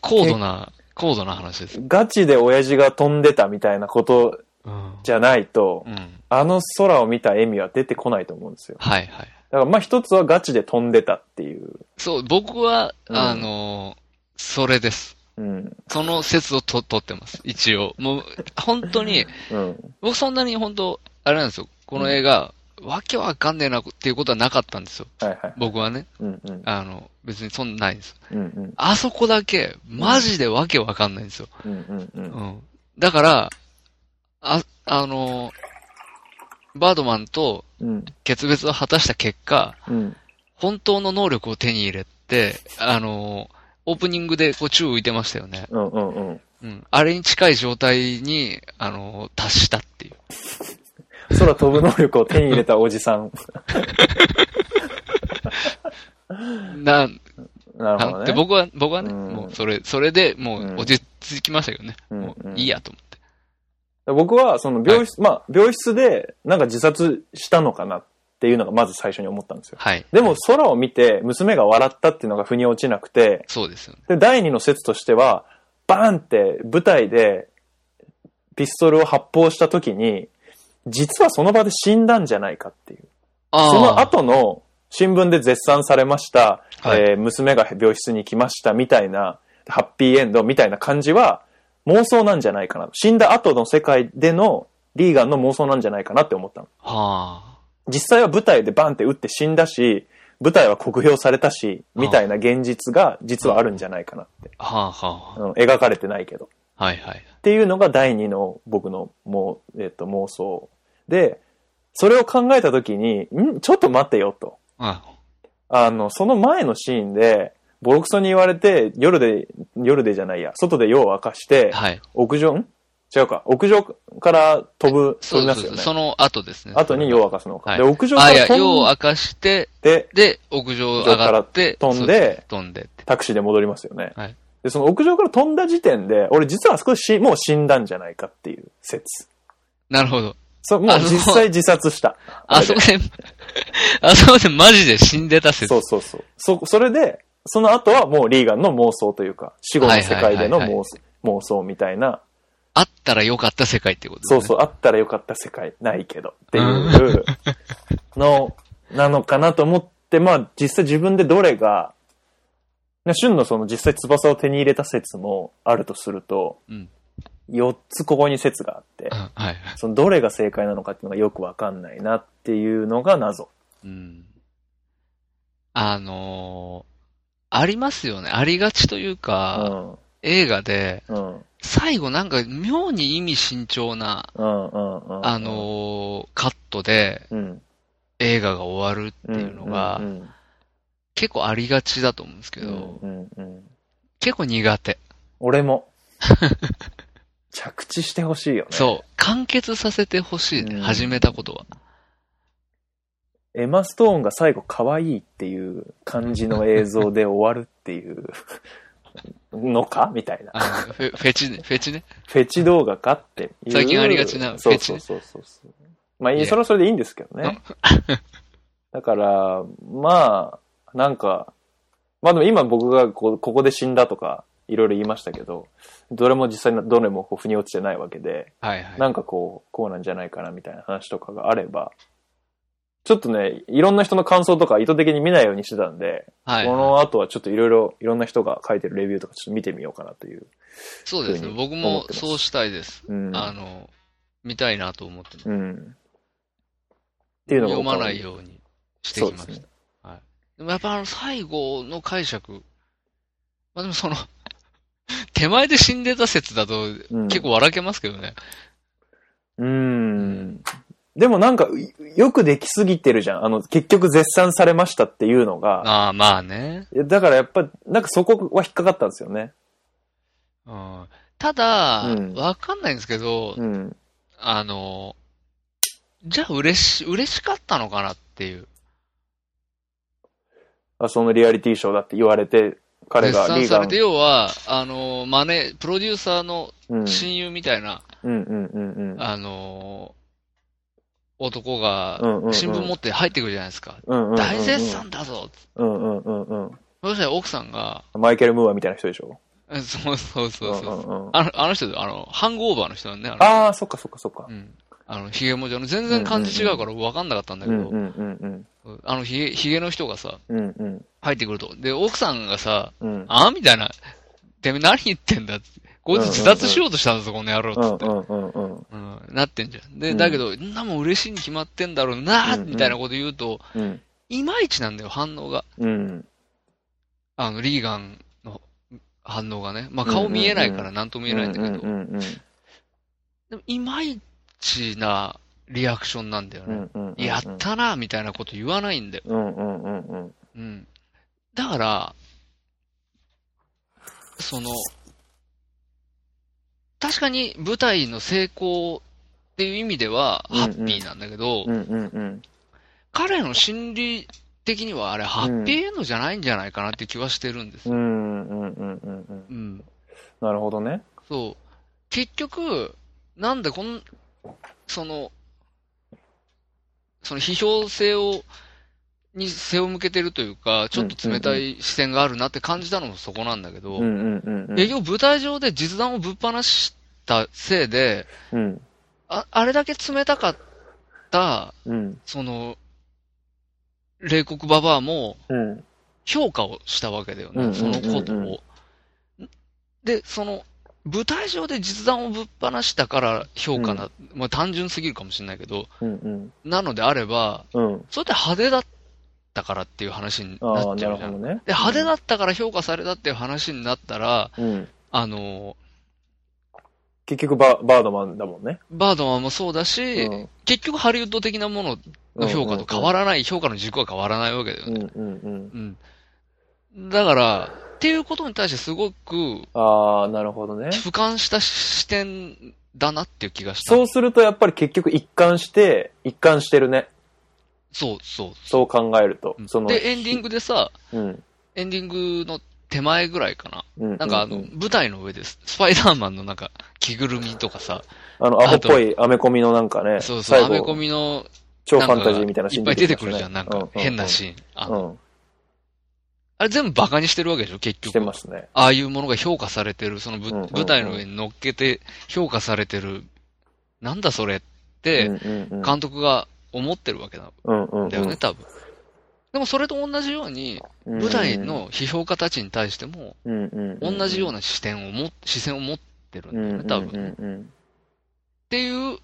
[SPEAKER 3] 高度な、高度な話です。
[SPEAKER 2] ガチで親父が飛んでたみたいなこと
[SPEAKER 3] うん。
[SPEAKER 2] じゃないと、
[SPEAKER 3] うん。
[SPEAKER 2] あの空を見た笑みは出てこないと思うんですよ。
[SPEAKER 3] はいはい。
[SPEAKER 2] だからまあ一つはガチで飛んでたっていう。
[SPEAKER 3] そう、僕は、
[SPEAKER 2] うん
[SPEAKER 3] あの、それです。
[SPEAKER 2] うん。
[SPEAKER 3] その説をと取ってます。一応。もう、本当
[SPEAKER 2] [LAUGHS]
[SPEAKER 3] に、
[SPEAKER 2] うん。
[SPEAKER 3] 僕そんなに本当、あれなんですよ。この映画、わけわかんねえなっていうことはなかったんですよ。
[SPEAKER 2] はいはい。
[SPEAKER 3] 僕はね。
[SPEAKER 2] うんうん。
[SPEAKER 3] あの、別にそんなないんです。
[SPEAKER 2] うんうん。
[SPEAKER 3] あそこだけ、マジでわけわかんないんですよ。
[SPEAKER 2] うんうんう。
[SPEAKER 3] うんん。だから、あ、あの、バードマンと
[SPEAKER 2] うん。
[SPEAKER 3] 決別を果たした結果、
[SPEAKER 2] うん。
[SPEAKER 3] 本当の能力を手に入れて、あの、オープニングでこう宙浮いてましたよね。
[SPEAKER 2] うんうんうん。
[SPEAKER 3] うん。あれに近い状態に、あの、達したっていう。
[SPEAKER 2] 空飛ぶ能力を手に入れたおじさん。 [LAUGHS]
[SPEAKER 3] なん、
[SPEAKER 2] なる
[SPEAKER 3] な
[SPEAKER 2] ほ
[SPEAKER 3] ん
[SPEAKER 2] ど
[SPEAKER 3] て
[SPEAKER 2] ね。
[SPEAKER 3] 僕は、僕はね、
[SPEAKER 2] うん
[SPEAKER 3] もうそれ、それでも
[SPEAKER 2] うん
[SPEAKER 3] う落ち着きましたけどね。
[SPEAKER 2] うん
[SPEAKER 3] もう
[SPEAKER 2] うん
[SPEAKER 3] いいやと思って。
[SPEAKER 2] 僕はその病室、まあ病室でなんか自殺したのかなっていうのがまず最初に思ったんですよ。
[SPEAKER 3] はい。
[SPEAKER 2] でも空を見て娘が笑ったっていうのが腑に落ちなくて、
[SPEAKER 3] そうですよね。
[SPEAKER 2] で、第二の説としては、バーンって舞台でピストルを発砲した時に、実はその場で死んだんじゃないかっていう。
[SPEAKER 3] あー
[SPEAKER 2] その後の新聞で絶賛されました、
[SPEAKER 3] はい
[SPEAKER 2] えー娘が病室に来ましたみたいな、ハッピーエンドみたいな感じは妄想なんじゃないかな。死んだ後の世界でのリーガンの妄想なんじゃないかなって思ったの。
[SPEAKER 3] は
[SPEAKER 2] 実際は舞台でバンって撃って死んだし、舞台は酷評されたし、みたいな現実が実はあるんじゃないかなって。
[SPEAKER 3] あ、はあ、は
[SPEAKER 2] うん、描かれてないけど。
[SPEAKER 3] あ、はいはい。
[SPEAKER 2] っていうのが第二の僕のもう、えっと妄想。で、それを考えた時に、んちょっと待てよと。
[SPEAKER 3] うん。
[SPEAKER 2] あの、その前のシーンで、ボロクソに言われて、夜で、夜でじゃないや、外で夜を明かして、
[SPEAKER 3] はい。
[SPEAKER 2] 屋上、ん違うか、屋上から飛ぶ、飛
[SPEAKER 3] そう
[SPEAKER 2] び
[SPEAKER 3] で
[SPEAKER 2] ますすよね。
[SPEAKER 3] その後ですね。
[SPEAKER 2] 後に夜を明かすのか。
[SPEAKER 3] はい
[SPEAKER 2] で、屋上
[SPEAKER 3] あ、
[SPEAKER 2] か
[SPEAKER 3] い
[SPEAKER 2] ら
[SPEAKER 3] や、
[SPEAKER 2] 飛
[SPEAKER 3] 夜を
[SPEAKER 2] ん
[SPEAKER 3] 明かして、
[SPEAKER 2] で、
[SPEAKER 3] で、屋上上がって、
[SPEAKER 2] 屋上から飛んで
[SPEAKER 3] そうす飛んでって。
[SPEAKER 2] タクシーで戻りますよね。
[SPEAKER 3] はい
[SPEAKER 2] で、その屋上から飛んだ時点で、俺実は少しもう死んだんじゃないかっていう説。
[SPEAKER 3] なるほど。
[SPEAKER 2] そう、もう
[SPEAKER 3] あそう
[SPEAKER 2] 実際自殺した。
[SPEAKER 3] あそこで、あそこでマジで死んでた説。
[SPEAKER 2] そうそうそう。そ、それで、その後はもうリーガンの妄想というか、死後の世界での
[SPEAKER 3] はいはいはいは
[SPEAKER 2] 妄想妄想みたいな、
[SPEAKER 3] あったらよかった世界ってことです
[SPEAKER 2] そう
[SPEAKER 3] ね。
[SPEAKER 2] そうう、あったらよかった世界ないけどっていううの、なのかなと思って、まあ実際自分でどれが、ね旬のその実際翼を手に入れた説もあるとすると、
[SPEAKER 3] うん
[SPEAKER 2] 4つここに説があって、
[SPEAKER 3] ん。はい。
[SPEAKER 2] そのどれが正解なのかっていうのがよくわかんないなっていうのが謎。
[SPEAKER 3] うん。あのーありますよね。ありがちという
[SPEAKER 2] う
[SPEAKER 3] か、
[SPEAKER 2] ん、
[SPEAKER 3] 映画で、
[SPEAKER 2] うん、うん、
[SPEAKER 3] 最後なんか妙に意味慎重な、
[SPEAKER 2] うん、うんうん。
[SPEAKER 3] あのーカットで
[SPEAKER 2] うん、
[SPEAKER 3] 映画が終わる
[SPEAKER 2] うん、
[SPEAKER 3] っていうのが
[SPEAKER 2] ん、ん
[SPEAKER 3] 結構ありがちだと思うんですけど、
[SPEAKER 2] うんうんうん、
[SPEAKER 3] 結構苦手。
[SPEAKER 2] 俺
[SPEAKER 3] [LAUGHS]
[SPEAKER 2] も着地してほしいよね
[SPEAKER 3] そう。完結させてほしいね、
[SPEAKER 2] うん
[SPEAKER 3] 始めたこと
[SPEAKER 2] [LAUGHS]
[SPEAKER 3] は。
[SPEAKER 2] エマ・ストーンが最後可愛いっていう感じの映像で終わるっていうのかみたいな
[SPEAKER 3] あのフェフェチね、
[SPEAKER 2] [LAUGHS]
[SPEAKER 3] フェチね。
[SPEAKER 2] フェチ動画かっていう
[SPEAKER 3] 最近ありがちな
[SPEAKER 2] そう
[SPEAKER 3] フェチ
[SPEAKER 2] そう
[SPEAKER 3] ね
[SPEAKER 2] そうそうそうまあい
[SPEAKER 3] い
[SPEAKER 2] い
[SPEAKER 3] や
[SPEAKER 2] それはそれでいいんですけどねだからまあなんかまあでも今僕がこうここで死んだとかいろいろ言いましたけどどれも実際にどれもこう腑に落ちてないわけで
[SPEAKER 3] はいはい。
[SPEAKER 2] なんかこう、こうなんじゃないかなみたいな話とかがあれば、ちょっとね、いろんな人の感想とか意図的に見ないようにしてたんで、
[SPEAKER 3] はい
[SPEAKER 2] こ。の後はちょっといろいろ、いろんな人が書いてるレビューとかちょっと見てみようかなという。
[SPEAKER 3] そうですね。
[SPEAKER 2] ふうに
[SPEAKER 3] 僕
[SPEAKER 2] 思っ
[SPEAKER 3] も
[SPEAKER 2] てます
[SPEAKER 3] そうしたいです。
[SPEAKER 2] うん。
[SPEAKER 3] あの、見たいなと思ってます。
[SPEAKER 2] うん。っていうのが
[SPEAKER 3] 読
[SPEAKER 2] 僕
[SPEAKER 3] ま
[SPEAKER 2] は
[SPEAKER 3] ないようにしてきまし
[SPEAKER 2] そう
[SPEAKER 3] た。
[SPEAKER 2] です
[SPEAKER 3] で
[SPEAKER 2] ね
[SPEAKER 3] もやっぱあの最後の解釈、まあでもその、 [LAUGHS] 手前で死んでた説だと
[SPEAKER 2] うん
[SPEAKER 3] 結構笑けますけどね。
[SPEAKER 2] うーん。でもなんか、いよくできすぎてるじゃん。あの、結局絶賛されましたっていうのが。
[SPEAKER 3] ああ、まあね。
[SPEAKER 2] だからやっぱ、なんかそこは引っかかったんですよね。
[SPEAKER 3] うん、ただ、
[SPEAKER 2] うん
[SPEAKER 3] わかんないんですけど、
[SPEAKER 2] うん。
[SPEAKER 3] あの、じゃあ嬉し、嬉しかったのかなっていう。
[SPEAKER 2] あそのリアリティショーだって言われて、彼
[SPEAKER 3] 絶
[SPEAKER 2] がリ
[SPEAKER 3] 賛
[SPEAKER 2] ーガ
[SPEAKER 3] さ
[SPEAKER 2] ン。
[SPEAKER 3] れて、要は、あの、マネ、プロデューサーの
[SPEAKER 2] うん、
[SPEAKER 3] 親友みたいな、
[SPEAKER 2] うんうんうんうん。
[SPEAKER 3] あの、男が
[SPEAKER 2] うんうんうん
[SPEAKER 3] 新聞持って入ってくるじゃないですか。
[SPEAKER 2] うんうんうんうん
[SPEAKER 3] 大絶賛だぞ
[SPEAKER 2] うんうんうんうん。
[SPEAKER 3] そしたら奥さんが、
[SPEAKER 2] マイケル・ムーアみたいな人でしょ
[SPEAKER 3] えそうそうそうそう。
[SPEAKER 2] んうんうん、
[SPEAKER 3] あのあの人だよあの、ハングオーバーの人なんね、あの、
[SPEAKER 2] ああ、そっかそっかそっか
[SPEAKER 3] う。ん。あの、ヒゲもじゃの、全然感じ違うから分かんなかったんだ
[SPEAKER 2] う
[SPEAKER 3] け
[SPEAKER 2] ん
[SPEAKER 3] ど
[SPEAKER 2] う、んうん
[SPEAKER 3] あのヒゲ、ヒゲの人がさ、
[SPEAKER 2] うん。うんうん
[SPEAKER 3] 入ってくると。で、奥さんがさ、
[SPEAKER 2] うん。
[SPEAKER 3] あみたいな、てめえ何言ってんだって。こいつ自殺しようとしたんだぞ、この野郎
[SPEAKER 2] うん
[SPEAKER 3] っつって
[SPEAKER 2] う。んうんうん
[SPEAKER 3] うん、なってんじゃん。で、
[SPEAKER 2] うん
[SPEAKER 3] だけど、んなもん嬉しいに決まってんだろうな、
[SPEAKER 2] うんうん
[SPEAKER 3] みたいなこと言うと、
[SPEAKER 2] うん
[SPEAKER 3] いまいちなんだよ、反応が。
[SPEAKER 2] うん
[SPEAKER 3] あの、リーガンの反応がね。まあ、顔見えないからなんとも言えないんだけど。
[SPEAKER 2] うんうんうん
[SPEAKER 3] でも、いまいちなリアクションなんだよ
[SPEAKER 2] う
[SPEAKER 3] ね。
[SPEAKER 2] んうんうん
[SPEAKER 3] やったな、みたいなこと言わないんだよ。
[SPEAKER 2] うんうんうんうん
[SPEAKER 3] うん。だから、その、確かに舞台の成功っていう意味ではハッピーなんだけど、
[SPEAKER 2] うんうんうん
[SPEAKER 3] 彼の心理的にはあれハッピーエンドじゃないんじゃないかなって気はしてるんです
[SPEAKER 2] う
[SPEAKER 3] よ。
[SPEAKER 2] んうんうんうんうん
[SPEAKER 3] うん。
[SPEAKER 2] なるほどね。
[SPEAKER 3] そう。結局、なんでこん、その、その批評性を、に背を向けてるというか、ちょっと冷たい視線があるなって感じたのもそこなんだけど、
[SPEAKER 2] うんうんうんうん
[SPEAKER 3] 結局舞台上で実弾をぶっ放したせいで、
[SPEAKER 2] うん
[SPEAKER 3] ああれだけ冷たかった、
[SPEAKER 2] うん
[SPEAKER 3] その、冷酷ババアも
[SPEAKER 2] うん
[SPEAKER 3] 評価をしたわけだよ
[SPEAKER 2] うんうん
[SPEAKER 3] ね、そのこと
[SPEAKER 2] うんうん
[SPEAKER 3] を。で、その、舞台上で実弾をぶっ放したから評価な、まあ単純すぎるかもしれないけど、
[SPEAKER 2] うん
[SPEAKER 3] なのであれば、
[SPEAKER 2] うんうん
[SPEAKER 3] それって派手だったからっていう話に
[SPEAKER 2] あ
[SPEAKER 3] な
[SPEAKER 2] あ
[SPEAKER 3] っち
[SPEAKER 2] な
[SPEAKER 3] ゃ
[SPEAKER 2] る
[SPEAKER 3] うじゃ
[SPEAKER 2] ほど
[SPEAKER 3] ん。で、
[SPEAKER 2] ね。
[SPEAKER 3] 派手だったから評価されたっていう話になったら、
[SPEAKER 2] うん
[SPEAKER 3] あの、
[SPEAKER 2] 結局ババードマンだもんね。
[SPEAKER 3] バードマンもそうだし、結局ハリウッド的なものの評価と変わ
[SPEAKER 2] ら
[SPEAKER 3] らない、評価の軸は変わらないわけだよ
[SPEAKER 2] う
[SPEAKER 3] ね。
[SPEAKER 2] んうんうん。
[SPEAKER 3] うん。だから、っていうことに対してすごく
[SPEAKER 2] ああなるほどね。
[SPEAKER 3] 俯瞰した視点だなっていう気がした。
[SPEAKER 2] そうするとやっぱり結局一貫して一貫してるね。
[SPEAKER 3] そうそう
[SPEAKER 2] そう考えると
[SPEAKER 3] う。ん
[SPEAKER 2] その
[SPEAKER 3] で、エンディングでさ、
[SPEAKER 2] うん
[SPEAKER 3] エンディングの手前ぐらいかな。
[SPEAKER 2] う
[SPEAKER 3] なんかあの、舞台の上でススパイダーマンのなんか着ぐるみとかさ、
[SPEAKER 2] あの、アホっぽいアメコミのなんかね、
[SPEAKER 3] そうそう、
[SPEAKER 2] 最
[SPEAKER 3] アメコ
[SPEAKER 2] 後、
[SPEAKER 3] ミの
[SPEAKER 2] 超フ
[SPEAKER 3] なん
[SPEAKER 2] ァ
[SPEAKER 3] か
[SPEAKER 2] ンタジ
[SPEAKER 3] が
[SPEAKER 2] ーみたいなシ
[SPEAKER 3] い
[SPEAKER 2] ー
[SPEAKER 3] っ
[SPEAKER 2] ン
[SPEAKER 3] ぱい出てく
[SPEAKER 2] ま
[SPEAKER 3] る
[SPEAKER 2] し
[SPEAKER 3] じ
[SPEAKER 2] た
[SPEAKER 3] ゃん、
[SPEAKER 2] ね
[SPEAKER 3] なんか変なシーン。あ
[SPEAKER 2] う
[SPEAKER 3] の
[SPEAKER 2] んうんうん
[SPEAKER 3] あれ全部バカにしてるわけでしょ、結
[SPEAKER 2] して
[SPEAKER 3] 局。
[SPEAKER 2] ますね。
[SPEAKER 3] ああいうものが評価されてる、そのぶ
[SPEAKER 2] うんうんうん
[SPEAKER 3] 舞台の上に乗っけて評価されてる、なんだそれっ
[SPEAKER 2] う
[SPEAKER 3] て、
[SPEAKER 2] んうんうん
[SPEAKER 3] 監督が思ってるわけだ
[SPEAKER 2] うんうんうん
[SPEAKER 3] だよね、多分。でもそれと同じように、舞台の批評家たちに対しても、同じよう
[SPEAKER 2] な、
[SPEAKER 3] な視点をも、視線を持ってるん
[SPEAKER 2] う
[SPEAKER 3] だ
[SPEAKER 2] ん
[SPEAKER 3] よ
[SPEAKER 2] うん
[SPEAKER 3] ね、
[SPEAKER 2] うん
[SPEAKER 3] 多分。
[SPEAKER 2] う
[SPEAKER 3] っ
[SPEAKER 2] ん
[SPEAKER 3] ていう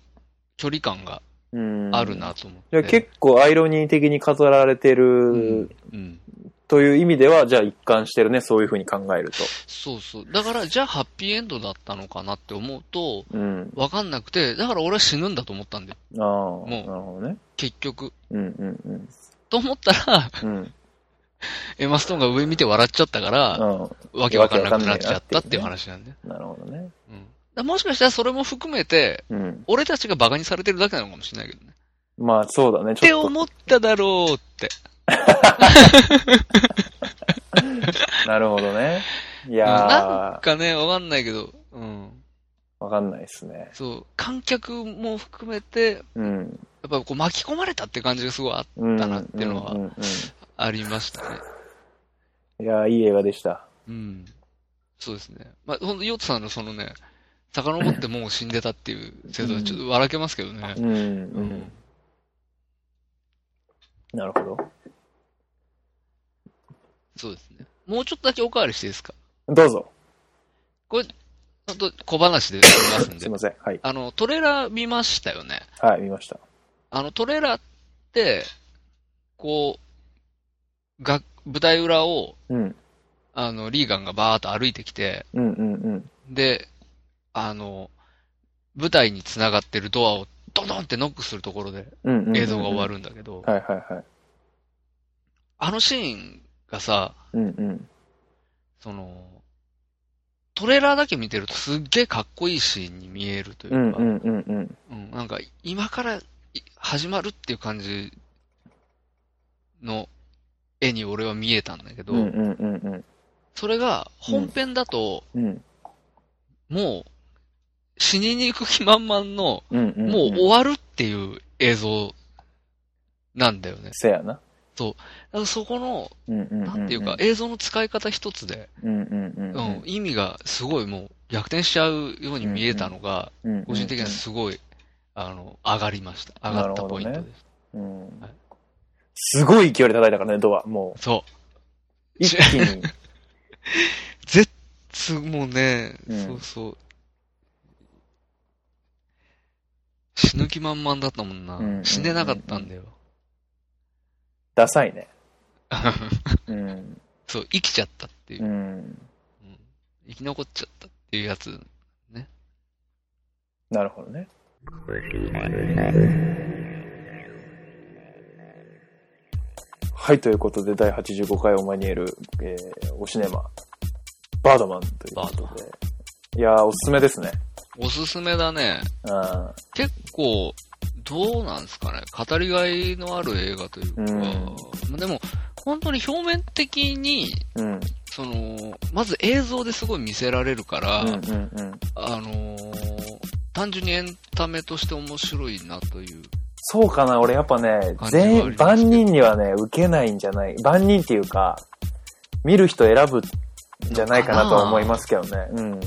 [SPEAKER 3] 距離感が
[SPEAKER 2] うんうん
[SPEAKER 3] あるな。と思っ
[SPEAKER 2] じゃあ
[SPEAKER 3] て。
[SPEAKER 2] 結構アイロニー的に飾られて
[SPEAKER 3] うん
[SPEAKER 2] る
[SPEAKER 3] うん。
[SPEAKER 2] という意味では、じゃあ一貫してるね、そういうふうに考えると。
[SPEAKER 3] そうそう。だから、じゃあハッピーエンドだったのかなって思うと、
[SPEAKER 2] うん。
[SPEAKER 3] わかんなくて、だから俺は死ぬんだと思ったんだよ。
[SPEAKER 2] ああ、
[SPEAKER 3] う
[SPEAKER 2] なるほどね。
[SPEAKER 3] 結局。
[SPEAKER 2] うんうん
[SPEAKER 3] と思ったら、
[SPEAKER 2] うん。うん。
[SPEAKER 3] エマストーンが上見て笑っちゃったから、
[SPEAKER 2] うん
[SPEAKER 3] わけわかんなくなっちゃったっていう話なんだよ。
[SPEAKER 2] なるほどね。
[SPEAKER 3] うん。だからもしかしたらそれも含めて、
[SPEAKER 2] うん。
[SPEAKER 3] 俺たちがバカにされてるだけなのかもしれないけどね。
[SPEAKER 2] まあそうだね、
[SPEAKER 3] っ
[SPEAKER 2] ち
[SPEAKER 3] て
[SPEAKER 2] ょっ
[SPEAKER 3] 思っただろうって。
[SPEAKER 2] と。なるほどね。い
[SPEAKER 3] なん
[SPEAKER 2] や
[SPEAKER 3] かね、わかんないけど、うん。
[SPEAKER 2] ー、わかんないですね。
[SPEAKER 3] そう、観客も含めて、や
[SPEAKER 2] うん。
[SPEAKER 3] っぱこう巻き込まれたって感じがすごいあ
[SPEAKER 2] だ
[SPEAKER 3] なっていうのは
[SPEAKER 2] んうん
[SPEAKER 3] ありましたね。
[SPEAKER 2] うんいやーいい映画でした。
[SPEAKER 3] うん。そうですね。まあ、ほんと、ヨットさんのそのね、遡ってもう死んでたっていう制度はちょっと笑けますけどね
[SPEAKER 2] う。ん、う
[SPEAKER 3] うんん。
[SPEAKER 2] なるほ
[SPEAKER 3] そうですね。もうちょっとだけおかわりしていいですか
[SPEAKER 2] ど。どうぞ。
[SPEAKER 3] ちょっと小話で言いますん
[SPEAKER 2] す
[SPEAKER 3] で
[SPEAKER 2] い。ません。はい。
[SPEAKER 3] あの、トレーラー見ましたよね。
[SPEAKER 2] はい、見ました。
[SPEAKER 3] あの、トレーラーって、こう、が、舞台裏を、
[SPEAKER 2] うん。
[SPEAKER 3] あの、リーガンがバーッと歩いてきて、
[SPEAKER 2] うんうんうん。
[SPEAKER 3] で、あの、舞台に繋がってるドアをドドンってノックするところで
[SPEAKER 2] うんうんうんうん
[SPEAKER 3] 映像が終わ。るんだけど、
[SPEAKER 2] はいはいはい。
[SPEAKER 3] あのシーンがさ、
[SPEAKER 2] うんうん。
[SPEAKER 3] その、トレーラーだけ見てるとすっげえかっこいいシーンに見えるという
[SPEAKER 2] う
[SPEAKER 3] か、
[SPEAKER 2] んうんうんうん。
[SPEAKER 3] うん、なんか今からい始まるっていう感じの絵に俺は見えたんだけど、
[SPEAKER 2] うんうんうんうん。
[SPEAKER 3] それが本編だと
[SPEAKER 2] うん
[SPEAKER 3] もう死にに行く気満々の
[SPEAKER 2] うんうん。
[SPEAKER 3] もう
[SPEAKER 2] お
[SPEAKER 3] 終わるっていう映像なんだよね。
[SPEAKER 2] せやな。
[SPEAKER 3] だからそこの、
[SPEAKER 2] うんうんうん。
[SPEAKER 3] なんていうか、映像の使い方一つで、
[SPEAKER 2] うんうんうん
[SPEAKER 3] う
[SPEAKER 2] うん
[SPEAKER 3] ん、意味がすごいもう逆転しちゃうように見えたのが、
[SPEAKER 2] うんうんうん。
[SPEAKER 3] 個人的にはすごい、あの、上がりました。上がったポイント
[SPEAKER 2] なるほど
[SPEAKER 3] です
[SPEAKER 2] ね。うん
[SPEAKER 3] はい
[SPEAKER 2] すごい勢いで叩いたからね、ドア。もう、
[SPEAKER 3] そう。
[SPEAKER 2] 一気
[SPEAKER 3] [LAUGHS]
[SPEAKER 2] に。
[SPEAKER 3] 絶、つ、もうね、
[SPEAKER 2] うん
[SPEAKER 3] そうそう。死ぬ気満々だったもんな。
[SPEAKER 2] うんうんうん
[SPEAKER 3] 死ねなかったんだよ。 [LAUGHS]
[SPEAKER 2] ダサいね。うん。
[SPEAKER 3] そう、生きちゃったっていうう、
[SPEAKER 2] ん。
[SPEAKER 3] うん生き残っちゃったっていうやつ。
[SPEAKER 2] なるほどね。はい、ということで、第85回オマニエル、えー、おシネマ、バードマンということで。いやー、おすすめですね。
[SPEAKER 3] おすすめだね。
[SPEAKER 2] うん。
[SPEAKER 3] 結構、どうなんですかね。語りがいのある映画というか、
[SPEAKER 2] うん
[SPEAKER 3] まあでも、本当に表面的に、
[SPEAKER 2] うん。
[SPEAKER 3] その、まず映像ですごい見せられるから、
[SPEAKER 2] うんうんうん。
[SPEAKER 3] あのー単純にエンタメとして面白いなという。
[SPEAKER 2] そうかな、俺やっぱね
[SPEAKER 3] 感、じはあります
[SPEAKER 2] 全
[SPEAKER 3] け
[SPEAKER 2] 員、
[SPEAKER 3] ど
[SPEAKER 2] 万人にはね、受けないんじゃない、万人っていうか、見る人選ぶんじゃないかなとは思いますけどね。うん。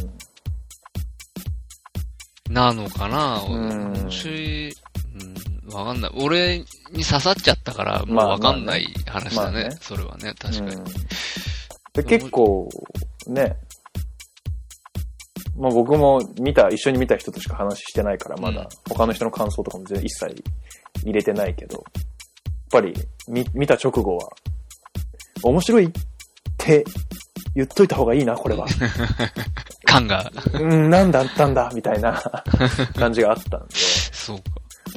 [SPEAKER 3] なのかな
[SPEAKER 2] うん
[SPEAKER 3] 面白い。うん、わかんない。俺に刺さっちゃったから、もうわかんない話だね,、
[SPEAKER 2] まあね
[SPEAKER 3] それはね、確かに。
[SPEAKER 2] うんで結構、ね、まあ僕も見た、一緒に見た人としか話してないから、まだ、
[SPEAKER 3] うん
[SPEAKER 2] 他の人の感想とかも全然一切入れてないけど、やっぱり見見た直後は、面白いって言っといた方がいいな、これ
[SPEAKER 3] [LAUGHS]
[SPEAKER 2] は。
[SPEAKER 3] 感が、 [LAUGHS]
[SPEAKER 2] うん、なんだったんだ、みたいな感じがあったん
[SPEAKER 3] そうか。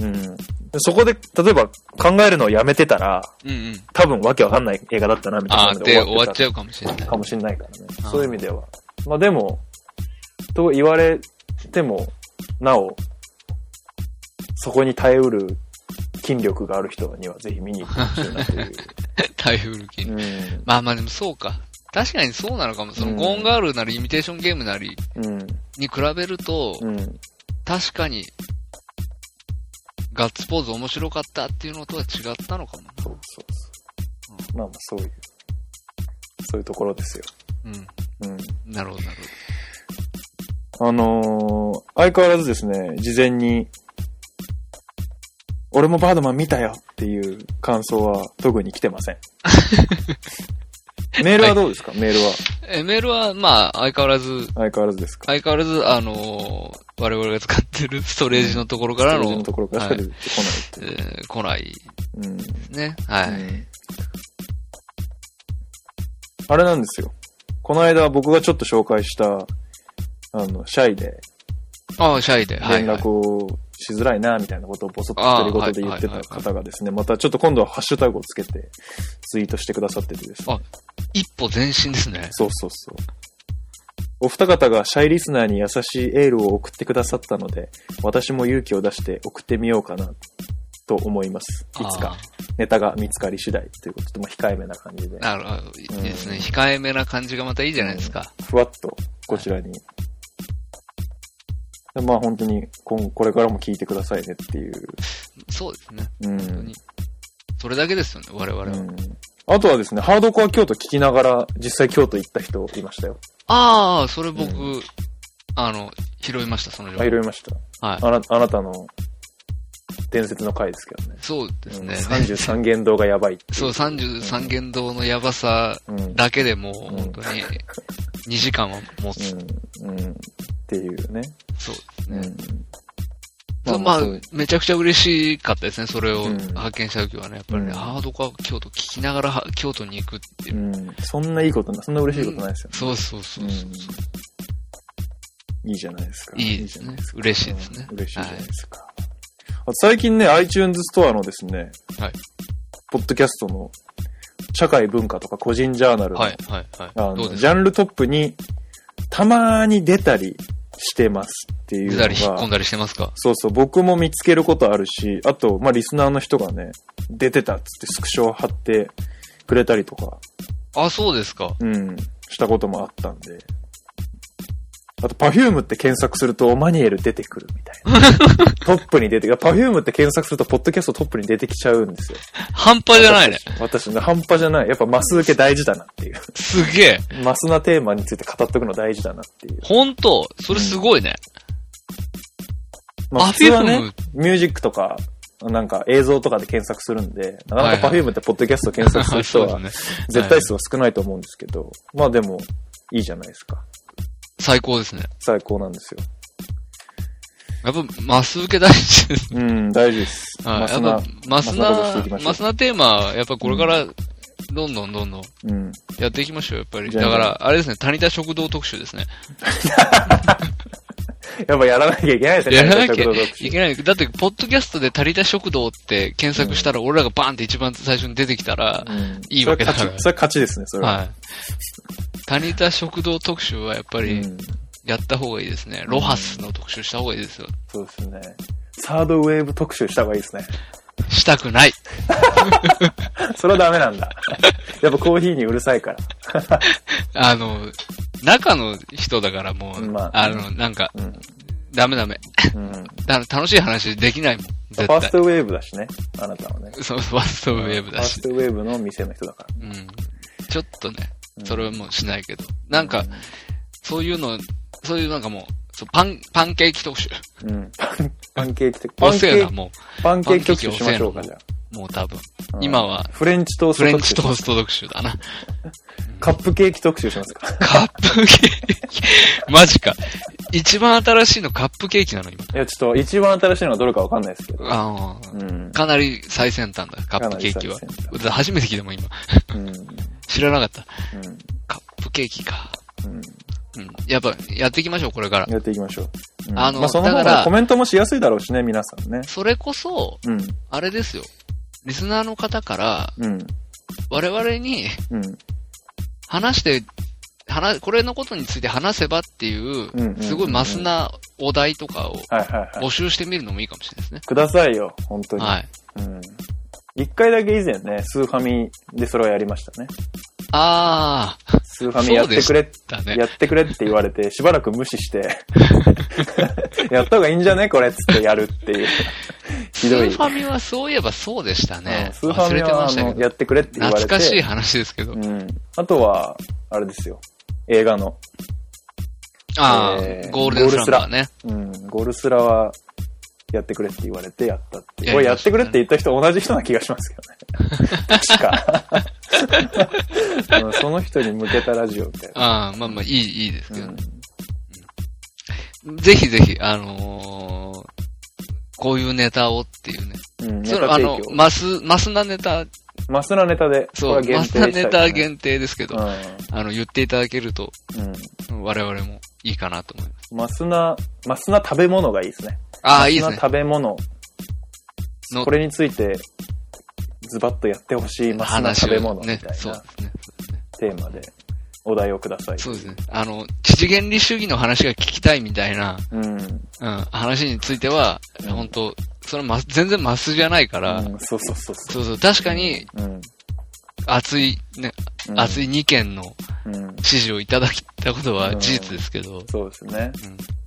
[SPEAKER 2] で。うん。そこで、例えば考えるのをやめてたら、
[SPEAKER 3] うんうん。
[SPEAKER 2] 多分わけわかんない映画だったな、みたいな
[SPEAKER 3] あ
[SPEAKER 2] 感
[SPEAKER 3] ー
[SPEAKER 2] じ
[SPEAKER 3] で終わっち
[SPEAKER 2] ゃ
[SPEAKER 3] ゃうかもしれない。
[SPEAKER 2] かもしれないからね
[SPEAKER 3] あ。ー
[SPEAKER 2] そういう意味では。まあでも、と言われても、なお、そこに耐えうる筋力がある人にはぜひ見に行ってほしいなという。
[SPEAKER 3] 台風の気に。
[SPEAKER 2] うん
[SPEAKER 3] まあまあでもそうか。確かにそうなのかも。その、
[SPEAKER 2] うん
[SPEAKER 3] ゴーンガールなり、イミテーションゲームなり。
[SPEAKER 2] うん。
[SPEAKER 3] に比べる
[SPEAKER 2] [LAUGHS]
[SPEAKER 3] と、
[SPEAKER 2] うん。
[SPEAKER 3] 確かに、ガッツポーズ面白かったっていうのとは違ったのかもな。
[SPEAKER 2] そうそうそう。まあまあ、そういう、そういうところですよ。
[SPEAKER 3] うん。
[SPEAKER 2] うん。
[SPEAKER 3] なるほど、なる
[SPEAKER 2] あのー相変わらずですね、事前に、俺もバードマン見たよっていう感想は特に来てま
[SPEAKER 3] [LAUGHS]
[SPEAKER 2] せん。メールはどうですか、メールは。
[SPEAKER 3] ほど。
[SPEAKER 2] [LAUGHS]
[SPEAKER 3] え、メールは、まあ、相変わらず、
[SPEAKER 2] 相変わらずですか
[SPEAKER 3] 相変わらず、あのー我々が使ってるストレージのところから
[SPEAKER 2] 数字
[SPEAKER 3] の
[SPEAKER 2] の、ところからしか出てこ
[SPEAKER 3] えー来ない
[SPEAKER 2] ないっていう。うん
[SPEAKER 3] ね。はい。
[SPEAKER 2] うんあれなんですよ。この間僕がちょっと紹介した、あの、シャイで
[SPEAKER 3] ああ、シャイで。はい、
[SPEAKER 2] 連
[SPEAKER 3] はい
[SPEAKER 2] 絡。をしづらいな、みたいなことをボソッと独り言で言って
[SPEAKER 3] あー
[SPEAKER 2] た
[SPEAKER 3] はいはいはい
[SPEAKER 2] 方がですね、またちょっと今度はハッシュタグをつけてツイートしてくださっててですね。
[SPEAKER 3] 一歩前進ですね。
[SPEAKER 2] そうそうそう。お二方がシャイリスナーに優しいエールを送ってくださったので、私も勇気を出して送ってみようかな、と思います。いつか
[SPEAKER 3] あ、
[SPEAKER 2] ネタが見つかり次第ということで、まあ、控えめな感じで
[SPEAKER 3] ー。、なるほど。いいですね。
[SPEAKER 2] うん
[SPEAKER 3] 控えめな感じがまたいいじゃないですか。
[SPEAKER 2] ふわっとこちらに。でまあ本当に今、これからも聞いてくださいねっていう。
[SPEAKER 3] そうですね。
[SPEAKER 2] うん。
[SPEAKER 3] 本当に。それだけですよね、我々は。
[SPEAKER 2] うんあとはですね、ハードコア京都聞きながら、実際京都行った人いましたよ。
[SPEAKER 3] ああ、それ僕、
[SPEAKER 2] う
[SPEAKER 3] あの、拾いました、その情
[SPEAKER 2] あ、
[SPEAKER 3] 報
[SPEAKER 2] い。ろいました。
[SPEAKER 3] はい。
[SPEAKER 2] あなあなたの伝説の回ですけどね。
[SPEAKER 3] そうですね。
[SPEAKER 2] うん33言動がやばいってい
[SPEAKER 3] [LAUGHS] そう、33言動のやばさ
[SPEAKER 2] う。うん。
[SPEAKER 3] だけでもう、本当に、2時間は持つ。
[SPEAKER 2] うん。うん。っていうね。
[SPEAKER 3] そうです
[SPEAKER 2] う
[SPEAKER 3] ね。
[SPEAKER 2] ん。
[SPEAKER 3] そうまあ
[SPEAKER 2] そういう、
[SPEAKER 3] めちゃくちゃ嬉しかったですね、それを
[SPEAKER 2] うん
[SPEAKER 3] 発見した時はね。やっぱりね、
[SPEAKER 2] うん
[SPEAKER 3] ああ、どこか京都聞きながらは京都に行くっていうう。
[SPEAKER 2] ん。そんないいことな、そんな嬉しいことないですよね。
[SPEAKER 3] そうそうそうそ
[SPEAKER 2] う
[SPEAKER 3] う。
[SPEAKER 2] んいいじゃないですか。
[SPEAKER 3] いいですね
[SPEAKER 2] じゃなか
[SPEAKER 3] 嬉しいですね
[SPEAKER 2] うん嬉しいじゃないですか。あ最近ね、iTunes ストアのですね、
[SPEAKER 3] はい
[SPEAKER 2] ポッドキャストの社会文化とか個人ジャーナルの、
[SPEAKER 3] はい、はい、は
[SPEAKER 2] あ
[SPEAKER 3] い。どう
[SPEAKER 2] の
[SPEAKER 3] で
[SPEAKER 2] ジ
[SPEAKER 3] すか
[SPEAKER 2] ャンルトップにたまに出たりしてますっていう
[SPEAKER 3] 出
[SPEAKER 2] の
[SPEAKER 3] たり引っ込ん
[SPEAKER 2] が、
[SPEAKER 3] だりしてますか
[SPEAKER 2] そうそう、僕も見つけることあるし、あと、まあ、リスナーの人がね、出てたっつってスクショを貼ってくれたりとか、
[SPEAKER 3] あ、そうですか。
[SPEAKER 2] うん、したこともあったんで。あと、パフュームって検索すると、マニュエル出てくるみたい
[SPEAKER 3] [LAUGHS]
[SPEAKER 2] な。トップに出てくる。パフュームって検索すると、ポッドキャストトップに出てきちゃうんですよ。
[SPEAKER 3] 半端じゃないね。
[SPEAKER 2] 私の半端じゃない。やっぱマス受け大事だなっていう。
[SPEAKER 3] すげえ。
[SPEAKER 2] マスなテーマについて語っとくの大事だなっていう。
[SPEAKER 3] ほんと、それすごいね。
[SPEAKER 2] まあ、普
[SPEAKER 3] パフ
[SPEAKER 2] 通
[SPEAKER 3] ュ
[SPEAKER 2] は
[SPEAKER 3] ーム
[SPEAKER 2] ね、ミュージックとか、なんか映像とかで検索するんで、なかなかパフュームってポッドキャスト検索する人
[SPEAKER 3] [LAUGHS] そう
[SPEAKER 2] は、
[SPEAKER 3] ですね。
[SPEAKER 2] 絶対数は少ないと思うんですけど、まあでも、いいじゃないですか。
[SPEAKER 3] 最高ですね。
[SPEAKER 2] 最高なんですよ。
[SPEAKER 3] やっぱ、マス受け大事です
[SPEAKER 2] うん、大事です。
[SPEAKER 3] はい、
[SPEAKER 2] マ
[SPEAKER 3] や
[SPEAKER 2] ス
[SPEAKER 3] っ
[SPEAKER 2] ナ
[SPEAKER 3] ぱ、マ
[SPEAKER 2] マ
[SPEAKER 3] スナ
[SPEAKER 2] スナことしていきましょう
[SPEAKER 3] マスナテーマ、やっぱこれから、どんどんどんどん
[SPEAKER 2] うん。
[SPEAKER 3] やっていきましょう、やっぱり。
[SPEAKER 2] じゃあ
[SPEAKER 3] だから、あれですね、谷田食堂特集ですね。
[SPEAKER 2] やっぱやらなきゃいけないですね。
[SPEAKER 3] やらなき
[SPEAKER 2] 対
[SPEAKER 3] ゃ
[SPEAKER 2] 策と
[SPEAKER 3] いけない。だって、ポッドキャストで谷田食堂って検索したら、俺らがバーンって一番最初に出てきたら、
[SPEAKER 2] うん
[SPEAKER 3] いいわけだから
[SPEAKER 2] それは勝ちそれは勝ちですね、それは。
[SPEAKER 3] はい。谷田食堂特集はやっぱ
[SPEAKER 2] う
[SPEAKER 3] り、
[SPEAKER 2] ん
[SPEAKER 3] やった方がいいですね。ロハスの特集した方がいいですよ。
[SPEAKER 2] そうですね。サードウェーブ特集した方がいいですね。 [LAUGHS]
[SPEAKER 3] したくない。
[SPEAKER 2] それはダメなんだ。 [LAUGHS] やっぱコーヒーにうるさいから。
[SPEAKER 3] あの、中の人だからもう、
[SPEAKER 2] まあ
[SPEAKER 3] あの、なんか、
[SPEAKER 2] うん。
[SPEAKER 3] ダメダメ。
[SPEAKER 2] うん。フ
[SPEAKER 3] だから楽しい話できないもん。
[SPEAKER 2] ァ
[SPEAKER 3] 絶
[SPEAKER 2] ース
[SPEAKER 3] 対。
[SPEAKER 2] トウェーブだしね、あなたはね。
[SPEAKER 3] そう、ファーストウェーブだし
[SPEAKER 2] フ。ァーストウェーブの店の人だから。
[SPEAKER 3] うん。ちょっとね、
[SPEAKER 2] うん
[SPEAKER 3] それはもうしないけど。なんか、そういうの、そういうなんかもう、そうパン、パンケーキ特集。
[SPEAKER 2] うん。パンパンケーキ特
[SPEAKER 3] お
[SPEAKER 2] パンケ
[SPEAKER 3] せえ
[SPEAKER 2] ー
[SPEAKER 3] な、
[SPEAKER 2] キ、
[SPEAKER 3] も
[SPEAKER 2] パンケーキ特集しましょうか、
[SPEAKER 3] パンケ
[SPEAKER 2] じゃ
[SPEAKER 3] う。もう多分。
[SPEAKER 2] あ。うん
[SPEAKER 3] 今は、
[SPEAKER 2] フレンチトースト
[SPEAKER 3] フレンチト
[SPEAKER 2] 特
[SPEAKER 3] ースト特集だな。
[SPEAKER 2] 集カップケーキ特集しますか。
[SPEAKER 3] カップケーキ。 [LAUGHS] マジか。一番新しいのカップケーキなの、今。
[SPEAKER 2] いや、ちょっと一番新しいのはどれかわかんないですけど。
[SPEAKER 3] ああ、
[SPEAKER 2] うん。
[SPEAKER 3] かなり最先端だ、カップケーキは
[SPEAKER 2] かなり最先。
[SPEAKER 3] 初めて聞いたもん、今。
[SPEAKER 2] うん。うん。
[SPEAKER 3] 知らなかった。カップケーキか。
[SPEAKER 2] うん。
[SPEAKER 3] うん。やっぱ、やっていきましょう、これから。
[SPEAKER 2] やっていきましょう。うん
[SPEAKER 3] あの
[SPEAKER 2] まあ、その方
[SPEAKER 3] だから
[SPEAKER 2] がコメントもしやすいだろうしね、皆さんね。
[SPEAKER 3] それこそ、
[SPEAKER 2] うん、
[SPEAKER 3] あれですよ。リスナーの方から、
[SPEAKER 2] うん、
[SPEAKER 3] 我々に
[SPEAKER 2] うん、
[SPEAKER 3] 話して、話、これのことについて話せばっていう
[SPEAKER 2] うんうんうんう、ん
[SPEAKER 3] すごいマスなお題とかを
[SPEAKER 2] はいはいは
[SPEAKER 3] 募
[SPEAKER 2] い。
[SPEAKER 3] 集してみるのもいいかもしれないですね。
[SPEAKER 2] くださいよ、本当に。
[SPEAKER 3] はい。
[SPEAKER 2] うん。一回だけ以前ね、スーファミでそれをやりましたね。
[SPEAKER 3] あ
[SPEAKER 2] スーファミやってくれ、
[SPEAKER 3] そうでしたね
[SPEAKER 2] やってくれって言われて、しばらく無視
[SPEAKER 3] [LAUGHS]
[SPEAKER 2] して、 [LAUGHS] やった方がいいんじゃねこれっつってやるっていう。
[SPEAKER 3] ー、
[SPEAKER 2] ひどい
[SPEAKER 3] スーファミはそういえばそうでしたね
[SPEAKER 2] う。んスーファ
[SPEAKER 3] 忘
[SPEAKER 2] ミ
[SPEAKER 3] れて
[SPEAKER 2] は
[SPEAKER 3] ま
[SPEAKER 2] あ
[SPEAKER 3] したけ
[SPEAKER 2] の
[SPEAKER 3] ど。
[SPEAKER 2] やってくれって言われて。
[SPEAKER 3] 懐かしい話ですけど。
[SPEAKER 2] うん。あとは、あれですよ。映画の。
[SPEAKER 3] ああ、
[SPEAKER 2] えー
[SPEAKER 3] ゴールデンスランバーね。
[SPEAKER 2] うん、ゴルスラはやってくれって言われてやったっていう。
[SPEAKER 3] や
[SPEAKER 2] こ
[SPEAKER 3] り
[SPEAKER 2] れ
[SPEAKER 3] ま
[SPEAKER 2] や
[SPEAKER 3] し
[SPEAKER 2] ったて
[SPEAKER 3] ね
[SPEAKER 2] くれって言った人同じ人な気がします
[SPEAKER 3] [LAUGHS]
[SPEAKER 2] けどね。確かうん。その人に向けたラジオみたいな。
[SPEAKER 3] ああ、まあまあ、いい、いいですけど
[SPEAKER 2] うん
[SPEAKER 3] ね。ぜひぜひ、あのーこういうネタをっていうね。
[SPEAKER 2] うん、ネ
[SPEAKER 3] そ
[SPEAKER 2] タ
[SPEAKER 3] れあ
[SPEAKER 2] 提
[SPEAKER 3] の、
[SPEAKER 2] 供。
[SPEAKER 3] マス、マスなネタ、
[SPEAKER 2] マスなネタで、
[SPEAKER 3] そ
[SPEAKER 2] こ
[SPEAKER 3] う、
[SPEAKER 2] れ
[SPEAKER 3] マ
[SPEAKER 2] は
[SPEAKER 3] スな
[SPEAKER 2] 限定した
[SPEAKER 3] ネタ
[SPEAKER 2] いですね
[SPEAKER 3] 限定ですけど、あの、言っていただけると、
[SPEAKER 2] うん。
[SPEAKER 3] 我々もいいかなと思いま
[SPEAKER 2] う
[SPEAKER 3] す。
[SPEAKER 2] ん。マスな、マスな食べ物がいいですね。
[SPEAKER 3] ああ、いいです
[SPEAKER 2] マス
[SPEAKER 3] ね
[SPEAKER 2] な。食べ物。
[SPEAKER 3] の
[SPEAKER 2] これについて、ズバッとやってほしいマスな食べ物みた
[SPEAKER 3] ね
[SPEAKER 2] いな、
[SPEAKER 3] そうですね。
[SPEAKER 2] テーマでお題をください。
[SPEAKER 3] そうですね。あの、知事原理主義の話が聞きたいみたいな、
[SPEAKER 2] うん。
[SPEAKER 3] うん、話については、
[SPEAKER 2] うん
[SPEAKER 3] 本当それはマス全然マスじゃないから、
[SPEAKER 2] うんそうそうそうそ
[SPEAKER 3] そうそう、確かに、
[SPEAKER 2] う。うん。
[SPEAKER 3] 熱い、ね、
[SPEAKER 2] うん
[SPEAKER 3] 熱い2件の
[SPEAKER 2] うん。
[SPEAKER 3] 指示をいただいたことは事実ですけど、
[SPEAKER 2] そうですね。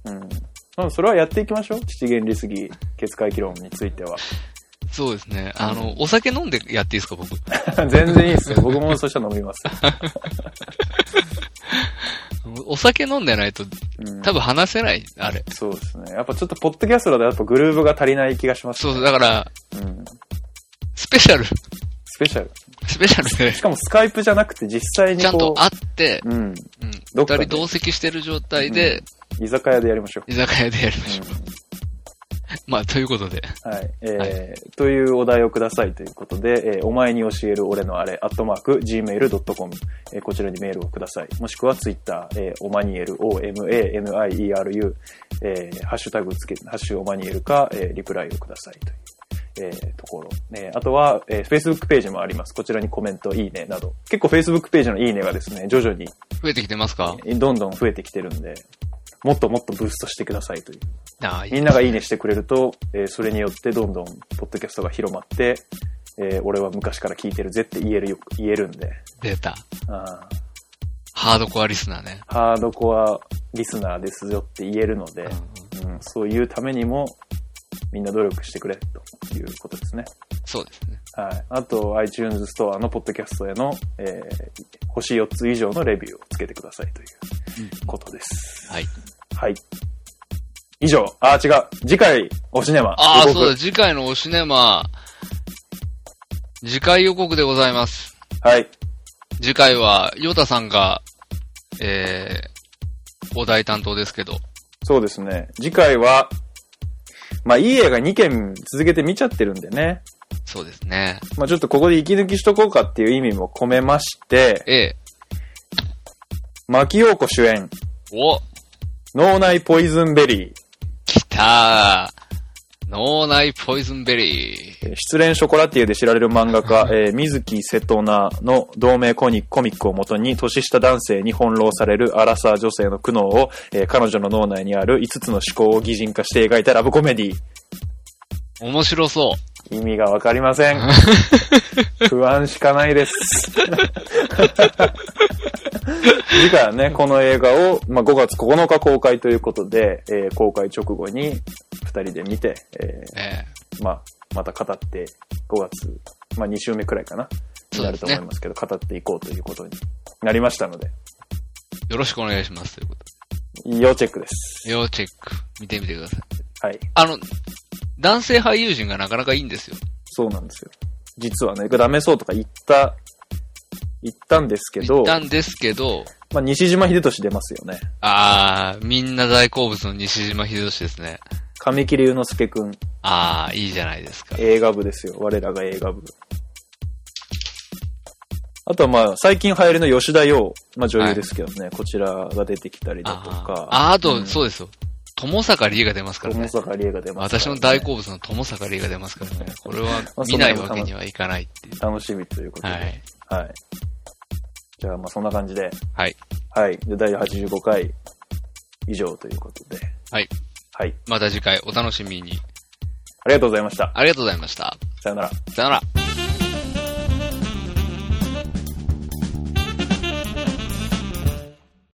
[SPEAKER 3] うん
[SPEAKER 2] うん。まあ、それはやっていきましょう。七原理ぎ血回帰論については。 [LAUGHS]
[SPEAKER 3] そうですね。あの、お酒飲んでやっていいですか、僕。
[SPEAKER 2] 全然いいですよ。僕もそしたら飲みます。
[SPEAKER 3] おお酒飲んでないと
[SPEAKER 2] うん
[SPEAKER 3] 多分話せない、あれ。
[SPEAKER 2] そうですね。やっぱちょっとポッドキャストだとやっぱグルーヴが足りない気がします
[SPEAKER 3] そ
[SPEAKER 2] ね。
[SPEAKER 3] う、だから、
[SPEAKER 2] うん。
[SPEAKER 3] スペシャル、
[SPEAKER 2] スペシャル。
[SPEAKER 3] スペシャルで
[SPEAKER 2] し、かもスカイプじゃなくて実際に
[SPEAKER 3] ちゃんと
[SPEAKER 2] こ
[SPEAKER 3] 会って、
[SPEAKER 2] う、うん。
[SPEAKER 3] うん、
[SPEAKER 2] ど
[SPEAKER 3] 二
[SPEAKER 2] っかで
[SPEAKER 3] 人同席してる状態で、
[SPEAKER 2] 居酒屋でやりましょう。
[SPEAKER 3] 居酒屋でやりましょう。まあ、ということで、
[SPEAKER 2] うんはい。えー
[SPEAKER 3] は
[SPEAKER 2] というお題をくださいということで、えーお前に教える俺のあれ、アットマーク、gmail.com、えーこちらにメールをください。もしくはツイッター、えーおまにえる、o-m-a-n-i-e-r-u、えーハッシュタグつけ、ハッシュおまにえるか、えーリプライをくださいという。えーところ。ね、あとは、えー Facebook ページもあります。こちらにコメント、いいねなど。結構 Facebook ページのいいねがですね、徐々に
[SPEAKER 3] 増えてきてますか
[SPEAKER 2] どんどん増えてきてるんで、もっともっとブーストしてくださいという。
[SPEAKER 3] ああ、いい
[SPEAKER 2] みんながいいねしてくれると、えーそれによってどんどんポッドキャストが広まって、えー俺は昔から聞いてるぜって言えるよ、言えるんで、
[SPEAKER 3] 出た。
[SPEAKER 2] あ
[SPEAKER 3] ハードコアリスナーね。
[SPEAKER 2] ーハードコアリスナーですよって言えるので、うん、そういうためにもみんな努力してくれということですね。
[SPEAKER 3] そうですね。
[SPEAKER 2] はい。あと、iTunes ストアのポッドキャストへの、えー星4つ以上のレビューをつけてくださいということです。
[SPEAKER 3] はい。
[SPEAKER 2] はい。以上。あー、違う。次回、おシネマ。
[SPEAKER 3] ああ、
[SPEAKER 2] 予告
[SPEAKER 3] そうだ、次回のおシネマ、次回予告でございます。
[SPEAKER 2] はい。
[SPEAKER 3] 次回は、ヨタさんが、えー、お題担当ですけど、
[SPEAKER 2] そうですね。次回は、まあ、いい映画2件続けて見ちゃってるんでね。
[SPEAKER 3] そうですね。
[SPEAKER 2] まあ、ちょっとここで息抜きしとこうかっていう意味も込めまして、
[SPEAKER 3] A、
[SPEAKER 2] 牧陽子主演、
[SPEAKER 3] お、
[SPEAKER 2] 脳内ポイズンベリー、
[SPEAKER 3] 来たー脳内ポイズンベリー。
[SPEAKER 2] えー失恋ショコラティエで知られる漫画家、えー水木瀬戸那の同名コニコミックをもとに、年下男性に翻弄されるアラサー女性の苦悩を、えー彼女の脳内にある5つの思考を擬人化して描いたラブコメディ。
[SPEAKER 3] 面白そう。
[SPEAKER 2] 意味がわかりま
[SPEAKER 3] [LAUGHS]
[SPEAKER 2] せん。不安しかないです。次回はね、この映画を、まあ、5月9日公開ということで、えー公開直後に2人で見て、え
[SPEAKER 3] え
[SPEAKER 2] ーまあ、また語って、5月、まあ、2週目くらいかな、に
[SPEAKER 3] そう
[SPEAKER 2] な
[SPEAKER 3] で
[SPEAKER 2] る
[SPEAKER 3] す
[SPEAKER 2] と
[SPEAKER 3] ね
[SPEAKER 2] 思いますけど、語っていこうということになりましたので、
[SPEAKER 3] ーよろしくお願いします。ということ
[SPEAKER 2] 要チェックです。
[SPEAKER 3] で。要チェック。見てみてください。
[SPEAKER 2] はい。
[SPEAKER 3] あの、男性俳優陣がなかなかいいんですよ。
[SPEAKER 2] そうなんですよ。実はね、ダメそうとか言った、言ったんですけ
[SPEAKER 3] 言
[SPEAKER 2] ど
[SPEAKER 3] っ、たんですけど、
[SPEAKER 2] まあ、西島秀俊出ますよね。
[SPEAKER 3] あー、みんな大好物の西島秀俊ですね。
[SPEAKER 2] 神木隆之介くん、
[SPEAKER 3] あー、いいじゃないですか。
[SPEAKER 2] 映画部ですよ。我らが映画部。あとはまあ、最近流行りの吉田洋、まあ女優ですけどね、こちらが出てきたりだとか。
[SPEAKER 3] あーあと、
[SPEAKER 2] う
[SPEAKER 3] そうですよ。友坂理恵が出ますから
[SPEAKER 2] ん。
[SPEAKER 3] ね
[SPEAKER 2] 大。阪理恵が出ます
[SPEAKER 3] 私の大好物の友坂理恵が出ますからね。これは
[SPEAKER 2] まあ
[SPEAKER 3] 見ないわけにはいかないっ
[SPEAKER 2] [LAUGHS]
[SPEAKER 3] ていう。
[SPEAKER 2] 楽しみということで。
[SPEAKER 3] は
[SPEAKER 2] はいい。。じゃあまあそんな感じで。
[SPEAKER 3] はい。
[SPEAKER 2] はい。で、第85回以上ということで。
[SPEAKER 3] はい。
[SPEAKER 2] はい。
[SPEAKER 3] また次回お楽しみに。
[SPEAKER 2] ありがとうございました。
[SPEAKER 3] ありがとうございました。
[SPEAKER 2] さよなら。
[SPEAKER 3] さよなら。